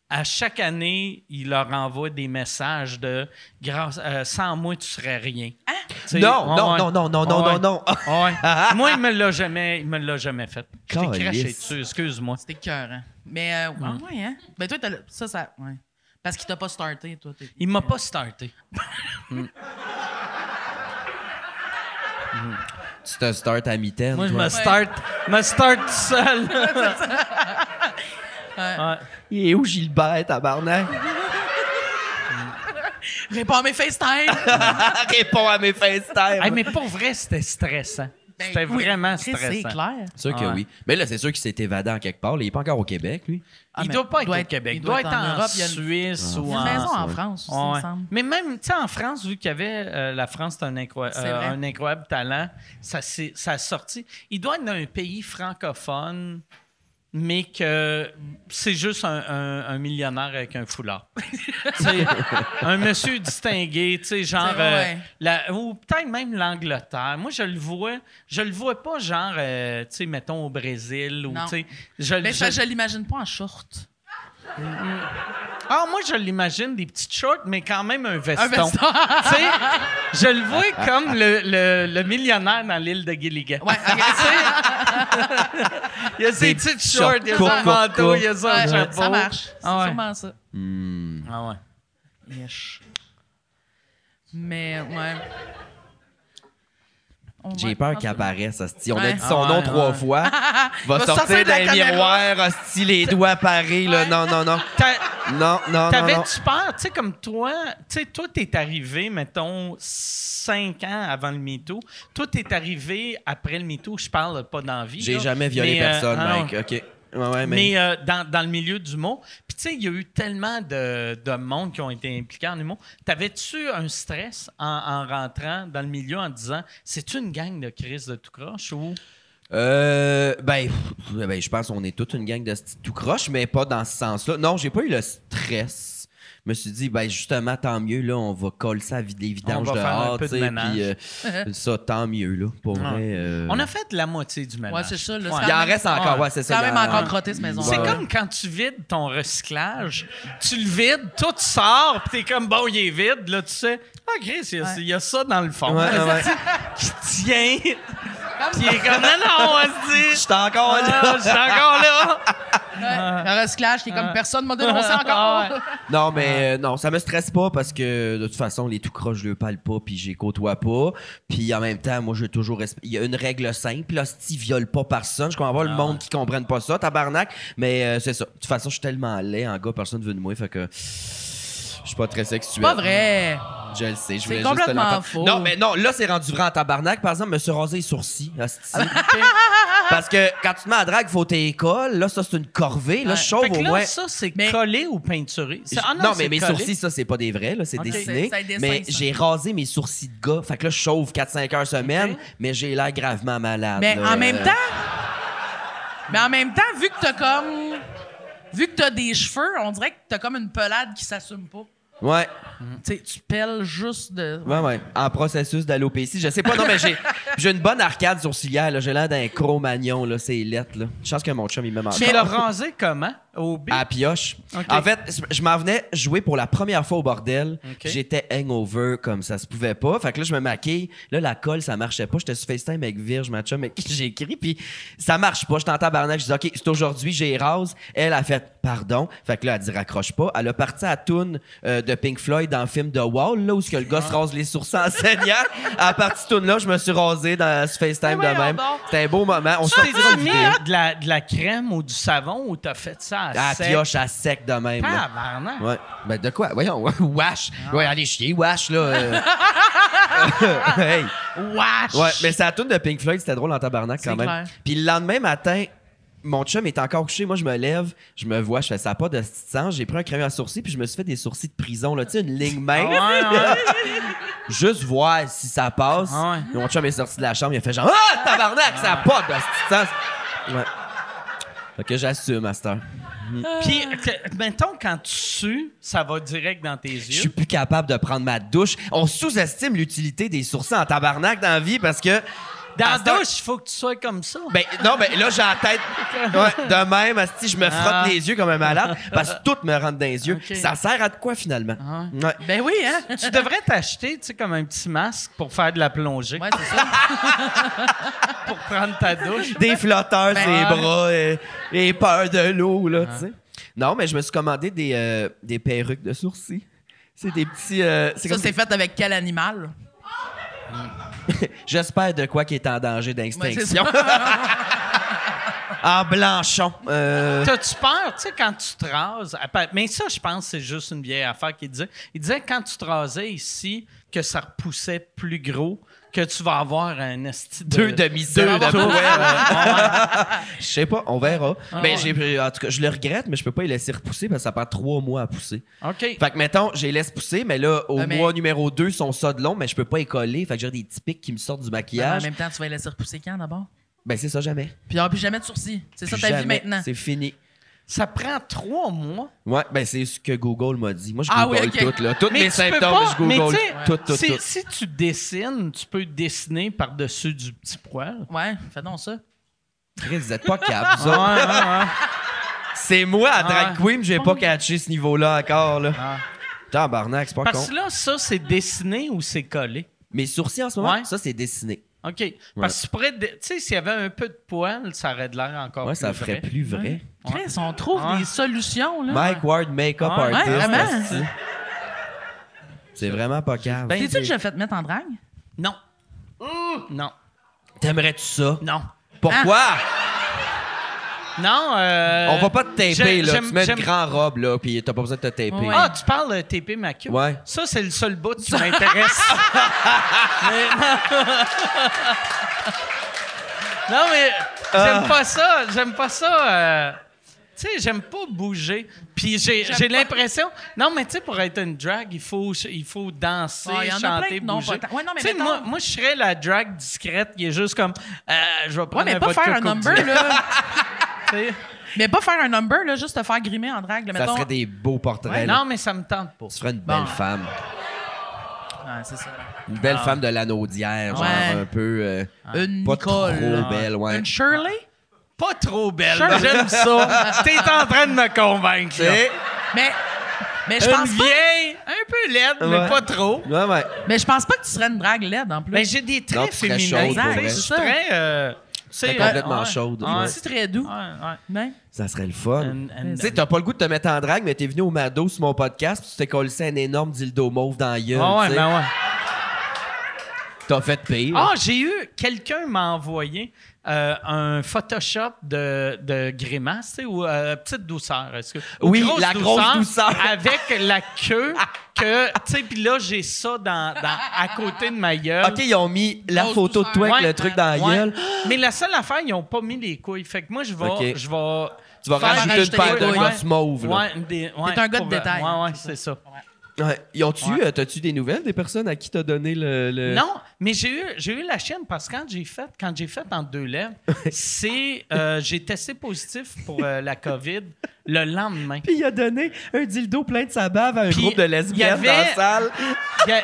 À chaque année, il leur envoie des messages de grâce, euh, sans moi, tu serais rien. Tu sais,
Non,
ouais,
non,
ouais.
non, non, non, non,
Ouais.
non, non.
Ouais. Moi, il me l'a jamais, il me l'a jamais fait. Je t'ai
Calisse.
craché dessus, excuse-moi.
C'était cœur, hein. Mais, euh, ah ouais, hein. Ben, toi, t'as le- ça, ça. Ouais. Parce qu'il t'a pas starté, toi. t'es-
Il m'a pas starté.
Tu te starts à mi-temps.
Moi, je
toi.
me start, me start tout seul.
Il est où Gilbert, tabarnak?
Réponds à mes FaceTime!
Réponds à mes FaceTime.
Hey, mais pour vrai, c'était stressant.
Ben,
c'était
oui,
vraiment
Chris,
stressant.
C'est clair.
Sûr que
Ah ouais.
oui. Mais là, c'est sûr qu'il s'est évadé en quelque part. là. Il est pas encore au Québec, lui.
Ah,
il
mais
doit pas être
doit
au
être-
Québec.
il doit être en Europe, il y a une-
Suisse
Il
ou
y a
en...
une maison en
ouais.
France, aussi,
Ah Ouais.
il me semble.
Mais même, tu sais, en France, vu qu'il y avait... euh, la France, c'est un, incro-
C'est
euh,
vrai.
un incroyable talent. Ça, s'est- ça a sorti. Il doit être dans un pays francophone, mais que c'est juste un, un- un millionnaire avec un foulard. Tu sais, un monsieur distingué, tu sais, genre...
C'est vrai,
euh,
ouais.
la- ou peut-être même l'Angleterre. Moi, je le vois... Je le vois pas, genre, euh, tu sais, mettons, au Brésil ou,
Non.
tu sais... je-
Mais
je-
ça, Ben, je l'imagine pas en short.
Ah, moi, je l'imagine des petites shorts, mais quand même un veston.
Un veston.
Tu sais, je le vois comme le, le- le millionnaire dans l'île de Gilligan.
Ouais, ok.
Il y a ses
Des
petites
petites
shorts, il y a
shorts
son
courtes,
manteau,
courtes,
il y a son
Ouais,
chapeau.
ça marche. C'est
Ah ouais.
sûrement ça.
Hmm.
Ah ouais.
Yes. Mais, ouais. On va-
J'ai peur
Ah,
qu'il apparaisse, hostie. On a
Ouais.
dit son
Ah
nom
ouais,
trois
ouais.
fois. Va
Va
sortir
sortir de la
d'un
caméra.
miroir, hostie, les doigts parés, là.
Ouais.
Non, non, non.
T'a-
Non, non, non, non.
T'avais-tu peur, tu sais, comme toi, tu sais, toi, t'es arrivé, mettons, cinq ans avant le MeToo. Toi, t'es arrivé après le MeToo, je parle pas d'envie.
J'ai
là.
jamais violé
Mais, euh,
personne,
ah non.
mec. OK. Ouais, ouais, mais...
Mais euh, dans, dans le milieu du mot, puis tu sais, il y a eu tellement de, de monde qui ont été impliqués en humour. T'avais-tu un stress en, en rentrant dans le milieu en disant c'est-tu une gang de crise de tout croche ou.
Euh, ben, pff, ben, je pense qu'on est toute une gang de sti- tout croche, mais pas dans ce sens-là. Non, j'ai pas eu le stress. Je me suis dit, ben justement, tant mieux, là, on va coller ça à vid- les vidanges
On va faire un
dehors,
peu
tu
de
sais,
ménage.
puis euh, ça, tant mieux, là, pour
Ouais.
vrai. euh,
On a fait la moitié du ménage.
Ouais, c'est ça, là,
Il en reste encore,
Ouais.
ouais, c'est
C'est
ça.
quand
il
même
en-
encore crotté, cette maison.
C'est
Ouais,
comme quand tu vides ton recyclage. Tu le vides, tout sort, puis t'es comme, bon, il est vide. Là, tu sais, ah, Chris, il y a-
Ouais.
il y, a ça dans le fond.
Ouais, ouais, ouais.
Qui tient. Puis il est comme, non, non, on se dit.
J'étais encore là.
Ah, je suis encore là.
Un recyclage qui est comme personne m'a dénoncé
Ah, ouais.
encore.
Non, mais euh, non, ça me stresse pas parce que de toute façon, les tout croches, je le parle pas, puis j'ai côtoie pas. Puis en même temps, moi, je veux toujours. resp- Il y a une règle simple, là, si tu violes pas personne, je comprends
Ah
pas le monde qui comprenne pas ça, tabarnak. Mais euh, c'est ça. De toute façon, je suis tellement laid en gars, personne veut de moi, fait que. Je suis pas très sexuel.
Pas vrai.
Je le sais, je voulais juste te
complètement
l'entendre.
faux.
Non, mais non, là, c'est rendu vrai en tabarnak. Par exemple, me suis rasé les sourcils. hostie.
Ah.
Parce que quand tu te mets à drague, faut tes écoles. Là, ça, c'est une corvée. Là,
Ouais.
je suis chauve
Fait que
au
là,
moins.
ça, c'est
Mais-
collé ou peinturé? C'est- ah
non, mais
c'est
mes
collé.
sourcils, ça, c'est pas des vrais, là, c'est
Ok.
dessiné.
C'est- c'est des
mais
dessins, ça.
j'ai rasé mes sourcils de gars. Fait que là, je chauffe 4-5 heures semaine, mais j'ai l'air gravement malade.
Mais
là.
en même
Euh,
temps, mais en même temps, vu que t'as comme, vu que t'as des cheveux, on dirait que t'as comme une pelade qui s'assume pas.
Ouais,
Tu sais, tu pelles juste de.
ouais, ouais. En processus d'alopécie. Je sais pas, non, mais j'ai j'ai une bonne arcade sourcilière, là. J'ai l'air d'un cro-magnon, là. C'est lettre, là. Je pense que mon chum, il me manque.
Tu l'as rasé comment? Au bic?
À pioche.
Ok.
En fait, je m'en venais jouer pour la première fois au bordel.
Ok.
J'étais hangover comme ça se pouvait pas. Fait que là, je me maquille. Là, la colle, ça marchait pas. J'étais sur FaceTime avec Virge, ma chum, avec qui j'ai écrit. Puis ça marche pas. J'étais en tabarnak. Je dis, OK, c'est aujourd'hui, j'ai rase. Elle a fait, pardon. Fait que là, elle dit, raccroche pas. Elle a parti à Toon euh, de Pink Floyd dans le film The Wall, là, où ce que le gars
Ah.
se rase les sourcils en saignant. À partir de Toon, là, je me suis rasé dans ce FaceTime de même. C'était un beau moment. On
Tu
sortira
t'es
une
mis
vidéo.
de la, de la crème ou du savon ou t'as fait ça à vraiment
À la
sec. Ah.
pioche à sec de même. là.
Tabarnak.
Ouais. Ben de quoi? Voyons, Wash. Ouais, allez chier, Wash, là. euh. hey.
Wesh!
Ouais, mais c'est la toune de Pink Floyd, c'était drôle en tabarnak
C'est
quand même.
clair.
Puis le lendemain matin, mon chum est encore couché, moi je me lève, je me vois, je fais ça a pas de sang, j'ai pris un crayon à sourcils puis je me suis fait des sourcils de prison là, tu sais une ligne mince.
Ah
Juste voir si ça passe.
Ah ouais.
Puis Mon chum est sorti de la chambre, il a fait genre ah tabarnak, ça a pas de petit sens. Ouais. Fait que j'assume à cette heure.
Puis, que- mettons, quand tu sues, ça va direct dans tes
Je suis
yeux.
plus capable de prendre ma douche. On sous-estime l'utilité des sourcils en tabarnak dans la vie parce que
Dans
à
la
cette heure-
douche, il faut que tu sois comme ça.
Ben, non, mais là, j'ai la tête ouais, de même. asti, je me frotte
Ah.
les yeux comme un malade parce que tout me rentre dans les yeux.
Ok.
Ça sert à de quoi, finalement? Ouais.
Ben oui, hein?
tu devrais t'acheter, tu sais, comme un petit masque pour faire de la plongée,
Ouais, c'est ça.
pour prendre ta douche.
Des flotteurs
Ben,
sur les
Ah.
bras et, et peur de l'eau, là,
Ah.
tu sais. Non, mais je me suis commandé des, euh, des perruques de sourcils. C'est des petits... euh, c'est
Ça,
comme
c'est
des-
fait avec quel animal?
J'espère de quoi qui est en danger d'extinction.
Ouais, c'est
en blanchon. euh,
T'as-tu peur, tu sais, quand tu te rases? à part- Mais ça, je pense que c'est juste une vieille affaire qu'il disait. Il disait que quand tu te rasais ici, que ça repoussait plus gros, que tu vas avoir un esti de...
deux demi-sœurs de poêle. Je sais pas, on verra. mais
Ah ouais.
j'ai, en tout cas, je le regrette, mais je peux pas les laisser repousser parce que ça prend trois mois à pousser.
OK.
Fait que, mettons, j'ai laisse pousser, mais là, au
Ah, mais-
mois numéro 2, sont ça de long, mais je peux pas les coller. Fait que j'ai des petits pics qui me sortent du
En
maquillage.
même temps, tu vas les laisser repousser quand d'abord?
Ben, c'est ça, jamais.
Puis, ah, puis jamais de sourcils. C'est ça
Plus
ta
jamais.
vie maintenant.
C'est fini.
Ça prend trois mois.
Ouais, ben, c'est ce que Google m'a dit. Moi, je
Ah
Google
oui, ok.
tout, là. Tous
Mais
mes
tu peux
symptômes,
pas-
je Google
mais tu sais,
tout, tout,
si,
tout.
si tu dessines, tu peux dessiner par-dessus du petit poil.
Ouais, fais donc ça.
Chris, vous êtes pas capable,
Ouais, ouais,
ça.
ouais.
C'est moi, à Drag
Ah.
Queen, j'ai pas catché ce niveau-là encore, là.
Ah.
Tabarnak, c'est pas con.
Parce que là, ça, c'est dessiné ou c'est collé?
Mes sourcils, en ce moment,
Ouais.
ça, c'est dessiné.
OK. Parce que tu pourrais... dé- Tu sais, s'il y avait un peu de poil, ça aurait de l'air encore
Ouais,
plus
ça ferait
vrai.
plus vrai.
Chris, on trouve
Ouais.
des solutions, là.
Mike Ward, make-up
Ah. Ouais,
artist.
vraiment.
esti. C'est vraiment pas grave.
Ben,
T'es-tu déjà fait mettre en drague?
Non.
Mmh.
Non.
T'aimerais-tu ça?
Non.
Pourquoi?
Non, euh,
On va pas te taper,
j'aime-
là.
j'aime-
Tu mets une
j'aime-
grande robe, là, puis t'as pas besoin de te taper.
Ouais.
Ah, tu parles de TP ma queue?
Ouais.
Ça, c'est le seul bout qui m'intéresse. Mais- non, mais
Ah.
j'aime pas ça. J'aime pas ça. euh, Tu sais, j'aime pas bouger. Puis j'ai j'ai l'impression... Non, mais tu sais, pour être une drag, il faut, il faut danser,
Ouais, il y en a plein
chanter,
que non,
bouger.
pas tant. Ouais, non, mais
Tu sais,
mettons-
moi, moi, je serais la drag discrète qui est juste comme... euh, je vais
Ouais,
prendre
mais
un
pas
vodka
faire un
Coke
number,
Diet.
là.
Tu sais.
Mais pas faire un number, là, juste te faire grimer en drague. Là,
Ça
mettons.
serait des beaux portraits, là.
Non, mais ça me tente pas.
Tu ferais une belle
Bon.
femme.
Ouais, c'est ça.
Une
Ah.
belle femme de l'anneau d'hier, genre
Ouais.
un peu... euh,
Une
Pas trop
Nicole. là.
belle, ouais.
Une Shirley?
Pas trop belle.
Sure.
J'aime ça. T'es en train de me convaincre.
Tu
là.
sais?
Mais, mais je
Une
pense pas.
vieille, un peu laide, mais
Ouais.
pas trop.
Ouais, ouais.
Mais je pense pas que tu serais une drague laide en plus.
Mais j'ai des
Non,
traits
tu serais
féminins.
chaude,
tu
pour
sais,
vrai.
Je suis très... euh, tu sais,
T'es
euh,
complètement
ouais. Ah,
chaude.
Ouais.
ouais.
C'est très doux. Ben,
ouais, ouais.
Ouais.
Ça serait le fun.
Une- une-
Tu sais, t'as pas le goût de te mettre en drague, mais t'es venu au Mado sur mon podcast, puis tu t'es collé un énorme dildo mauve dans la gueule.
Ah ouais,
tu sais.
ben ouais.
T'as fait pire.
Ah, j'ai eu... Quelqu'un m'a envoyé euh, un Photoshop de, de grimace, tu sais, ou euh, petite douceur. Est-ce que, ou
Oui, la grosse douceur.
Avec la queue que... Tu sais, puis là, j'ai ça dans, dans- à côté de ma gueule.
OK, ils ont mis la
Grosse
photo de toi avec
Ouais.
le truc dans la
Euh, Ouais.
gueule.
Mais la seule affaire, ils n'ont pas mis les couilles. Fait que moi, je vais.
Ok.
Je vais
Tu vas
faire-
rajouter
une paire de
Ouais.
gosses mauves, là.
Ouais, des- ouais,
T'es un gars de
pour-
détail.
Ouais, ouais, c'est ça.
Ouais. Ils ont-tu, euh, t'as-tu des nouvelles des personnes à qui t'as donné le. le-
Non, mais j'ai eu, j'ai eu la chienne parce que quand j'ai fait, quand j'ai fait en deux lèvres, c'est. euh, j'ai testé positif pour euh, la COVID le lendemain.
Puis il a donné un dildo plein de sa bave à un
Puis,
groupe de
il y
lesbiennes
avait-
dans la salle.
Il y, a-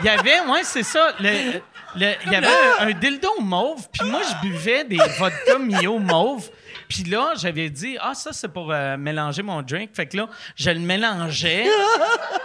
il y avait, ouais, c'est ça. le- le- il y avait un, un dildo mauve, puis moi, je buvais des vodka Mio mauve. Puis là, j'avais dit, ah, ça, c'est pour euh, mélanger mon drink. Fait que là, je le mélangeais,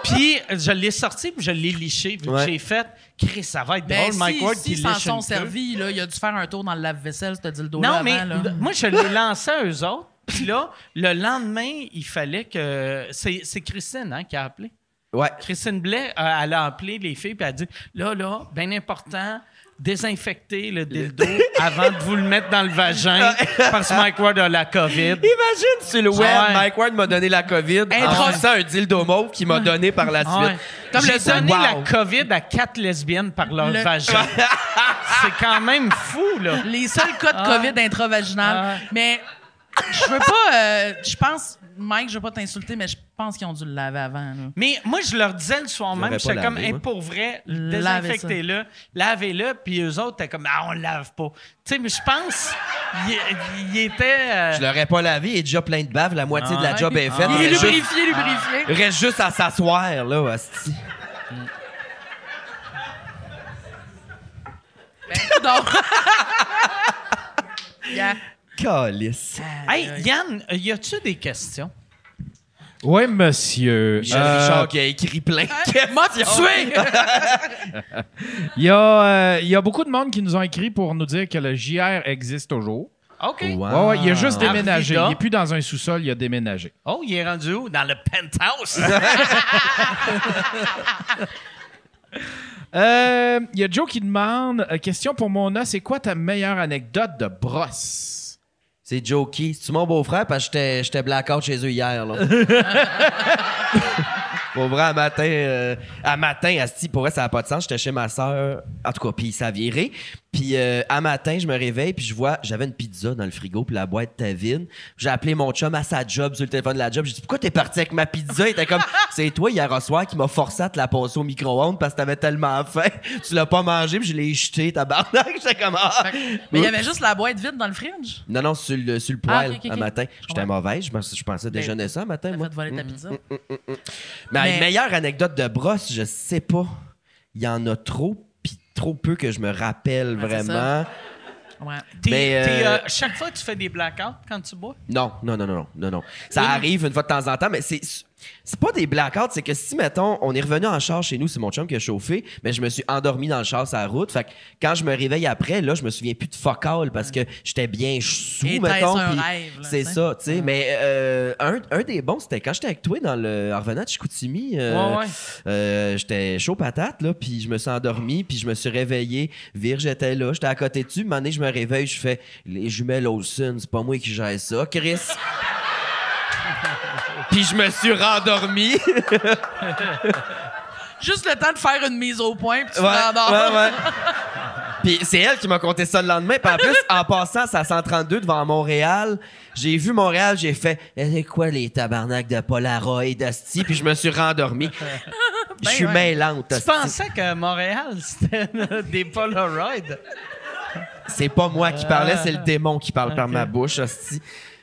puis je l'ai sorti, puis je l'ai liché. Vu
Ouais.
que j'ai fait, Chris, ça va être
Ben,
drôle, Mike
si,
Ward qui
si s'en
liche une
sont
queue.
servis, là, il a dû faire un tour dans le lave-vaisselle, ce dildo-là.
Non,
avant,
mais
là.
d- moi, je l'ai lancé à eux autres. Puis là, le lendemain, il fallait que. C'est c'est Christine hein, qui a appelé.
Ouais.
Christine Blais, euh, elle a appelé les filles et elle a dit Là, là, bien important, désinfectez le dildo avant de vous le mettre dans le vagin
Ah.
parce que Mike Ward a la COVID.
Imagine sur le web,
Ah Ouais.
Mike Ward m'a donné la COVID en
drôle.
faisant un dildo mauve qu'il m'a donné par la
Ouais.
suite.
Comme
J'ai
le
fait,
donner
wow.
la COVID à quatre lesbiennes par leur
Le-
vagin. C'est quand même fou, là.
Les seuls cas de COVID intravaginal.
Ah.
Mais je veux pas. euh, je pense, Mike, je veux pas t'insulter, mais je pense qu'ils ont dû le laver avant. là.
Mais moi, je leur disais le soir
J'aurais
même,
pas
j'étais comme,
lavé,
Hey,
moi.
pour vrai,
Lavez
désinfectez-le, lavez-le, puis eux autres, t'es comme, ah, on le lave pas. Tu sais, mais je pense, il- il était. euh,
Je l'aurais pas lavé, il est déjà plein de bave, la moitié
Ah
de la job est faite.
Il est
reste, juste,
lubrifié, lubrifié.
reste juste à s'asseoir, là, hostie.
Ben, donc. Yeah.
Calice.
Hey, Yann, y a-tu des questions?
Oui, monsieur.
Michel
Euh,
Richard qui a écrit plein
Euh,
de questions.
M'a tué!
Il y, a, euh, il y a beaucoup de monde qui nous ont écrit pour nous dire que le JR existe toujours.
OK.
Ouais, ouais, il a juste déménagé.
Ah. Arvida.
Il n'est plus dans un sous-sol, il a déménagé.
Oh, il est rendu où? Dans le penthouse.
Ben,
Euh, Il y a Joe qui demande euh, question pour Mona, c'est quoi ta meilleure anecdote de brosse
C'est Jokey. C'est-tu mon beau-frère? Parce que j'étais- j'étais blackout chez eux hier, là. pour vrai, à matin, euh, à matin, asti, pour vrai, ça n'a pas de sens. J'étais chez ma soeur. En tout cas, puis ça virait. Puis euh, à matin, je me réveille, puis je vois, j'avais une pizza dans le frigo, puis la boîte était vide. J'ai appelé mon chum à sa job, sur le téléphone de la job. J'ai dit, pourquoi t'es parti avec ma pizza? Il était comme, c'est toi hier au soir qui m'a forcé à te la passer au micro-ondes parce que t'avais tellement faim. Tu l'as pas mangé, puis je l'ai jeté, tabarnak. J'étais comme, ah!
Mais il y avait juste la boîte vide dans le fridge.
Non, non, sur le, sur le
Ah,
poêle,
ok, ok,
un
ok.
matin.
Je
J'étais mauvais, je, pense- je pensais déjeuner ça un matin,
T'as
moi.
fait Ben- voler ta pizza.
Mais,
Mais-
une meilleure anecdote de brosse, je sais pas. Il y en a trop, puis trop peu que je me rappelle
Ah, c'est
vraiment.
Ouais.
T'es-
Mais,
t'es,
euh,
euh, chaque fois, tu fais des blackouts quand tu bois?
Non, non, non, non, non, non, non. Ça arrive une fois de temps en temps, mais c'est c'est pas des blackouts, c'est que si, mettons, on est revenu en char chez nous, c'est mon chum qui a chauffé, mais je me suis endormi dans le char sur la route. Fait que quand je me réveille après, là, je me souviens plus de fuck all parce que j'étais bien sous,
Et
mettons.
t'as un
puis
rêve, là,
C'est
tu sais.
ça, tu sais. Mais euh, un, un des bons, c'était quand j'étais avec toi dans le en revenant de Chicoutimi. euh,
Ouais, ouais.
euh, j'étais chaud patate, là, puis je me suis endormi, puis je me suis réveillé. Vire, j'étais là, j'étais à côté de tu. Une année, je me réveille, je fais les jumelles Olsen, c'est pas moi qui gère ça, Chris. puis je me suis rendormi.
Juste le temps de faire une mise au point, puis tu
Ouais,
t'endors.
ouais, ouais. Puis c'est elle qui m'a compté ça le lendemain. Puis en plus, en passant, c'est à 132 devant Montréal. J'ai vu Montréal, j'ai fait Eh, C'est quoi les tabarnak de Polaroid, Asti? Puis je me suis rendormi. je suis
ouais.
mêlante.
Tu
asti.
pensais que Montréal, c'était des Polaroids?
C'est pas moi qui parlais, c'est le démon qui parle par ma bouche, hostie.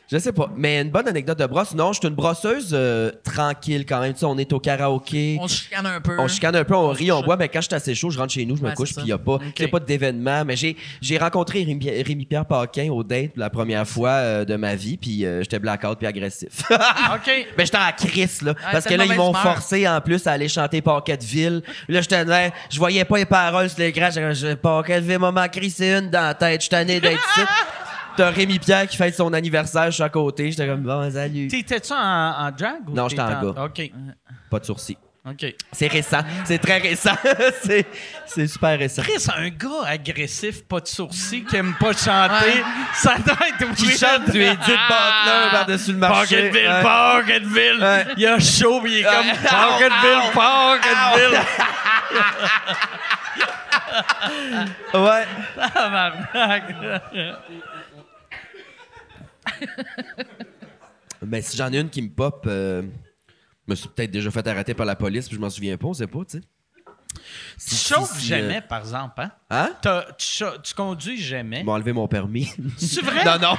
Je sais pas, mais une bonne anecdote de brosse. Non, je suis une brosseuse euh, tranquille quand même. Tu sais, on est au karaoké.
On se chicane un peu.
On chicane un peu, on rit, on boit, mais quand je suis assez chaud, je rentre chez nous, je me
Hein? Ouais,
couche,
c'est ça.
puis il n'y a pas, y a pas d'événement. Mais j'ai, j'ai rencontré Rémi, Pierre Paquin au date la première fois euh, de ma vie, puis euh, j'étais blackout puis agressif.
Ah,
OK.
Mais j'étais en crise, là. parce que
t'es de
là, ils
mauvaise
m'ont
humeur.
forcé, en plus, à aller chanter Pocket-Ville. Là, j'étais, là, je voyais pas les paroles sur les grades. J'étais, je- Pocket-Ville m'a manqué, c'est une dans la tête. Je suis tanné d'être ici. T'as Rémi Pierre qui fête son anniversaire, je suis à côté. J'étais comme, bon, salut.
T'étais-tu en, en drag? Ou
Non, j'étais en
gars. OK.
Pas de sourcils.
OK.
C'est récent. C'est très récent. c'est, c'est super récent.
Chris, un gars agressif, pas de sourcils, qui aime pas chanter, ça doit être
Qui
weird. Ah!
chante du Edith Butler par-dessus le marché.
Pocketville,
Ouais.
Pocketville.
Ouais.
Il a chaud, puis il est comme
Ouais.
Pocketville, Pocketville.
Ouais.
Tabarnak.
Mais Ben, si j'en ai une qui me pop, euh, je me suis peut-être déjà fait arrêter par la police, puis je m'en souviens pas, on sait pas, tu sais.
Tu
Si- si-
chauffes
si,
jamais, par exemple, hein?
euh, Hein?
T'as- tu, cha- tu conduis jamais.
Ils m'ont enlevé mon permis.
C'est vrai?
non, non.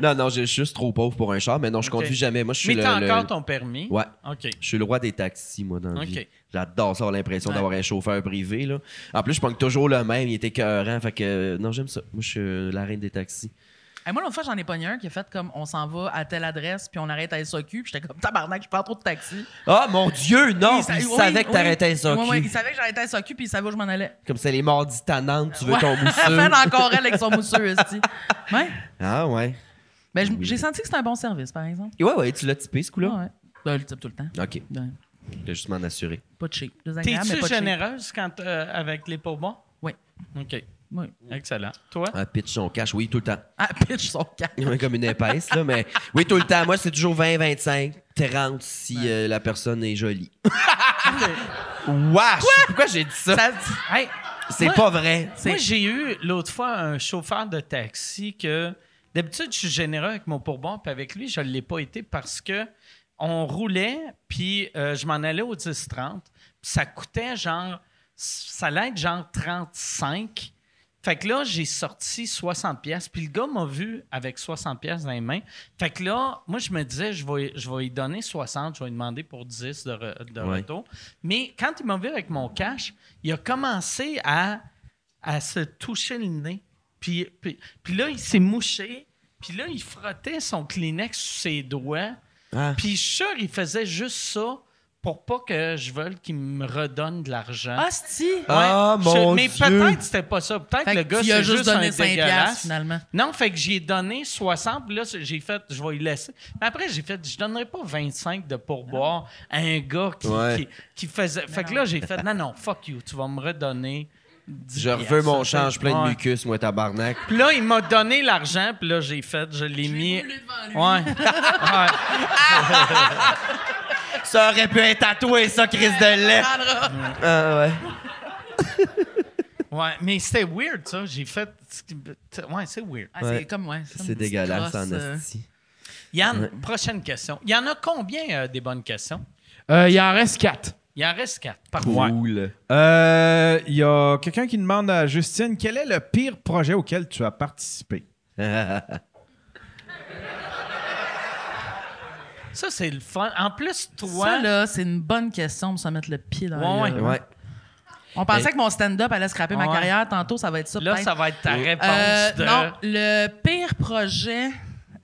non, non, je je suis juste trop pauvre pour un char, mais non, je
Ok.
conduis jamais. Moi, je suis
Mais
le,
t'as
le-
encore ton permis?
Ouais.
OK.
Je suis le roi des taxis, moi, dans la
Ok.
vie. J'adore ça, avoir l'impression
Ouais.
d'avoir un chauffeur privé, là. En plus, je prends toujours le même, il était écœurant, fait que... euh, Non, j'aime ça. Moi, je suis euh, la reine des taxis.
Hey, moi, l'autre fois, j'en ai pogné un qui a fait comme on s'en va à telle adresse, puis on arrête à SOQ, puis j'étais comme tabarnak, je prends trop de taxi.
Ah, mon Dieu, non!
Il sa-
il
oui,
savait que
oui.
t'arrêtais ça,
Ouais, ouais, il savait que j'arrêtais à SOQ, puis il savait où je m'en allais.
Comme c'est les mardis tannantes, tu veux
Ouais.
ton
Fais
mousseux.
encore elle avec son mousseux, esti. Ouais.
ah, ouais.
Ben, j- j'ai senti que c'était un bon service, par exemple.
Ouais, ouais, tu l'as typé, ce coup-là?
Ouais. Ben, le type tout le temps.
OK,
Ben,
je vais juste m'en assurer.
pas cheap. Désagréable, mais
T'es-tu
pas cheap.
généreuse quand, euh, avec les bonbons?
Oui.
OK.
Oui.
Excellent. Toi?
Ah, pitch son cash, oui, tout le temps.
Ah, pitch son camp.
Comme une épaisse, là, mais oui, tout le temps. Moi, c'est toujours 20, 25, 30 si euh, la personne est jolie. Wesh! Pourquoi j'ai dit ça?
Ça- hey,
C'est
moi-
pas vrai.
C'est-
Moi, j'ai eu l'autre fois un chauffeur de taxi que d'habitude je suis généreux avec mon pourboire, puis avec lui, je ne l'ai pas été parce que on roulait, puis euh, je m'en allais au 10-30, puis ça coûtait genre ça allait être genre 35. Fait que là, j'ai sorti 60 pièces, puis le gars m'a vu avec 60 pièces dans les mains. Fait que là, moi je me disais je vais je vais lui donner 60, je vais lui demander pour 10 de, re- de
Ouais.
retour. Mais quand il m'a vu avec mon cash, il a commencé à à se toucher le nez. Puis, puis, puis là, il s'est mouché. Puis là, il frottait son Kleenex sur ses doigts.
Ah.
Puis je suis sûr, il faisait juste ça pour pas que je veuille qu'il me redonne de l'argent.
Hostie!
Ah, mon
mais
Dieu.
peut-être c'était pas ça. Peut-être
Fait
le
que
gars,
tu lui as
c'est
juste
juste
donné
un
5 piastres,
dégueulasse.
finalement.
Non, fait que j'ai donné 60, puis là, j'ai fait, je vais y laisser. Mais après, j'ai fait, je donnerai pas 25 de pourboire à un gars qui,
Ouais.
qui, qui faisait. fait que là, j'ai fait, non, non, fuck you, tu vas me redonner 10
Je
piastres.
veux mon change plein de
Ouais.
mucus, moi, tabarnak.
Puis là, il m'a donné l'argent, puis là, j'ai fait, je l'ai mis. Ouais. Ouais.
Ça aurait pu être tatoué, ça, Chris de lait. Ah, ouais.
Ouais, mais c'était weird, ça. J'ai fait. Ouais, c'est weird.
Ah,
Ouais.
C'est comme, ouais. comme
C'est
une petite
dégueulasse,
crosse,
en
euh,
esti.
Yann, prochaine question. Il y en a combien euh, des bonnes questions?
Euh, il en reste quatre.
Il en reste quatre. Parfait.
Cool. Euh, Il y a quelqu'un qui demande à Justine quel est le pire projet auquel tu as participé
Ça, c'est le fun. En plus, toi.
Ça, là, c'est une bonne question pour se mettre le pied dans
Ouais,
le...
Ouais.
On pensait que mon stand-up allait scraper ma
Ouais.
carrière. Tantôt, ça va être ça,
Là,
peut-être.
ça va être ta réponse
Euh,
de.
Non, le pire projet...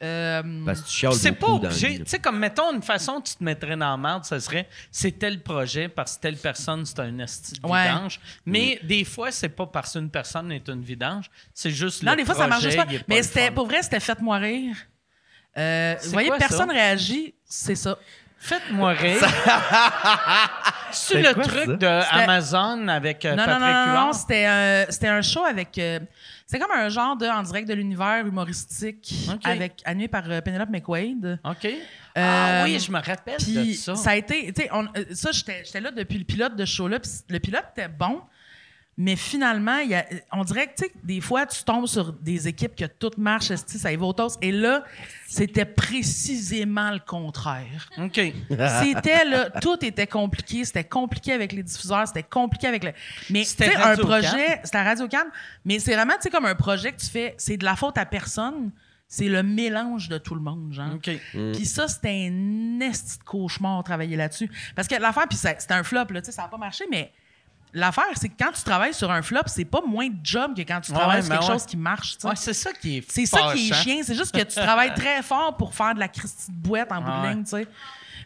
Ben,
euh,
Parce que tu chiales
C'est pas
beaucoup dans la
obligé.
vie,
Tu sais, comme mettons une façon que tu te mettrais dans la merde, ce serait c'est tel projet parce que telle personne c'est un esti de
Ouais.
vidange. Mais des fois, c'est pas parce qu'une personne est une vidange, c'est juste
Non,
le
des fois, ça
projet,
marche juste pas.
il est pas
Mais
le
c'était,
fun.
pour vrai, c'était Faites-moi rire. Euh, vous voyez,
quoi, ça?
personne réagit, c'est ça.
Faites-moi rire. c'est
C'est
le
quoi,
truc
ça?
de Amazon avec euh,
Non, non,
Patrick
non, non, non,
Huard.
c'était, euh, c'était un show avec. euh, c'était comme un genre de en direct de l'univers humoristique,
Ok.
avec animé par euh, Penelope McQuaid.
OK. ah
Euh,
oui, je me rappelle de
Puis
ça.
ça. a été. tu sais, on- euh, ça, j'étais j'étais là depuis le pilote de ce show-là. Puis le pilote était bon, mais finalement, il y a- on dirait que tu sais, des fois, tu tombes sur des équipes que tout marche, esti, ça y va au toast. Et là, c'était précisément le contraire.
OK.
C'était là, tout était compliqué. C'était compliqué avec les diffuseurs, c'était compliqué avec le. Mais
C'était
c'était un
Radio-Can.
projet, c'était Radio Can, mais c'est vraiment, tu sais, comme un projet que tu fais, c'est de la faute à personne. C'est le mélange de tout le monde, genre.
OK.
Puis ça, c'était un esti de cauchemar travailler là-dessus. Parce que l'affaire, puis ça- c'était un flop, là, tu sais, ça n'a pas marché, mais l'affaire, c'est que quand tu travailles sur un flop, c'est pas moins de job que quand tu
Ouais,
travailles sur
mais
quelque
ouais.
chose qui marche, tu sais.
Ouais, c'est ça qui est
C'est ça qui est
fâchant.
chiant. C'est juste que tu travailles très fort pour faire de la Christie de boîte en bout
Ah
de
ouais.
ligne, tu sais.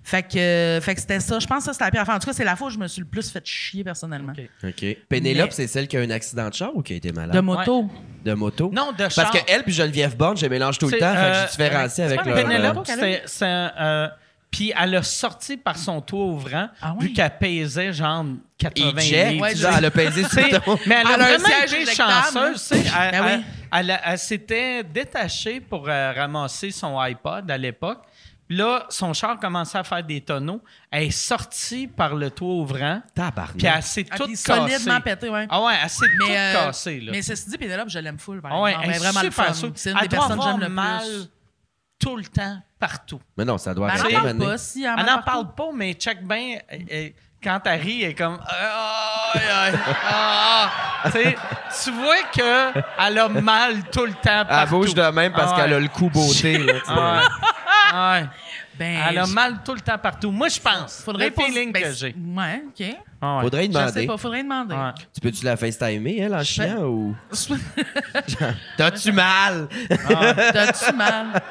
Fait que, euh, fait que c'était ça. Je pense que ça, c'était la pire affaire. En tout cas, c'est la fois où je me suis le plus fait chier personnellement.
Ok.
là. OK. Pénélope,
Mais-
c'est celle qui a un accident de char ou qui a été malade?
De moto.
De moto?
Non, de char.
Parce que elle puis Geneviève Borne, je les mélange tout le
C'est,
temps. fait que
euh,
je suis différencié avec
pas
leur...
Penelope,
euh,
c'est- c'est un, euh, Puis elle a sorti par son toit ouvrant,
Ah ouais?
vu qu'elle pesait genre 80
Eject,
livres.
ouais, E genre, elle a pesé sur
T'sais,
le ton.
mais elle a
Elle a un
vraiment
siège
été
éjectable, hein?
chanceuse. tu sais. Elle,
Ben oui.
elle- elle a- elle s'était détachée pour euh, ramasser son iPod à l'époque. Là, son char commençait à faire des tonneaux. Elle est sortie par le toit ouvrant. Puis
Tabarnak.
elle s'est
Ah,
toute
puis
cassée.
solidement pété, ouais.
Ah ouais, elle s'est toute
Mais, euh,
cassée. Là.
mais ceci dit, Pénélope, je l'aime full. Par
ah ouais,
exemple.
elle
Elle est
est
vraiment le
super
fun.
souple.
C'est une
Elle
des
doit
personnes que
avoir
j'aime le
mal
plus.
tout le temps, partout.
Mais non, ça doit
Ben,
arrêter
elle
sais,
n'en
maintenant.
parle pas, si. Elle
Elle
en
n'en parle pas, mais check bien. euh, euh, Quand elle rit, elle est comme. Ah, ah, ah, ah. Tu sais, tu vois qu'elle a mal tout le temps.
Elle
Partout.
bouge de même parce
Ah ouais.
qu'elle a le cou beauté. là, tu sais.
Ah ouais. Ah ouais.
Ben,
Elle a
je-
mal tout le temps partout. Moi, je pense. Faudrait
Faudrait pas-
les feelings
ben,
que
c'est-
j'ai.
Ouais, OK.
Ah ouais.
Faudrait lui
Je sais
demander.
pas, faudrait demander.
Ah ouais.
Tu peux-tu la FaceTimer, elle, en chiant ou... T'as-tu mal?
T'as-tu mal?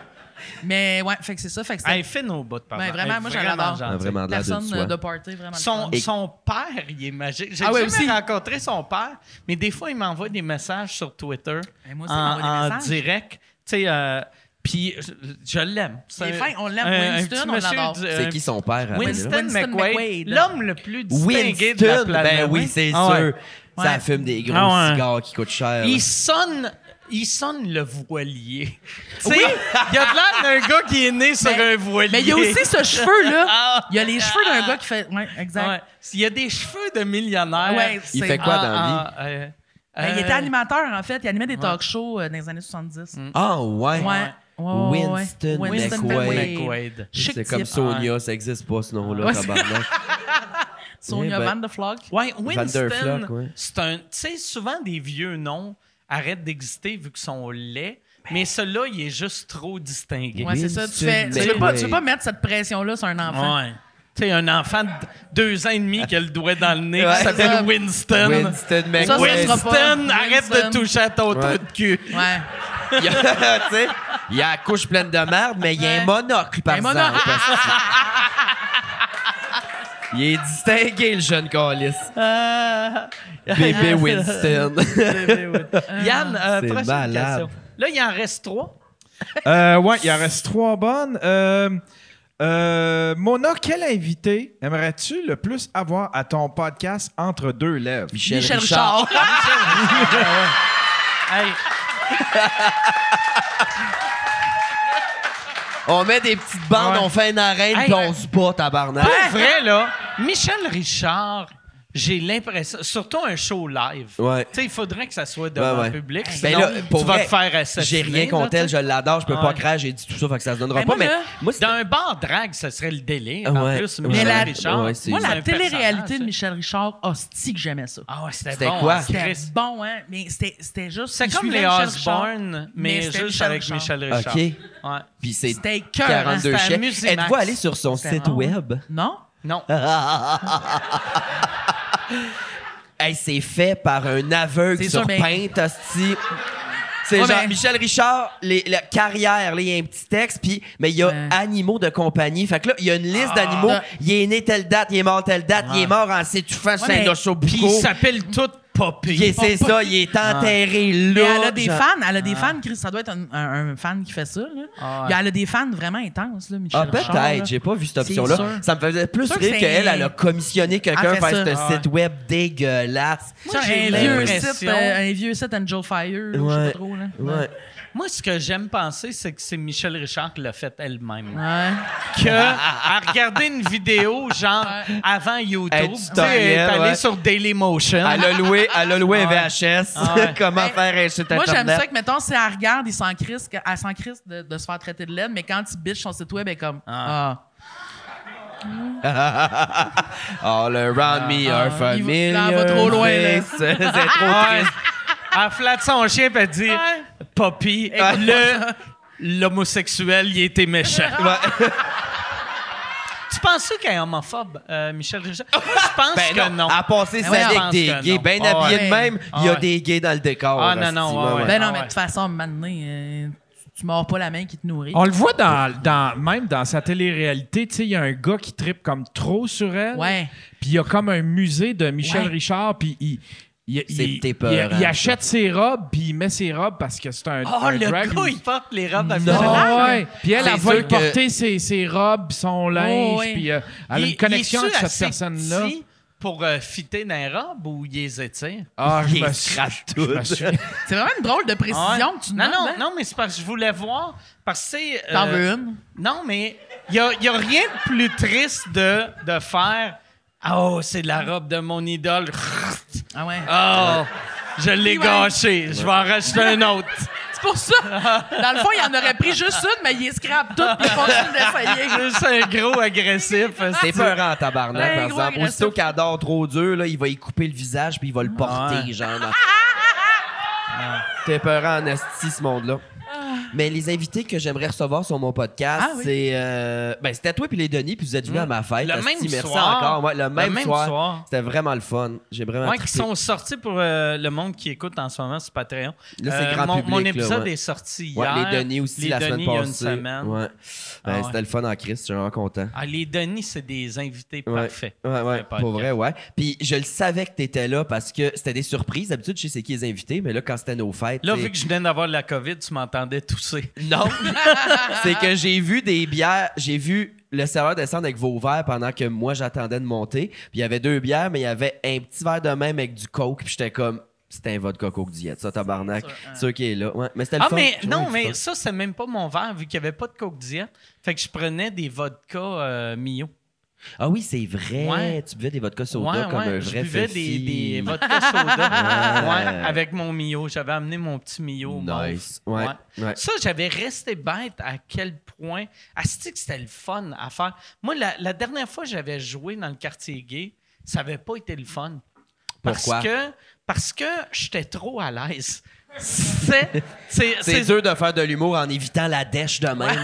Mais ouais, fait que c'est ça. Fait que c'était-
Elle fait nos bouts de parole.
Ben, vraiment,
Elle est
moi, je l'adore.
gentille.
Elle a Ah, vraiment de l'air de
personne
soi.
euh, de party, vraiment. le fun.
Son, son père, il est magique. J'ai
Ah ouais,
jamais
aussi.
rencontré son père, mais des fois, il m'envoie des messages sur Twitter
Ben, moi aussi, il
en,
m'envoie des
en
messages.
direct. Tu sais, euh, puis je, je l'aime. C'est
fin, on l'aime.
un- un
Winston,
petit
on
monsieur
l'adore.
du- un-
C'est qui son père? à
Winston,
Winston
McQuaid,
McQuaid.
l'homme le plus distingué de la
Winston,
planète.
ben oui, c'est
Ah ouais.
sûr. Ça
Ouais.
fume des gros
Ah ouais.
cigares qui coûtent cher.
Il sonne, il sonne le voilier. Tu sais, il y a de l'air d'un gars qui est né sur
Mais-
un voilier.
Ben, Mais il y a aussi ce cheveu-là.
Ah.
Il y a les cheveux d'un gars qui fait. Ouais, exact.
Ouais. S'il y a des cheveux de millionnaire.
Ouais,
Il
c'est-
fait quoi
Ah,
dans la vie?
ah, euh,
Ben, il
euh, Mm.
était animateur, en fait. Il animait des talk shows euh, dans les années 70.
Ah, ouais.
Ouais. Ouais, ouais, ouais.
Winston
Wade.
McQuaid.
McQuaid.
Chic
C'est
type.
comme Sonia, ça existe pas ce nom-là,
Ouais,
tabarnak.
Sonia
Eh ben.
Van de Flock.
Ouais,
Vanderflock,
Winston,
ouais.
c'est un. Tu sais, souvent des vieux noms arrêtent d'exister vu qu'ils sont laids, mais celui-là, il est juste trop distingué.
Ben. Ouais, c'est ça. Tu, fais, tu,
Winston
veux pas, tu
McQuaid.
veux pas mettre cette pression-là sur un enfant.
Ouais. Tu sais, un enfant de deux ans et demi qui a le doigt dans le nez, qui
Ouais.
s'appelle
Ça-
Winston.
Winston
Ça, ça
McQuaid.
sera
Winston,
pas-
arrête
Winston.
de toucher à ton
Ouais.
trou de cul.
Ouais.
Il y a- tu sais, il y a la couche pleine de merde, mais il y a un
Ouais.
monocle, par
Un
exemple.
monocle.
Il est distingué, le jeune calice.
Euh,
Bébé Winston.
Yann, euh,
C'est
prochaine
malade.
question. Là, il en reste trois.
Euh, ouais, il en reste trois bonnes. Euh, euh, Mona, quel invité aimerais-tu le plus avoir à ton podcast entre deux lèvres?
Michel,
Michel Richard.
Hey,
On met des petites bandes,
Ouais.
on fait une arène,
Hey,
puis on
ouais.
se bat, tabarnak.
pour vrai, là, Michel Richard, j'ai l'impression, surtout un show live.
Ouais.
Tu sais, il faudrait que ça soit devant
Ouais, ouais.
le public.
Ben
sinon,
là, pour
tu vas
vrai,
te faire assassiner.
J'ai rien
là,
contre elle,
tu sais.
je l'adore, je peux
Ah
pas
ouais.
craindre, j'ai dit tout ça, fait que ça se donnera
Ben,
pas,
moi,
mais
là,
moi, c'était-
Dans un bar drague, ça serait le délire. En
Ouais.
plus,
Mais
Michel
la-
Richard.
ouais, c'est-
Moi,
c'est
la
un
télé-réalité
personnage,
de
ça.
Michel Richard, hostie que j'aimais ça.
Ah ouais, c'était
C'était
bon.
quoi?
hein,
C'était
Chris.
bon, hein? Mais c'était c'était juste.
C'est
il
comme
suivait
les
Michel Richard,
Osborne, mais,
c'était
juste
Michel
avec
Richard.
Michel Richard.
OK.
Ouais.
Puis c'est
C'était cœur.
42
c'était
chèques.
Musimax.
Êtes-vous allé sur son site web?
Non?
Non.
Ah, Hey, c'est fait par un aveugle
C'est
sur
sûr, mais-
peinte, hostie. C'est
Ouais,
genre
mais-
Michel Richard, les, la carrière, là, il y a un petit texte, puis mais il y a
Ouais. Ah.
animaux de compagnie. Fait que là, il y a une liste d'animaux.
Ouais.
Il est né telle date, il est mort telle date, il est mort en s'étouffant sur
mais-
un osso
Puis ils s'appellent tous Poppy.
Puis c'est ça, il est enterré
Mais
là.
elle a des
genre. Ah,
fans, elle a des fans, Chris, ça doit être un, un- un fan qui fait ça. Là.
Ah ouais.
Elle a des fans vraiment intenses, là, Michel
Ah,
Richard. là.
peut-être, j'ai pas vu cette option-là.
sûr.
Ça me faisait plus
Sûr que
rire
c'est-
qu'elle, elle a commissionné quelqu'un
Elle fait
faire
ça.
ce
Ah
ouais.
site web dégueulasse.
Ça,
j'ai
un vieux
l'impression-
site, euh, un vieux site Angel Fire, ou je sais
Ouais.
pas trop. Là.
Ouais.
Moi, ce que j'aime penser, c'est que c'est Michel Richard qui l'a fait elle-même.
Ouais.
Que
Ah,
à regarder une vidéo, genre,
Ouais.
avant YouTube,
Un
tu sais,
tutoriel,
elle est allée
ouais.
sur Dailymotion.
Elle a loué, elle a loué un
Ouais.
VHS.
Ouais.
Comment
Ben,
faire un site
Moi,
internet.
j'aime ça que, mettons, si elle regarde, il s'en crisse, que- elle s'en crisse de, de se faire traiter de laide, mais quand il bitch son site web, elle est comme. Ah.
All around Ah, me are
ah, il va-
familiar.
là, elle va trop loin, là. Ah,
faces. C'est trop
Ouais.
triste.
Elle flatte son chien et elle dit Poppy, le, l'homosexuel, il était méchant. tu penses qu'elle est homophobe, euh, Michel Richard Moi, je pense
Ben
que non.
non, à passer
ouais,
ça
je
avec
pense
des
que
gays,
non.
bien
Ah
habillés
ouais.
de même, il y
Ah
a
ouais.
des gays dans le décor.
Ah non,
hostie,
non, ouais, ouais.
Ben
Ah
non, mais
ouais.
de toute façon, maintenant, euh, tu- tu mords pas la main qui te nourrit.
On le voit dans, dans- même dans sa télé-réalité, tu sais, il y a un gars qui tripe comme trop sur elle.
Ouais.
Puis il y a comme un musée de Michel
Ouais.
Richard, puis il il,
C'est
il-
épeurant,
il- il
ça.
achète ses robes, puis il met ses robes parce que c'est un,
oh,
un
le
drag.
gars, il porte les robes à
Non,
Michel Richard.
ouais. Puis elle,
C'est
elle va
sûr
lui
que-
porter ses, ses robes, son linge,
ouais.
puis euh, elle a
Il-
une connexion
il est-tu
avec cette
assez
personne-là.
petit Pour euh, fitter dans les robes ou il les étire?
Ah, je
Il
me suis-
scrape
je
tout.
me suis-
C'est vraiment une drôle de précision
Ah, Ouais.
que tu
non,
demandes,
non,
hein?
non, mais c'est parce que je voulais voir. Parce que c'est.
T'en
euh,
veux une?
Non, mais il n'y a, y a rien de plus triste de, de faire. Oh, c'est de la robe de mon idole.
Ah ouais.
Oh, je l'ai
Ouais.
gâché. Je vais en racheter un autre.
C'est pour ça. Dans le fond, il en aurait pris juste une, mais il scrape tout puis il continue d'essayer.
Juste un gros agressif.
C'est peurant, tabarnak,
Ben,
par
Ouais, gros
exemple.
agressif.
Aussitôt qu'elle dort trop dur, là, il va y couper le visage puis il va le porter, genre. dans- T'es peurant en asti, ce monde-là. Mais les invités que j'aimerais recevoir sur mon podcast,
Ah oui. Hmm.
c'est. euh, ben, c'était toi puis les Denis, puis vous êtes venus à ma fête.
Le
asti,
même
merci
soir.
encore. Ouais, le même,
Ben, même
soir.
soir.
C'était vraiment le fun. J'ai vraiment.
Moi, qui
trippé.
sont sortis pour euh, le monde qui écoute en ce moment sur Patreon. Euh,
Là, c'est grand
mon,
public,
mon
là,
épisode
ouais.
est sorti
Ouais,
hier.
les Denis aussi
Les
la
Denis,
semaine
il y a
passée.
une semaine.
Ouais. Ben,
Ah ouais.
C'était le fun en Christ, je suis vraiment content.
Ah, les Denis, c'est des invités
Ouais.
parfaits.
Ouais, ouais,
Un
pour
podcast.
vrai, ouais. Puis je le savais que t'étais là parce que c'était des surprises. D'habitude, je sais c'est qui les invités, mais là, quand c'était nos fêtes.
Là,
t'sais,
vu que je venais d'avoir la COVID, tu m'entendais tout tousser.
Non. c'est que j'ai vu des bières, j'ai vu le serveur descendre avec vos verres pendant que moi j'attendais de monter. Puis il y avait deux bières, mais il y avait un petit verre de même avec du coke. Puis j'étais comme, c'était un vodka coke diète, ça tabarnak. C'est sûr qui est là. Ouais. Mais c'était le
hein. Ah,
fun.
mais
Ouais,
non,
du
mais
fun.
ça, c'est même pas mon verre, vu qu'il n'y avait pas de Coke Diet. Fait que je prenais des vodkas euh, Mio.
Ah oui, c'est vrai.
Ouais.
Tu buvais des vodkas soda
Ouais,
comme un
ouais, je
vrai
buvais des,
fessi.
des vodkas soda
Ouais.
ouais, avec mon Mio. J'avais amené mon petit Mio. mauve.
Nice. Ouais. Ouais.
Ça, j'avais resté bête à quel point. Asti que c'était le fun à faire. Moi, la, la dernière fois que j'avais joué dans le quartier gay, ça n'avait pas été le fun. Parce
Pourquoi?
que parce que j'étais trop à l'aise. C'est c'est
C'est
c'est-
dur de faire de l'humour en évitant la dèche de même.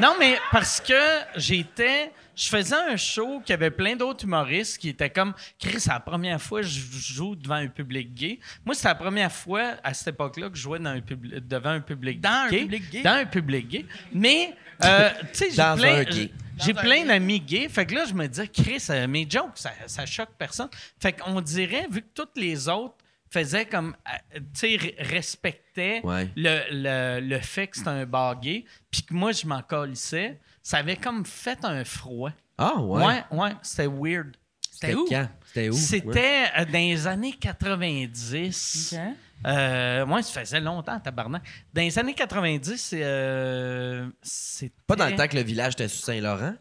Non, mais parce que j'étais. Je faisais un show qui avait plein d'autres humoristes qui étaient comme Chris, c'est la première fois que je joue devant un public gay. Moi, c'était la première fois à cette époque-là que je jouais dans un publi- devant un public
Dans un
gay.
public gay.
Dans un public gay. Mais, euh, tu sais, j'ai
Dans
plein,
un gay.
j'ai
Dans un
plein
gay.
d'amis gays. Fait que là, je me disais, Chris, euh, mes jokes, ça, ça choque personne. Fait qu'on dirait, vu que toutes les autres faisaient comme, euh, tu sais, re- respectaient
Ouais.
le, le- le fait que c'était un bar gay, puis que moi, je m'en colissais, ça avait comme fait un froid.
Ah
Ouais, ouais, c'était weird.
C'était où?
quand? C'était où? Ouais.
C'était euh, dans les années 90.
Ok.
Euh, ouais, ça faisait longtemps, tabarnak. Dans les années 90, euh, c'était...
Pas dans le temps que le village était sous Saint-Laurent.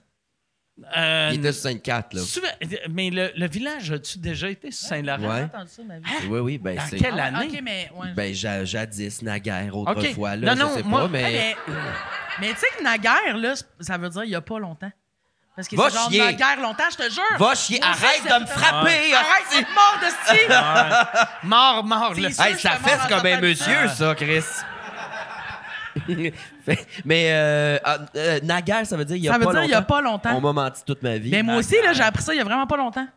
Euh,
Il était sous Sainte-Cathe, là.
souvent- euh, mais le, le village, as-tu déjà été sur Saint-Laurent?
Ouais.
J'ai entendu ça de ma vie.
Oui, oui, ben
Dans
c'est...
Ah, quelle
Ah,
année?
OK, mais... ouais.
Ben, ja- jadis, naguère,
Ok.
autrefois, là,
Non,
je
non,
sais
moi-
pas, mais...
Ah, mais mais tu sais que naguère, là, c'est- ça veut dire il n'y a pas longtemps. Parce que
Va
c'est genre
chier.
naguère longtemps, je te jure.
Va chier,
Moi aussi,
arrête
c'est-
de me frapper! ah!
Arrête,
hostie.
c'est mort de style!
Mort, mort,
C'est
là.
sûr,
Hey, ça
justement,
fesse
en
comme un
entendant
monsieur, ça, Chris. mais euh, ah, euh, naguère, ça veut dire il y a pas
Ça veut
longtemps.
dire il y a pas longtemps.
On m'a menti toute ma vie.
Mais moi aussi, là, j'ai appris ça il n'y a vraiment pas longtemps.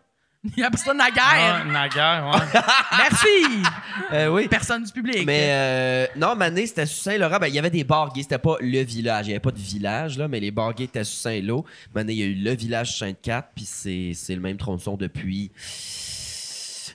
J'ai appris ça
Ah
naguère.
naguère, ouais.
Merci!
Euh, oui.
Personne du public.
Mais euh, non, Mané, c'était sous Saint-Laurent. Ben, il y avait des bars gays. C'était pas le village. Il n'y avait pas de village, là, mais les bars gays étaient sous Saint-Lô. Mané, il y a eu le village Sainte-Cathe, puis c'est, c'est le même tronçon depuis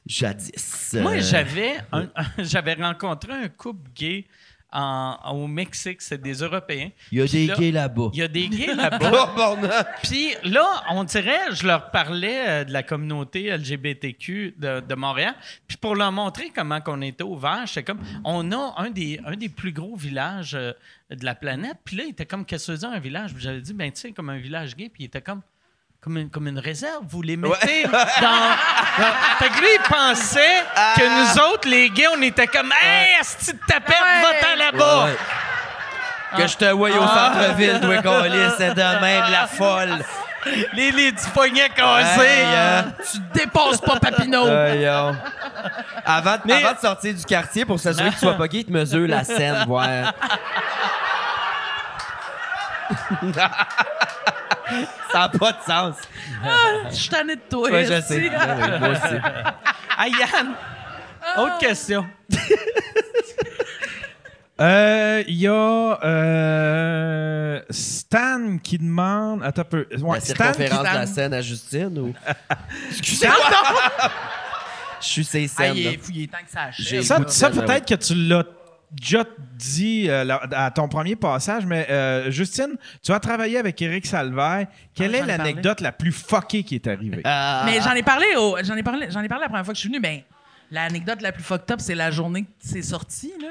jadis.
Moi,
Euh,
j'avais un- j'avais rencontré un couple gay en- au Mexique. C'est des Européens.
Il y a
Puis
des
là-
gays là-bas.
Il y a des gays
Oh,
là-bas.
bordel!
Puis là, on dirait, je leur parlais euh, de la communauté LGBTQ de, de Montréal. Puis pour leur montrer comment qu'on était ouvert, j'étais comme, on a un des, un des plus gros villages euh, de la planète. Puis là, il était comme, qu'est-ce que c'est un village? Puis j'avais dit, ben tu sais, comme un village gay. Puis il était comme, comme une, comme une réserve, vous les mettez dans, dans- Fait que lui, il pensait
Ah.
que nous autres, les gays, on était comme, hey, asti de tapette, va-t'en là-bas!
Ouais, ouais. Que je te voie au
Ah.
centre-ville, toi, Colis, c'est de même la folle.
Les, les du poignet cassé!
Hey, euh,
Tu dépasses pas Papineau!
Aïe, oh. avant, de-
Mais-
avant de sortir du quartier pour s'assurer que tu sois pas gay, il te mesure la scène, voir. Ça n'a pas de sens.
Je suis tanné de toi.
Ouais, je
esti.
sais. Ouais, ouais, moi aussi.
Ah, Yann!
ah.
Autre question.
Euh, Il y a euh, Stan qui demande. Attends un peu. Ouais,
la
Stan qui-
circonférence de la scène à Justine ou. Excusez-moi. Je suis ces
Ah,
scènes.
il,
là.
est, fou, il est temps que ça achève.
J'ai-
Ça,
Écoute,
ça,
ben
peut-être que tu l'as déjà dit euh, la- à ton premier passage, mais euh, Justine, tu as travaillé avec Eric Salvaire. Quelle
Ah,
est
j'en ai parlé.
l'anecdote la plus fuckée qui est arrivée?
Euh,
Mais j'en ai parlé au- j'en ai parlé, j'en ai parlé la première fois que je suis venu. Ben, l'anecdote la plus fucked up, c'est la journée que c'est sorti. Là.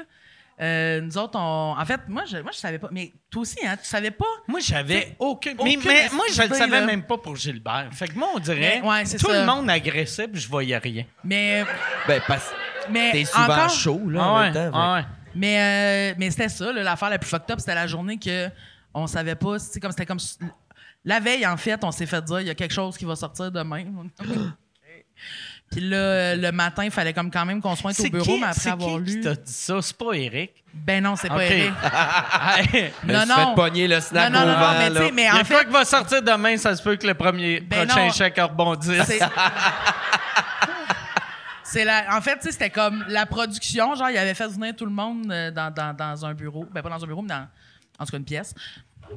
Euh, nous autres, on, en fait, moi, je, moi, je savais pas. Mais toi aussi, hein, tu savais pas.
Moi, j'avais aucune. Mais,
aucune
mais moi, je le
idée,
savais
là.
même pas pour Gilbert. Fait que moi, on dirait.
Mais, ouais, c'est
tout
ça.
le monde agressait, puis je voyais rien.
Mais,
Ben, parce que
mais
t'es souvent
Eh, encore.
chaud, là, en
Ah
même
ouais,
temps.
ah ouais.
Mais, euh, mais c'était ça, là, l'affaire la plus fucked up, c'était la journée que on savait pas. c'est comme c'était comme s- la veille en fait, on s'est fait dire il y a quelque chose qui va sortir demain. Puis là, euh, le matin, il fallait comme quand même qu'on soit au
C'est
bureau,
qui,
mais après
c'est qui
avoir lu.
qui t'a dit ça? C'est pas Eric.
Ben non, c'est pas
Ok.
Eric.
Hey,
Je
Non,
me suis
non.
fait pogner le
Non,
snack
non,
au
non, non,
vent,
mais tu
là.
sais, mais
il y a
en
de quoi
fait,
qui va sortir demain, ça se peut que le premier
Ben
prochain
non.
chèque rebondisse.
c'est. c'est la, en fait, tu sais, c'était comme la production. Genre, il avait fait venir tout le monde euh, dans, dans- dans un bureau. Ben, pas dans un bureau, mais dans, en tout cas, une pièce.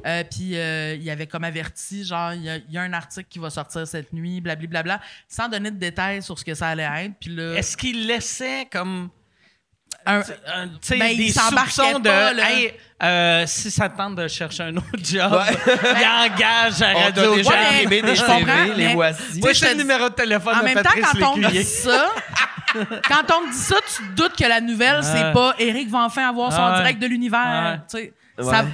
Euh, puis euh, il avait comme averti, genre, il y, a- il y a un article qui va sortir cette nuit, blablabla, sans donner de détails sur ce que ça allait être. Puis là,
Est-ce qu'il laissait comme.
un-
un- tu sais,
Ben,
des
il s'embarquait
soupçons de
pas, là.
hey, euh, si ça te tente de chercher un autre job,
Ouais.
il
Ben,
engage à
On
Radio
t'a déjà
Ouais, mais-
imprimé des
je comprends,
CV, les
mais-
voici.
Moi,
Moi,
je
je
fais
te
le
dis-
numéro de téléphone
En
de
même temps,
Patrice
quand on me
Lécuyer.
dit ça, quand on me dit ça, tu te doutes que la nouvelle,
Ouais.
c'est pas Éric va enfin avoir son
Ouais.
direct de l'univers. Tu sais, Ça,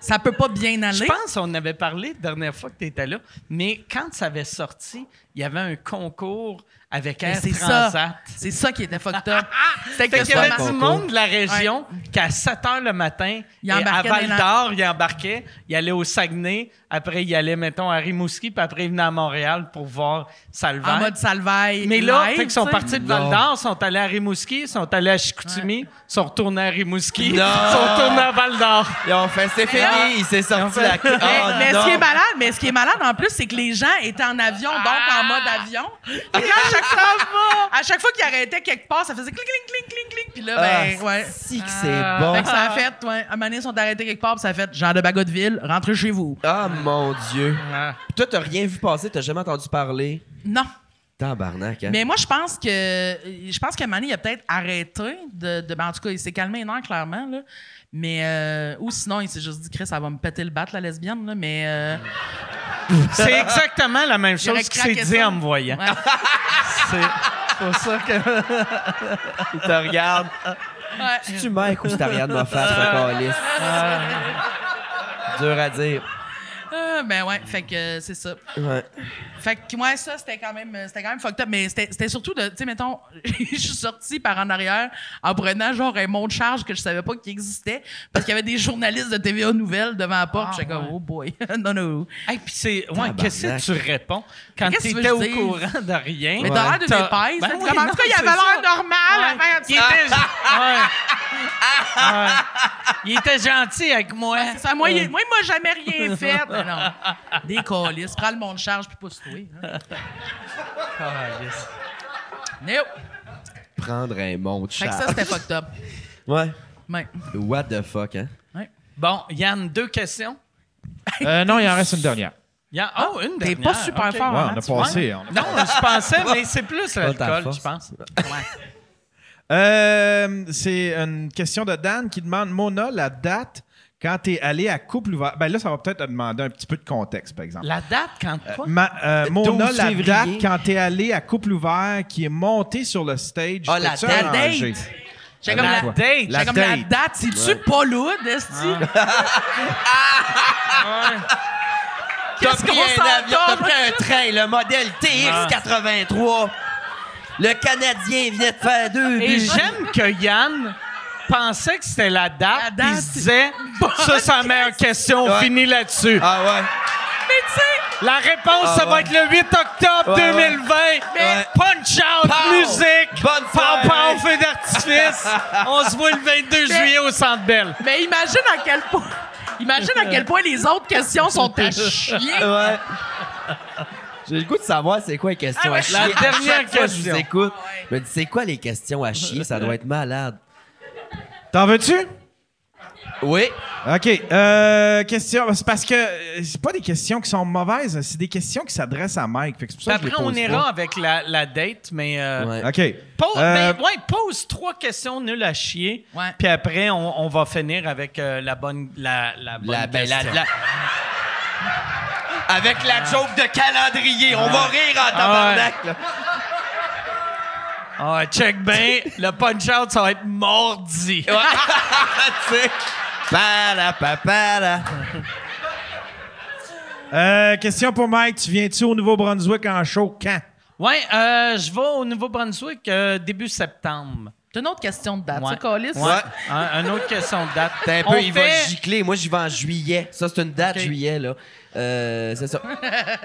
ça peut pas bien
Je
aller.
pense qu'on avait parlé la dernière fois que tu étais là, mais quand ça avait sorti, il y avait un concours avec
Mais
Air
C'est
Transat.
ça. C'est ça qui était fucked up. C'était
Fait
que
qu'il y avait
ça,
du monde de la région qu'à 7 h le matin,
Il
et à
embarquait dans les
Val d'Or, il embarquait, il allait au Saguenay, après il allait, mettons, à Rimouski, puis après il venait à Montréal pour voir Salvaire.
en mode salvaille.
Mais là,
live,
fait qu'ils sont
tu sais.
partis de Val d'Or, sont allés à Rimouski, sont allés à Chicoutimi, sont retournés à Rimouski,
Non!
sont retournés à Val d'Or.
Ils ont fait,
eh,
c'est fini, il s'est sorti la...
Mais,
Ah,
mais
non.
ce qui est malade, mais ce qui est malade en plus, c'est que les gens étaient en avion, donc
Ah!
en mode avion. Et quand à chaque fois, à chaque fois qu'ils arrêtaient quelque part, ça faisait clink clink clink clink clink. Puis là, ben
Ah,
ouais.
Si que c'est bon.
Fait que ça a fait, ouais, à un moment donné, ils sont arrêtés quelque part, puis ça a fait Jean de Bagotville, rentrez chez vous.
Ah, mon Dieu. Toi, t'as rien vu passer, t'as jamais entendu parler.
Non.
Tabarnak, hein?
Mais moi, je pense que je pense que Manny il a peut-être arrêté de, de- ben, en tout cas, il s'est calmé une heure, clairement. Là. Mais euh, ou sinon, il s'est juste dit Chris, ça va me péter le bat la lesbienne, là, mais euh,
C'est exactement la même chose
J'aurais
qu'il s'est
craqué
dit
ça.
en me voyant.
ouais.
C'est pour ça que...
Il te regarde.
Ouais.
Tu Mike ou c'est Ariane Moffat, son calice? Ah. Dur à dire.
Ah, ben ouais, fait que euh, c'est ça.
Ouais.
Fait que moi, ça, c'était quand même euh, c'était quand même fucked up. Mais c'était c'était surtout de, tu sais, mettons, je suis sortie par en arrière en prenant genre un mont de charge que je savais pas qui existait parce qu'il y avait des journalistes de TVA Nouvelles devant la porte.
Ah,
J'étais comme,
ouais.
oh boy, non, non.
Hey, puis c'est. Ouais,
Tabarnak.
qu'est-ce que tu réponds quand
Qu'est-ce que tu
t'étais
veux
au
que je dise?
courant de rien?
Mais t'as l'air d'une
T'as-
épaisse.
Ben
là, tu
oui,
comme, en
non,
tout cas, il
c'est
avait l'air
ça.
normal.
Ouais.
avant, tu
Il
sais.
était. ouais. Ouais. Il était gentil avec moi.
C'est ça, moi, il- moi, il m'a jamais rien fait. Mais non. Des colis, prends le monde de charge puis pousse-toi. hein.
Calisse.
Nope.
Prendre un mont de
Fait que ça,
charge.
c'était fucked up.
Ouais.
Ouais.
What the fuck, hein?
Euh, Bon, Yann, deux questions.
Euh, non, il en reste une dernière.
Yann, oh, une
Ah, T'es
dernière.
pas super
OK.
Ah,
fort.
Ouais,
hein,
on a
tu
passé. on a-
Non, je pensais, mais c'est plus
ta
l'alcool,
force.
je pense.
Euh, c'est une question de Dan qui demande Mona, la date quand t'es allé à couple ouvert. Ben là, ça va peut-être te demander un petit peu de contexte, par exemple.
La date quand quoi?
Ma- euh, Mona,
12
la
février.
date quand t'es allé à couple ouvert qui est montée sur le stage.
Ah, la
t'as-tu
date.
arrangé?
J'ai comme la,
date. Ah.
J'étais comme la date, c'est-tu pas lourde, esti?
T'as
Qu'est-ce
pris,
qu'on
un avion, t'as
s'entend?
pris un train, le modèle TX-83. Le Canadien vient de faire deux
Et
buts.
j'aime que Yann pensait que c'était la
La
date,
date,
puis il se disait ça, c'est la meilleure question, on
Ouais.
finit là-dessus.
Ah ouais.
Mais tu sais,
La réponse, ça va
ouais.
être le 8 octobre
Ouais,
2020.
Mais-
Punch out,
Pow!
musique,
Bonne
pow, pow,
soirée.
feu d'artifice. On se voit le 22 juillet au Centre Bell.
mais imagine à quel point... Imagine à quel point les autres questions sont à chier.
Ouais. J'ai le goût de savoir c'est quoi les questions
Ah ouais,
à chier.
la
À chaque
dernière
fois que je
question.
vous écoute.
Ah ouais.
Je me dis, c'est quoi les questions à chier? Ça doit être malade.
T'en veux-tu?
Oui.
OK. euh, question. C'est parce que euh, c'est pas des questions qui sont mauvaises, c'est des questions qui s'adressent à Mike. Fait que c'est pour ça que je
Après,
les
on
pose
ira avec la, la date, mais. euh,
Ouais.
pas. OK.
Pose,
Euh,
ben, ouais, pose trois questions nulles à chier.
Ouais.
Puis après, on, on va finir avec euh, la bonne, la, la bonne
La- ben, la-
question.
la- Ah. Avec la joke de calendrier. On va rire en tabarnak. là.
Ah, check bien. le punch out, ça va être mordi.
tu sais. Para, pa, para.
Euh, question pour Mike. Tu viens-tu au Nouveau-Brunswick en show quand?
Ouais, euh, je vais au Nouveau-Brunswick euh, début septembre.
T'as une autre question de date,
Ouais.
ça, Calis?
Ouais. un, un autre question de date.
T'es un
On
peu, il va
fait-
gicler. Moi, j'y vais en juillet. Ça, c'est une date,
Ok.
juillet, là. Euh, c'est ça.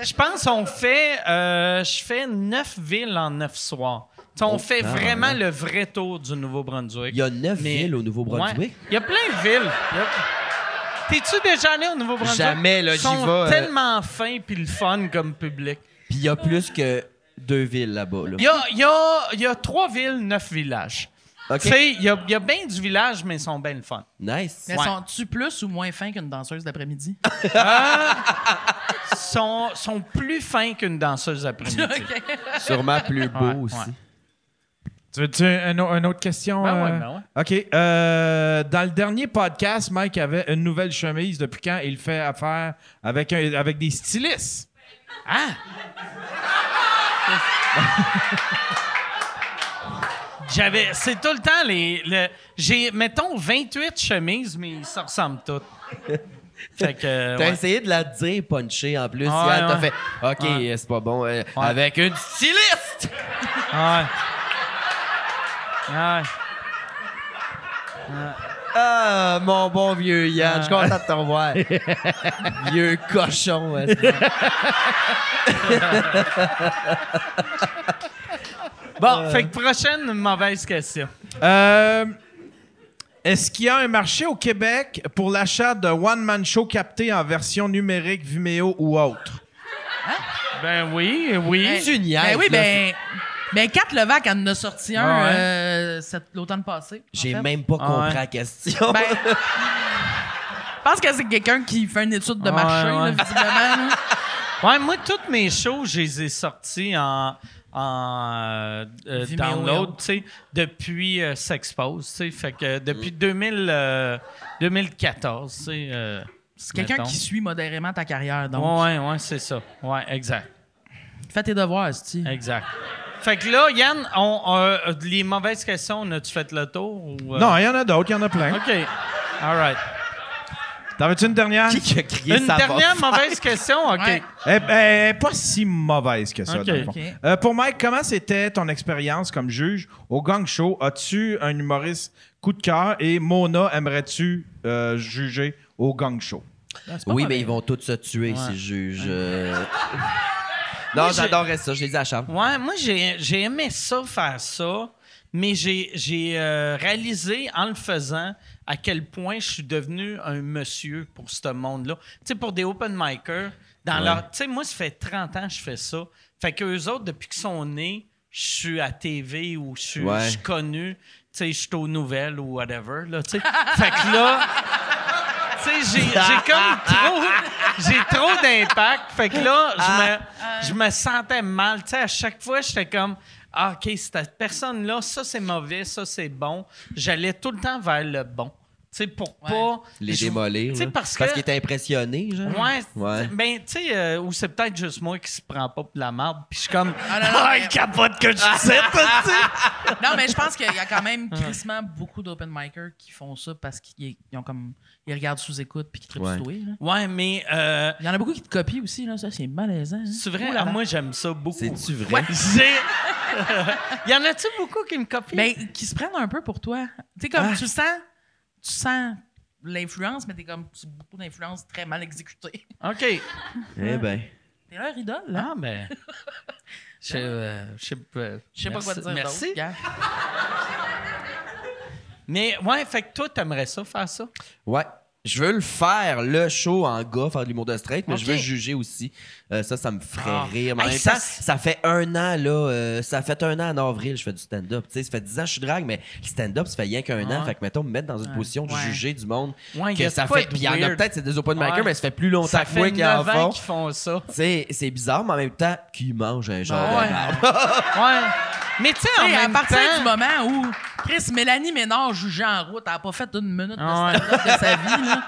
Je pense qu'on fait. euh, je fais neuf villes en neuf soirs. Tu sais, on
Oh,
fait
ah,
vraiment
ouais.
le vrai tour du Nouveau-Brunswick.
Il y a neuf villes au Nouveau-Brunswick?
Ouais. Il y a plein de villes. Il y a- T'es-tu déjà allé au Nouveau-Brunswick?
Jamais, là,
Ils
j'y
sont
vais, euh.
tellement fins puis le fun comme public.
Puis il y a plus que deux villes là-bas, là.
Il y a, il y a- il y a trois villes, neuf villages.
OK.
Tu sais, il y a, il y a bien du village, mais ils sont bien le fun.
Nice.
Mais
Ouais.
sont-tu plus ou moins fin qu'une danseuse d'après-midi?
Ils sont, sont plus fins qu'une danseuse après-midi.
OK.
Sûrement plus beau
Ouais,
aussi.
ouais.
Tu veux-tu un au- une autre question?
Ben ouais,
euh?
ben ouais.
OK. euh, dans le dernier podcast, Mike avait une nouvelle chemise. Depuis quand il fait affaire avec, un- avec des stylistes?
J'avais, c'est tout le temps les, le- j'ai, mettons, 28 chemises, mais ils se ressemblent toutes. Fait que, euh,
T'as
ouais.
essayé de la dire punchée en
Ouais,
plus. Yann, t'as
ouais.
fait OK, euh, c'est pas bon. euh, Avec une styliste!
Ah Ouais. Ouais.
Ah, mon bon vieux Yann, je suis content de te revoir. vieux cochon. ouais, c'est bon.
Bon,
Euh.
fait que prochaine mauvaise question.
Euh, Est-ce qu'il y a un marché au Québec pour l'achat de one-man show capté en version numérique Vimeo ou autre?
Ben oui, oui.
Ben,
tu niaises,
Ben oui,
là,
ben. Ben, Kat Levac, elle en a sorti un
Ah ouais.
euh, cet- l'automne passé. en
J'ai
fait.
même pas
Ah,
compris
ouais.
la question.
Ben, je pense que c'est quelqu'un qui fait une étude de
Ouais,
marché, là,
ouais.
visiblement. là.
Ouais, moi, toutes mes shows, je les ai sortis en, en euh, euh,
Vimeo et
download,
autres.
tu sais, depuis euh, S'Expose, tu sais. Fait que depuis
Mm.
2000, euh, 2014, tu sais. euh,
C'est quelqu'un
mettons.
qui suit modérément ta carrière, donc.
Ouais, ouais, c'est ça. Ouais, exact.
Fais tes devoirs, Sti.
Exact. Fait que là, Yann, on, euh, les mauvaises questions, on a-tu fait le tour? Ou, euh?
Non, il y en a d'autres, il y en a
hein.
plein.
OK. All right.
T'en veux-tu une dernière?
Qui qui a crié
Une
ça va
dernière
faire?
mauvaise question? OK.
Ouais.
Elle- elle est ben, pas si mauvaise que ça,
Ok.
dans le fond.
Ok.
Euh, pour Mike, comment c'était ton expérience comme juge au Gang Show? As-tu un humoriste coup de cœur et Mona, aimerais-tu euh, juger au Gang Show?
Ben,
Oui, mais ils vont tous se tuer si je juge. euh. non,
Moi, j'ai-
j'adorais ça. Je les ai à la chambre.
Ouais, moi, j'ai j'ai aimé ça, faire ça, mais j'ai j'ai, euh, réalisé en le faisant à quel point je suis devenu un monsieur pour ce monde-là. Tu sais, pour des open micers, dans leur. Tu sais, moi, ça fait 30 ans que je fais ça. Fait qu'eux autres, depuis qu'ils sont nés, je suis à TV ou je suis
Ouais.
je suis connu. Tu sais, je suis aux nouvelles ou whatever. Là, tu sais. fait que là. Tu sais, j'ai, j'ai comme trop, j'ai trop d'impact. Fait que là, je me, je me sentais mal. Tu sais, à chaque fois, j'étais comme, ah, OK, cette personne-là, ça, c'est mauvais, ça, c'est bon. J'allais tout le temps vers le bon. Tu sais, pour pas...
Les
je-
démolir.
Tu sais,
là.
parce que...
qu'ils étaient impressionnés, genre.
Ouais,
Ouais.
ben, tu sais, euh, ou c'est peut-être juste moi qui se prend pas pour la marde, puis je suis comme,
Ah, non, non,
ah,
mais-
il capote que je sais, toi, tu sais.
Non, mais je pense qu'il y a quand même crissement beaucoup d'open micers qui font ça parce qu'ils ils ont comme. Ils regardent sous écoute puis qu'ils trippent
Ouais.
sur toi, là.
Ouais, mais, euh,
Il y en a beaucoup qui te copient aussi, là. Ça, c'est malaisant. hein.
c'est vrai,
Oh là
ah,
là.
moi, j'aime ça beaucoup.
C'est-tu vrai?
Ouais, j'ai... y en a-tu beaucoup qui me copient?
Ben, qui se prennent un peu pour toi. Tu sais, comme
Ah.
tu le sens, tu sens l'influence, mais t'es comme c'est beaucoup d'influence très mal exécutée.
OK.
Eh ben.
T'es leur idole, là.
Ah, ben. Je euh, je sais pas.
Je sais pas quoi te dire.
Merci.
d'autre, gars.
Mais ouais, fait que toi, t'aimerais ça faire ça?
Ouais. Je veux le faire, le show en gars, faire de l'humour de straight, mais
Ok.
je veux juger aussi. Euh, ça, ça me ferait
Ah.
rire. Mais en
Hey,
même
ça,
temps,
c'est-
ça fait un an, là. euh, ça fait un an en avril, je fais du stand-up. Tu sais, ça fait dix ans que je suis drague, mais le stand-up, ça fait rien qu'un an. Fait que, mettons, me mettre dans une position de
Ouais.
juger du monde.
Ah. Ouais, y a
que ça
de quoi
fait.
de
Puis il y en a
weird.
peut-être, c'est des open micers,
Ouais.
mais ça fait plus longtemps
Ça
que moi
fait
qui en
9 ans
font.
qu'ils font ça.
Tu sais, c'est bizarre, mais en même temps, qui mange un genre
Ouais.
de merde?
Ouais. Mais tu sais, en
Hey, à
même temps...
partir du moment où Chris, Mélanie Ménard jugeait en route, elle n'a pas fait une minute de
Ah ouais.
stand-up de sa vie. Là.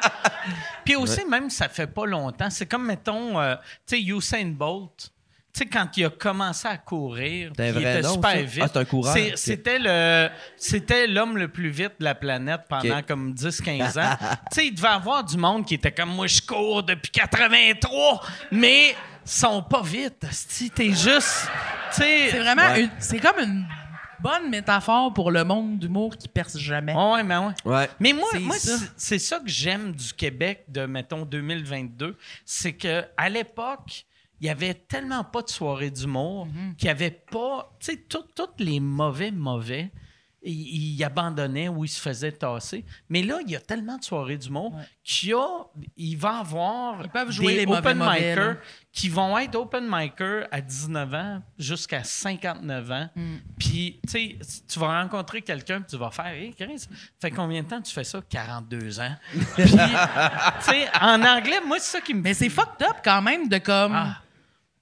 Puis aussi, même, ça fait pas longtemps. C'est comme, mettons, euh, tu sais, Usain Bolt. Tu sais, quand il a commencé à courir,
C'est un
puis il
vrai
était
nom,
super
ça?
vite.
Ah, c'est un coureur,
C'est-
ok.
C'était le, c'était l'homme le plus vite de la planète pendant
Ok.
comme 10-15 ans. tu sais, il devait avoir du monde qui était comme moi, je cours depuis 83, mais ils sont pas vite. Si t'es juste, tu sais.
C'est vraiment
Ouais.
une- c'est comme une bonne métaphore pour le monde d'humour qui perce jamais.
Ouais, ouais, mais ouais.
Ouais.
Mais moi,
C'est
moi,
ça.
c'est- c'est ça que j'aime du Québec de, mettons, 2022. C'est que à l'époque, il y avait tellement pas de soirée d'humour
Mm-hmm.
qu'il n'y avait pas. Tu sais, tout- tous les mauvais, mauvais, ils ils abandonnaient ou ils se faisaient tasser. Mais là, il y a tellement de soirées d'humour qu'il y a. Il va y avoir.
Ils peuvent jouer
des
les mauvais,
open
mauvais,
micers
là.
qui vont être open micers à 19 ans jusqu'à 59 ans.
Mm.
Puis, tu sais, si tu vas rencontrer quelqu'un, puis tu vas faire Hey, Chris, fait combien de temps tu fais ça 42 ans. Puis, tu sais, en anglais, moi, c'est ça qui me.
Mais c'est fucked up quand même de comme.
Ah.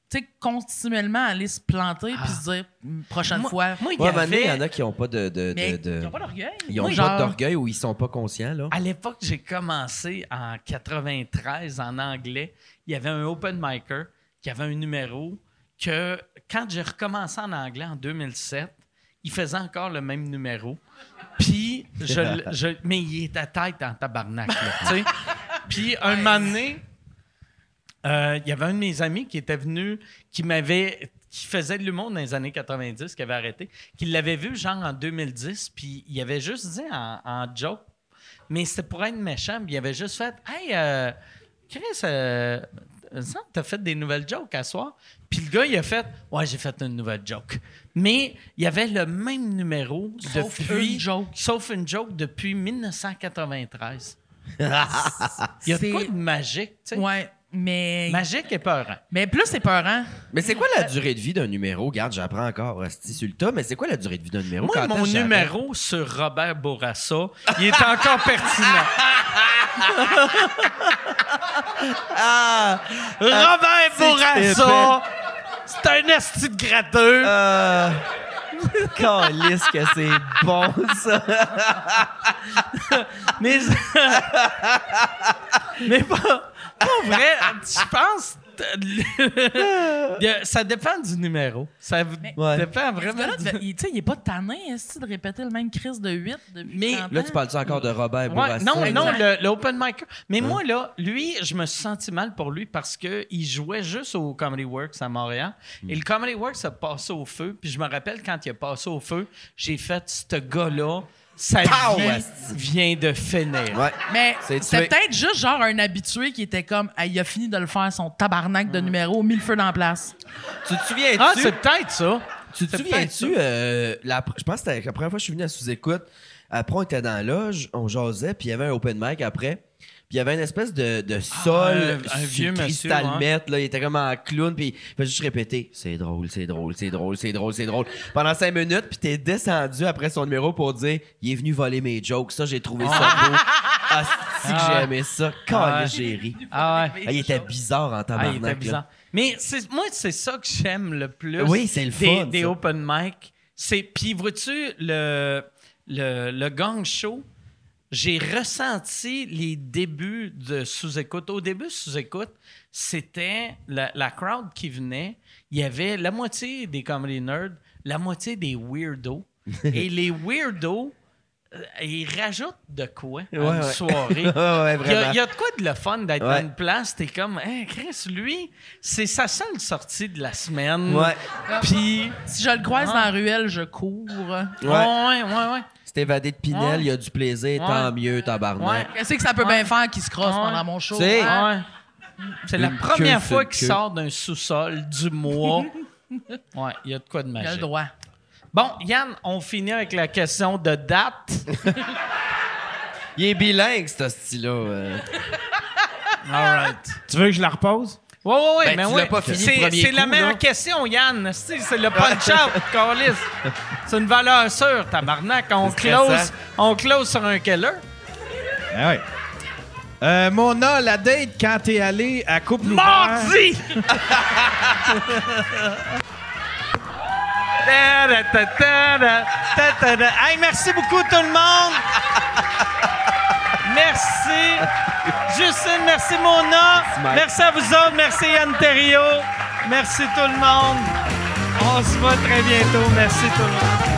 tu sais, continuellement aller se planter puis se dire Hum, prochaine fois.
Moi, il
Ouais,
y
mais il y en
avait-
a qui n'ont pas de. de-
mais
de- de-
ils n'ont pas d'orgueil.
Ils
Moi,
ont
genre,
pas d'orgueil ou ils sont pas conscients, là.
À l'époque, j'ai commencé en 93 en anglais. Il y avait un open micer qui avait un numéro que quand j'ai recommencé en anglais en 2007, il faisait encore le même numéro. Puis, je, l- je- mais il était tête en tabarnak. là, tu sais. Puis, un moment donné, euh, il y avait un de mes amis qui était venu, qui m'avait, qui faisait de l'humour dans les années 90, qui avait arrêté, qui l'avait vu genre en 2010, puis il avait juste dit en, en joke, mais c'était pour être méchant, puis il avait juste fait, hey, euh, Chris, euh, il me semble que t'as fait des nouvelles jokes à soir. Puis le gars, il a fait, ouais, j'ai fait une nouvelle joke. Mais il y avait le même numéro
Sauf
depuis,
une joke.
sauf une joke depuis 1993. Il y a de
C'est-
quoi de magique, tu sais?
Ouais, mais.
Magique et peurant.
Mais plus c'est peurant.
Mais c'est quoi la durée de vie d'un numéro? Regarde, j'apprends encore, Rasti, sur le tas, mais c'est quoi la durée de vie d'un numéro?
Moi,
Quand
mon
est-ce que
numéro sur Robert Bourassa, il est encore pertinent. Ah! Robert Bourassa, c'est un asti de gratteux. Euh,
j'arrête? Calisse que c'est bon, ça!
Mais, mais pas, pas vrai. Je pense. Il y a- ça dépend du numéro. Ça
Ouais.
dépend
Ce
vraiment.
gars-là,
du-
devait- il- tu sais, il est pas tanné est-ce, de répéter le même crise de 8 depuis
Mais-
30
Là, tu
ans?
parles-tu encore de Robert
Ouais,
Bourassa?
non,
là?
non, le, le open mic. Mais moi, là, lui, je me suis senti mal pour lui parce qu'il jouait juste au Comedy Works à Montréal.
Hmm.
Et le Comedy Works a passé au feu. Puis je me rappelle quand il a passé au feu, j'ai fait ce gars-là, sa
Pow!
vie vient de finir.
Ouais.
Mais
C'est tué.
c'était peut-être juste genre un habitué qui était comme Ah, il a fini de le faire son tabarnak
Mm.
de numéro, mis le feu dans la place.
Tu te souviens-tu?
Ah, c'est peut-être ça.
Tu te
C'est
souviens-tu, euh, la pr- je pense que c'était la première fois que je suis venu à sous-écoute. Après, on était dans la loge, on jasait, puis il y avait un open mic après. Puis il y avait une espèce de, de sol,
Ah, un- un
sur
vieux monsieur,
cristal
ouais.
mètre, là, il était comme en clown, puis il faisait juste répéter C'est drôle, c'est drôle, c'est drôle, c'est drôle, c'est drôle. Pendant cinq minutes, puis t'es descendu après son numéro pour dire Il est venu voler mes jokes, ça, j'ai trouvé ça beau. Ah, c'est que j'ai aimé ça. Quand
ouais.
j'ai ri.
Ah ouais.
Ah, il était bizarre en
Ah,
tabarnak.
il était
là.
bizarre. Mais c'est- moi, c'est ça que j'aime le plus.
Oui, c'est le
des,
fun,
Des
ça.
open mic. C'est, puis, vois-tu, le, le, le gang show, j'ai ressenti les débuts de sous-écoute. Au début, sous-écoute, c'était la, la crowd qui venait. Il y avait la moitié des comedy nerds, la moitié des weirdos. Et les weirdos, euh, ils rajoutent de quoi à
Ouais,
une
ouais.
soirée.
Ah, ouais,
Il y,
vraiment.
a, il y a de quoi de le fun d'être
Ouais.
dans une place, t'es comme, Hey, Chris, lui, c'est sa seule sortie de la semaine.
Ouais,
Puis.
Si je le croise dans la ruelle, je cours.
ouais.
Ah. Ouais, ouais, ouais. ouais.
C'est évadé de Pinel,
Ouais.
il y a du plaisir,
Ouais.
tant mieux, tabarnak.
Ouais.
Qu'est-ce que ça peut bien faire qu'il se crosse
Ouais.
pendant mon show?
Tu sais,
hein?
Ouais. C'est la
Une
première
queue
fois
sur
qu'il
queue.
sort d'un sous-sol du mois. ouais, il y a de quoi de
Il a le
magique.
droit.
Bon, Yann, on finit avec la question de date.
Il est bilingue, ce style-là. euh.
All right.
Tu veux que je la repose?
Ouais, ouais, ouais,
Ben,
mais
tu
ouais.
l'as pas fini le
c'est,
premier
c'est la
coup,
meilleure
là.
question, Yann. C'est, c'est le punch-out, Carlis. C'est une valeur sûre, tabarnak. On
C'est stressant.
close, on close sur un Keller.
Ah ouais. Euh, Mona, la date quand t'es allé à Coupe Nouvelle.
Mardi! Ta-da, ta-ta-da, ta-ta-da. Hey, merci beaucoup tout le monde! Merci! Justine, merci Mona!
Mike.
Merci à vous autres, merci Yann Terriot! Merci tout le monde! On se voit très bientôt, merci tout le monde!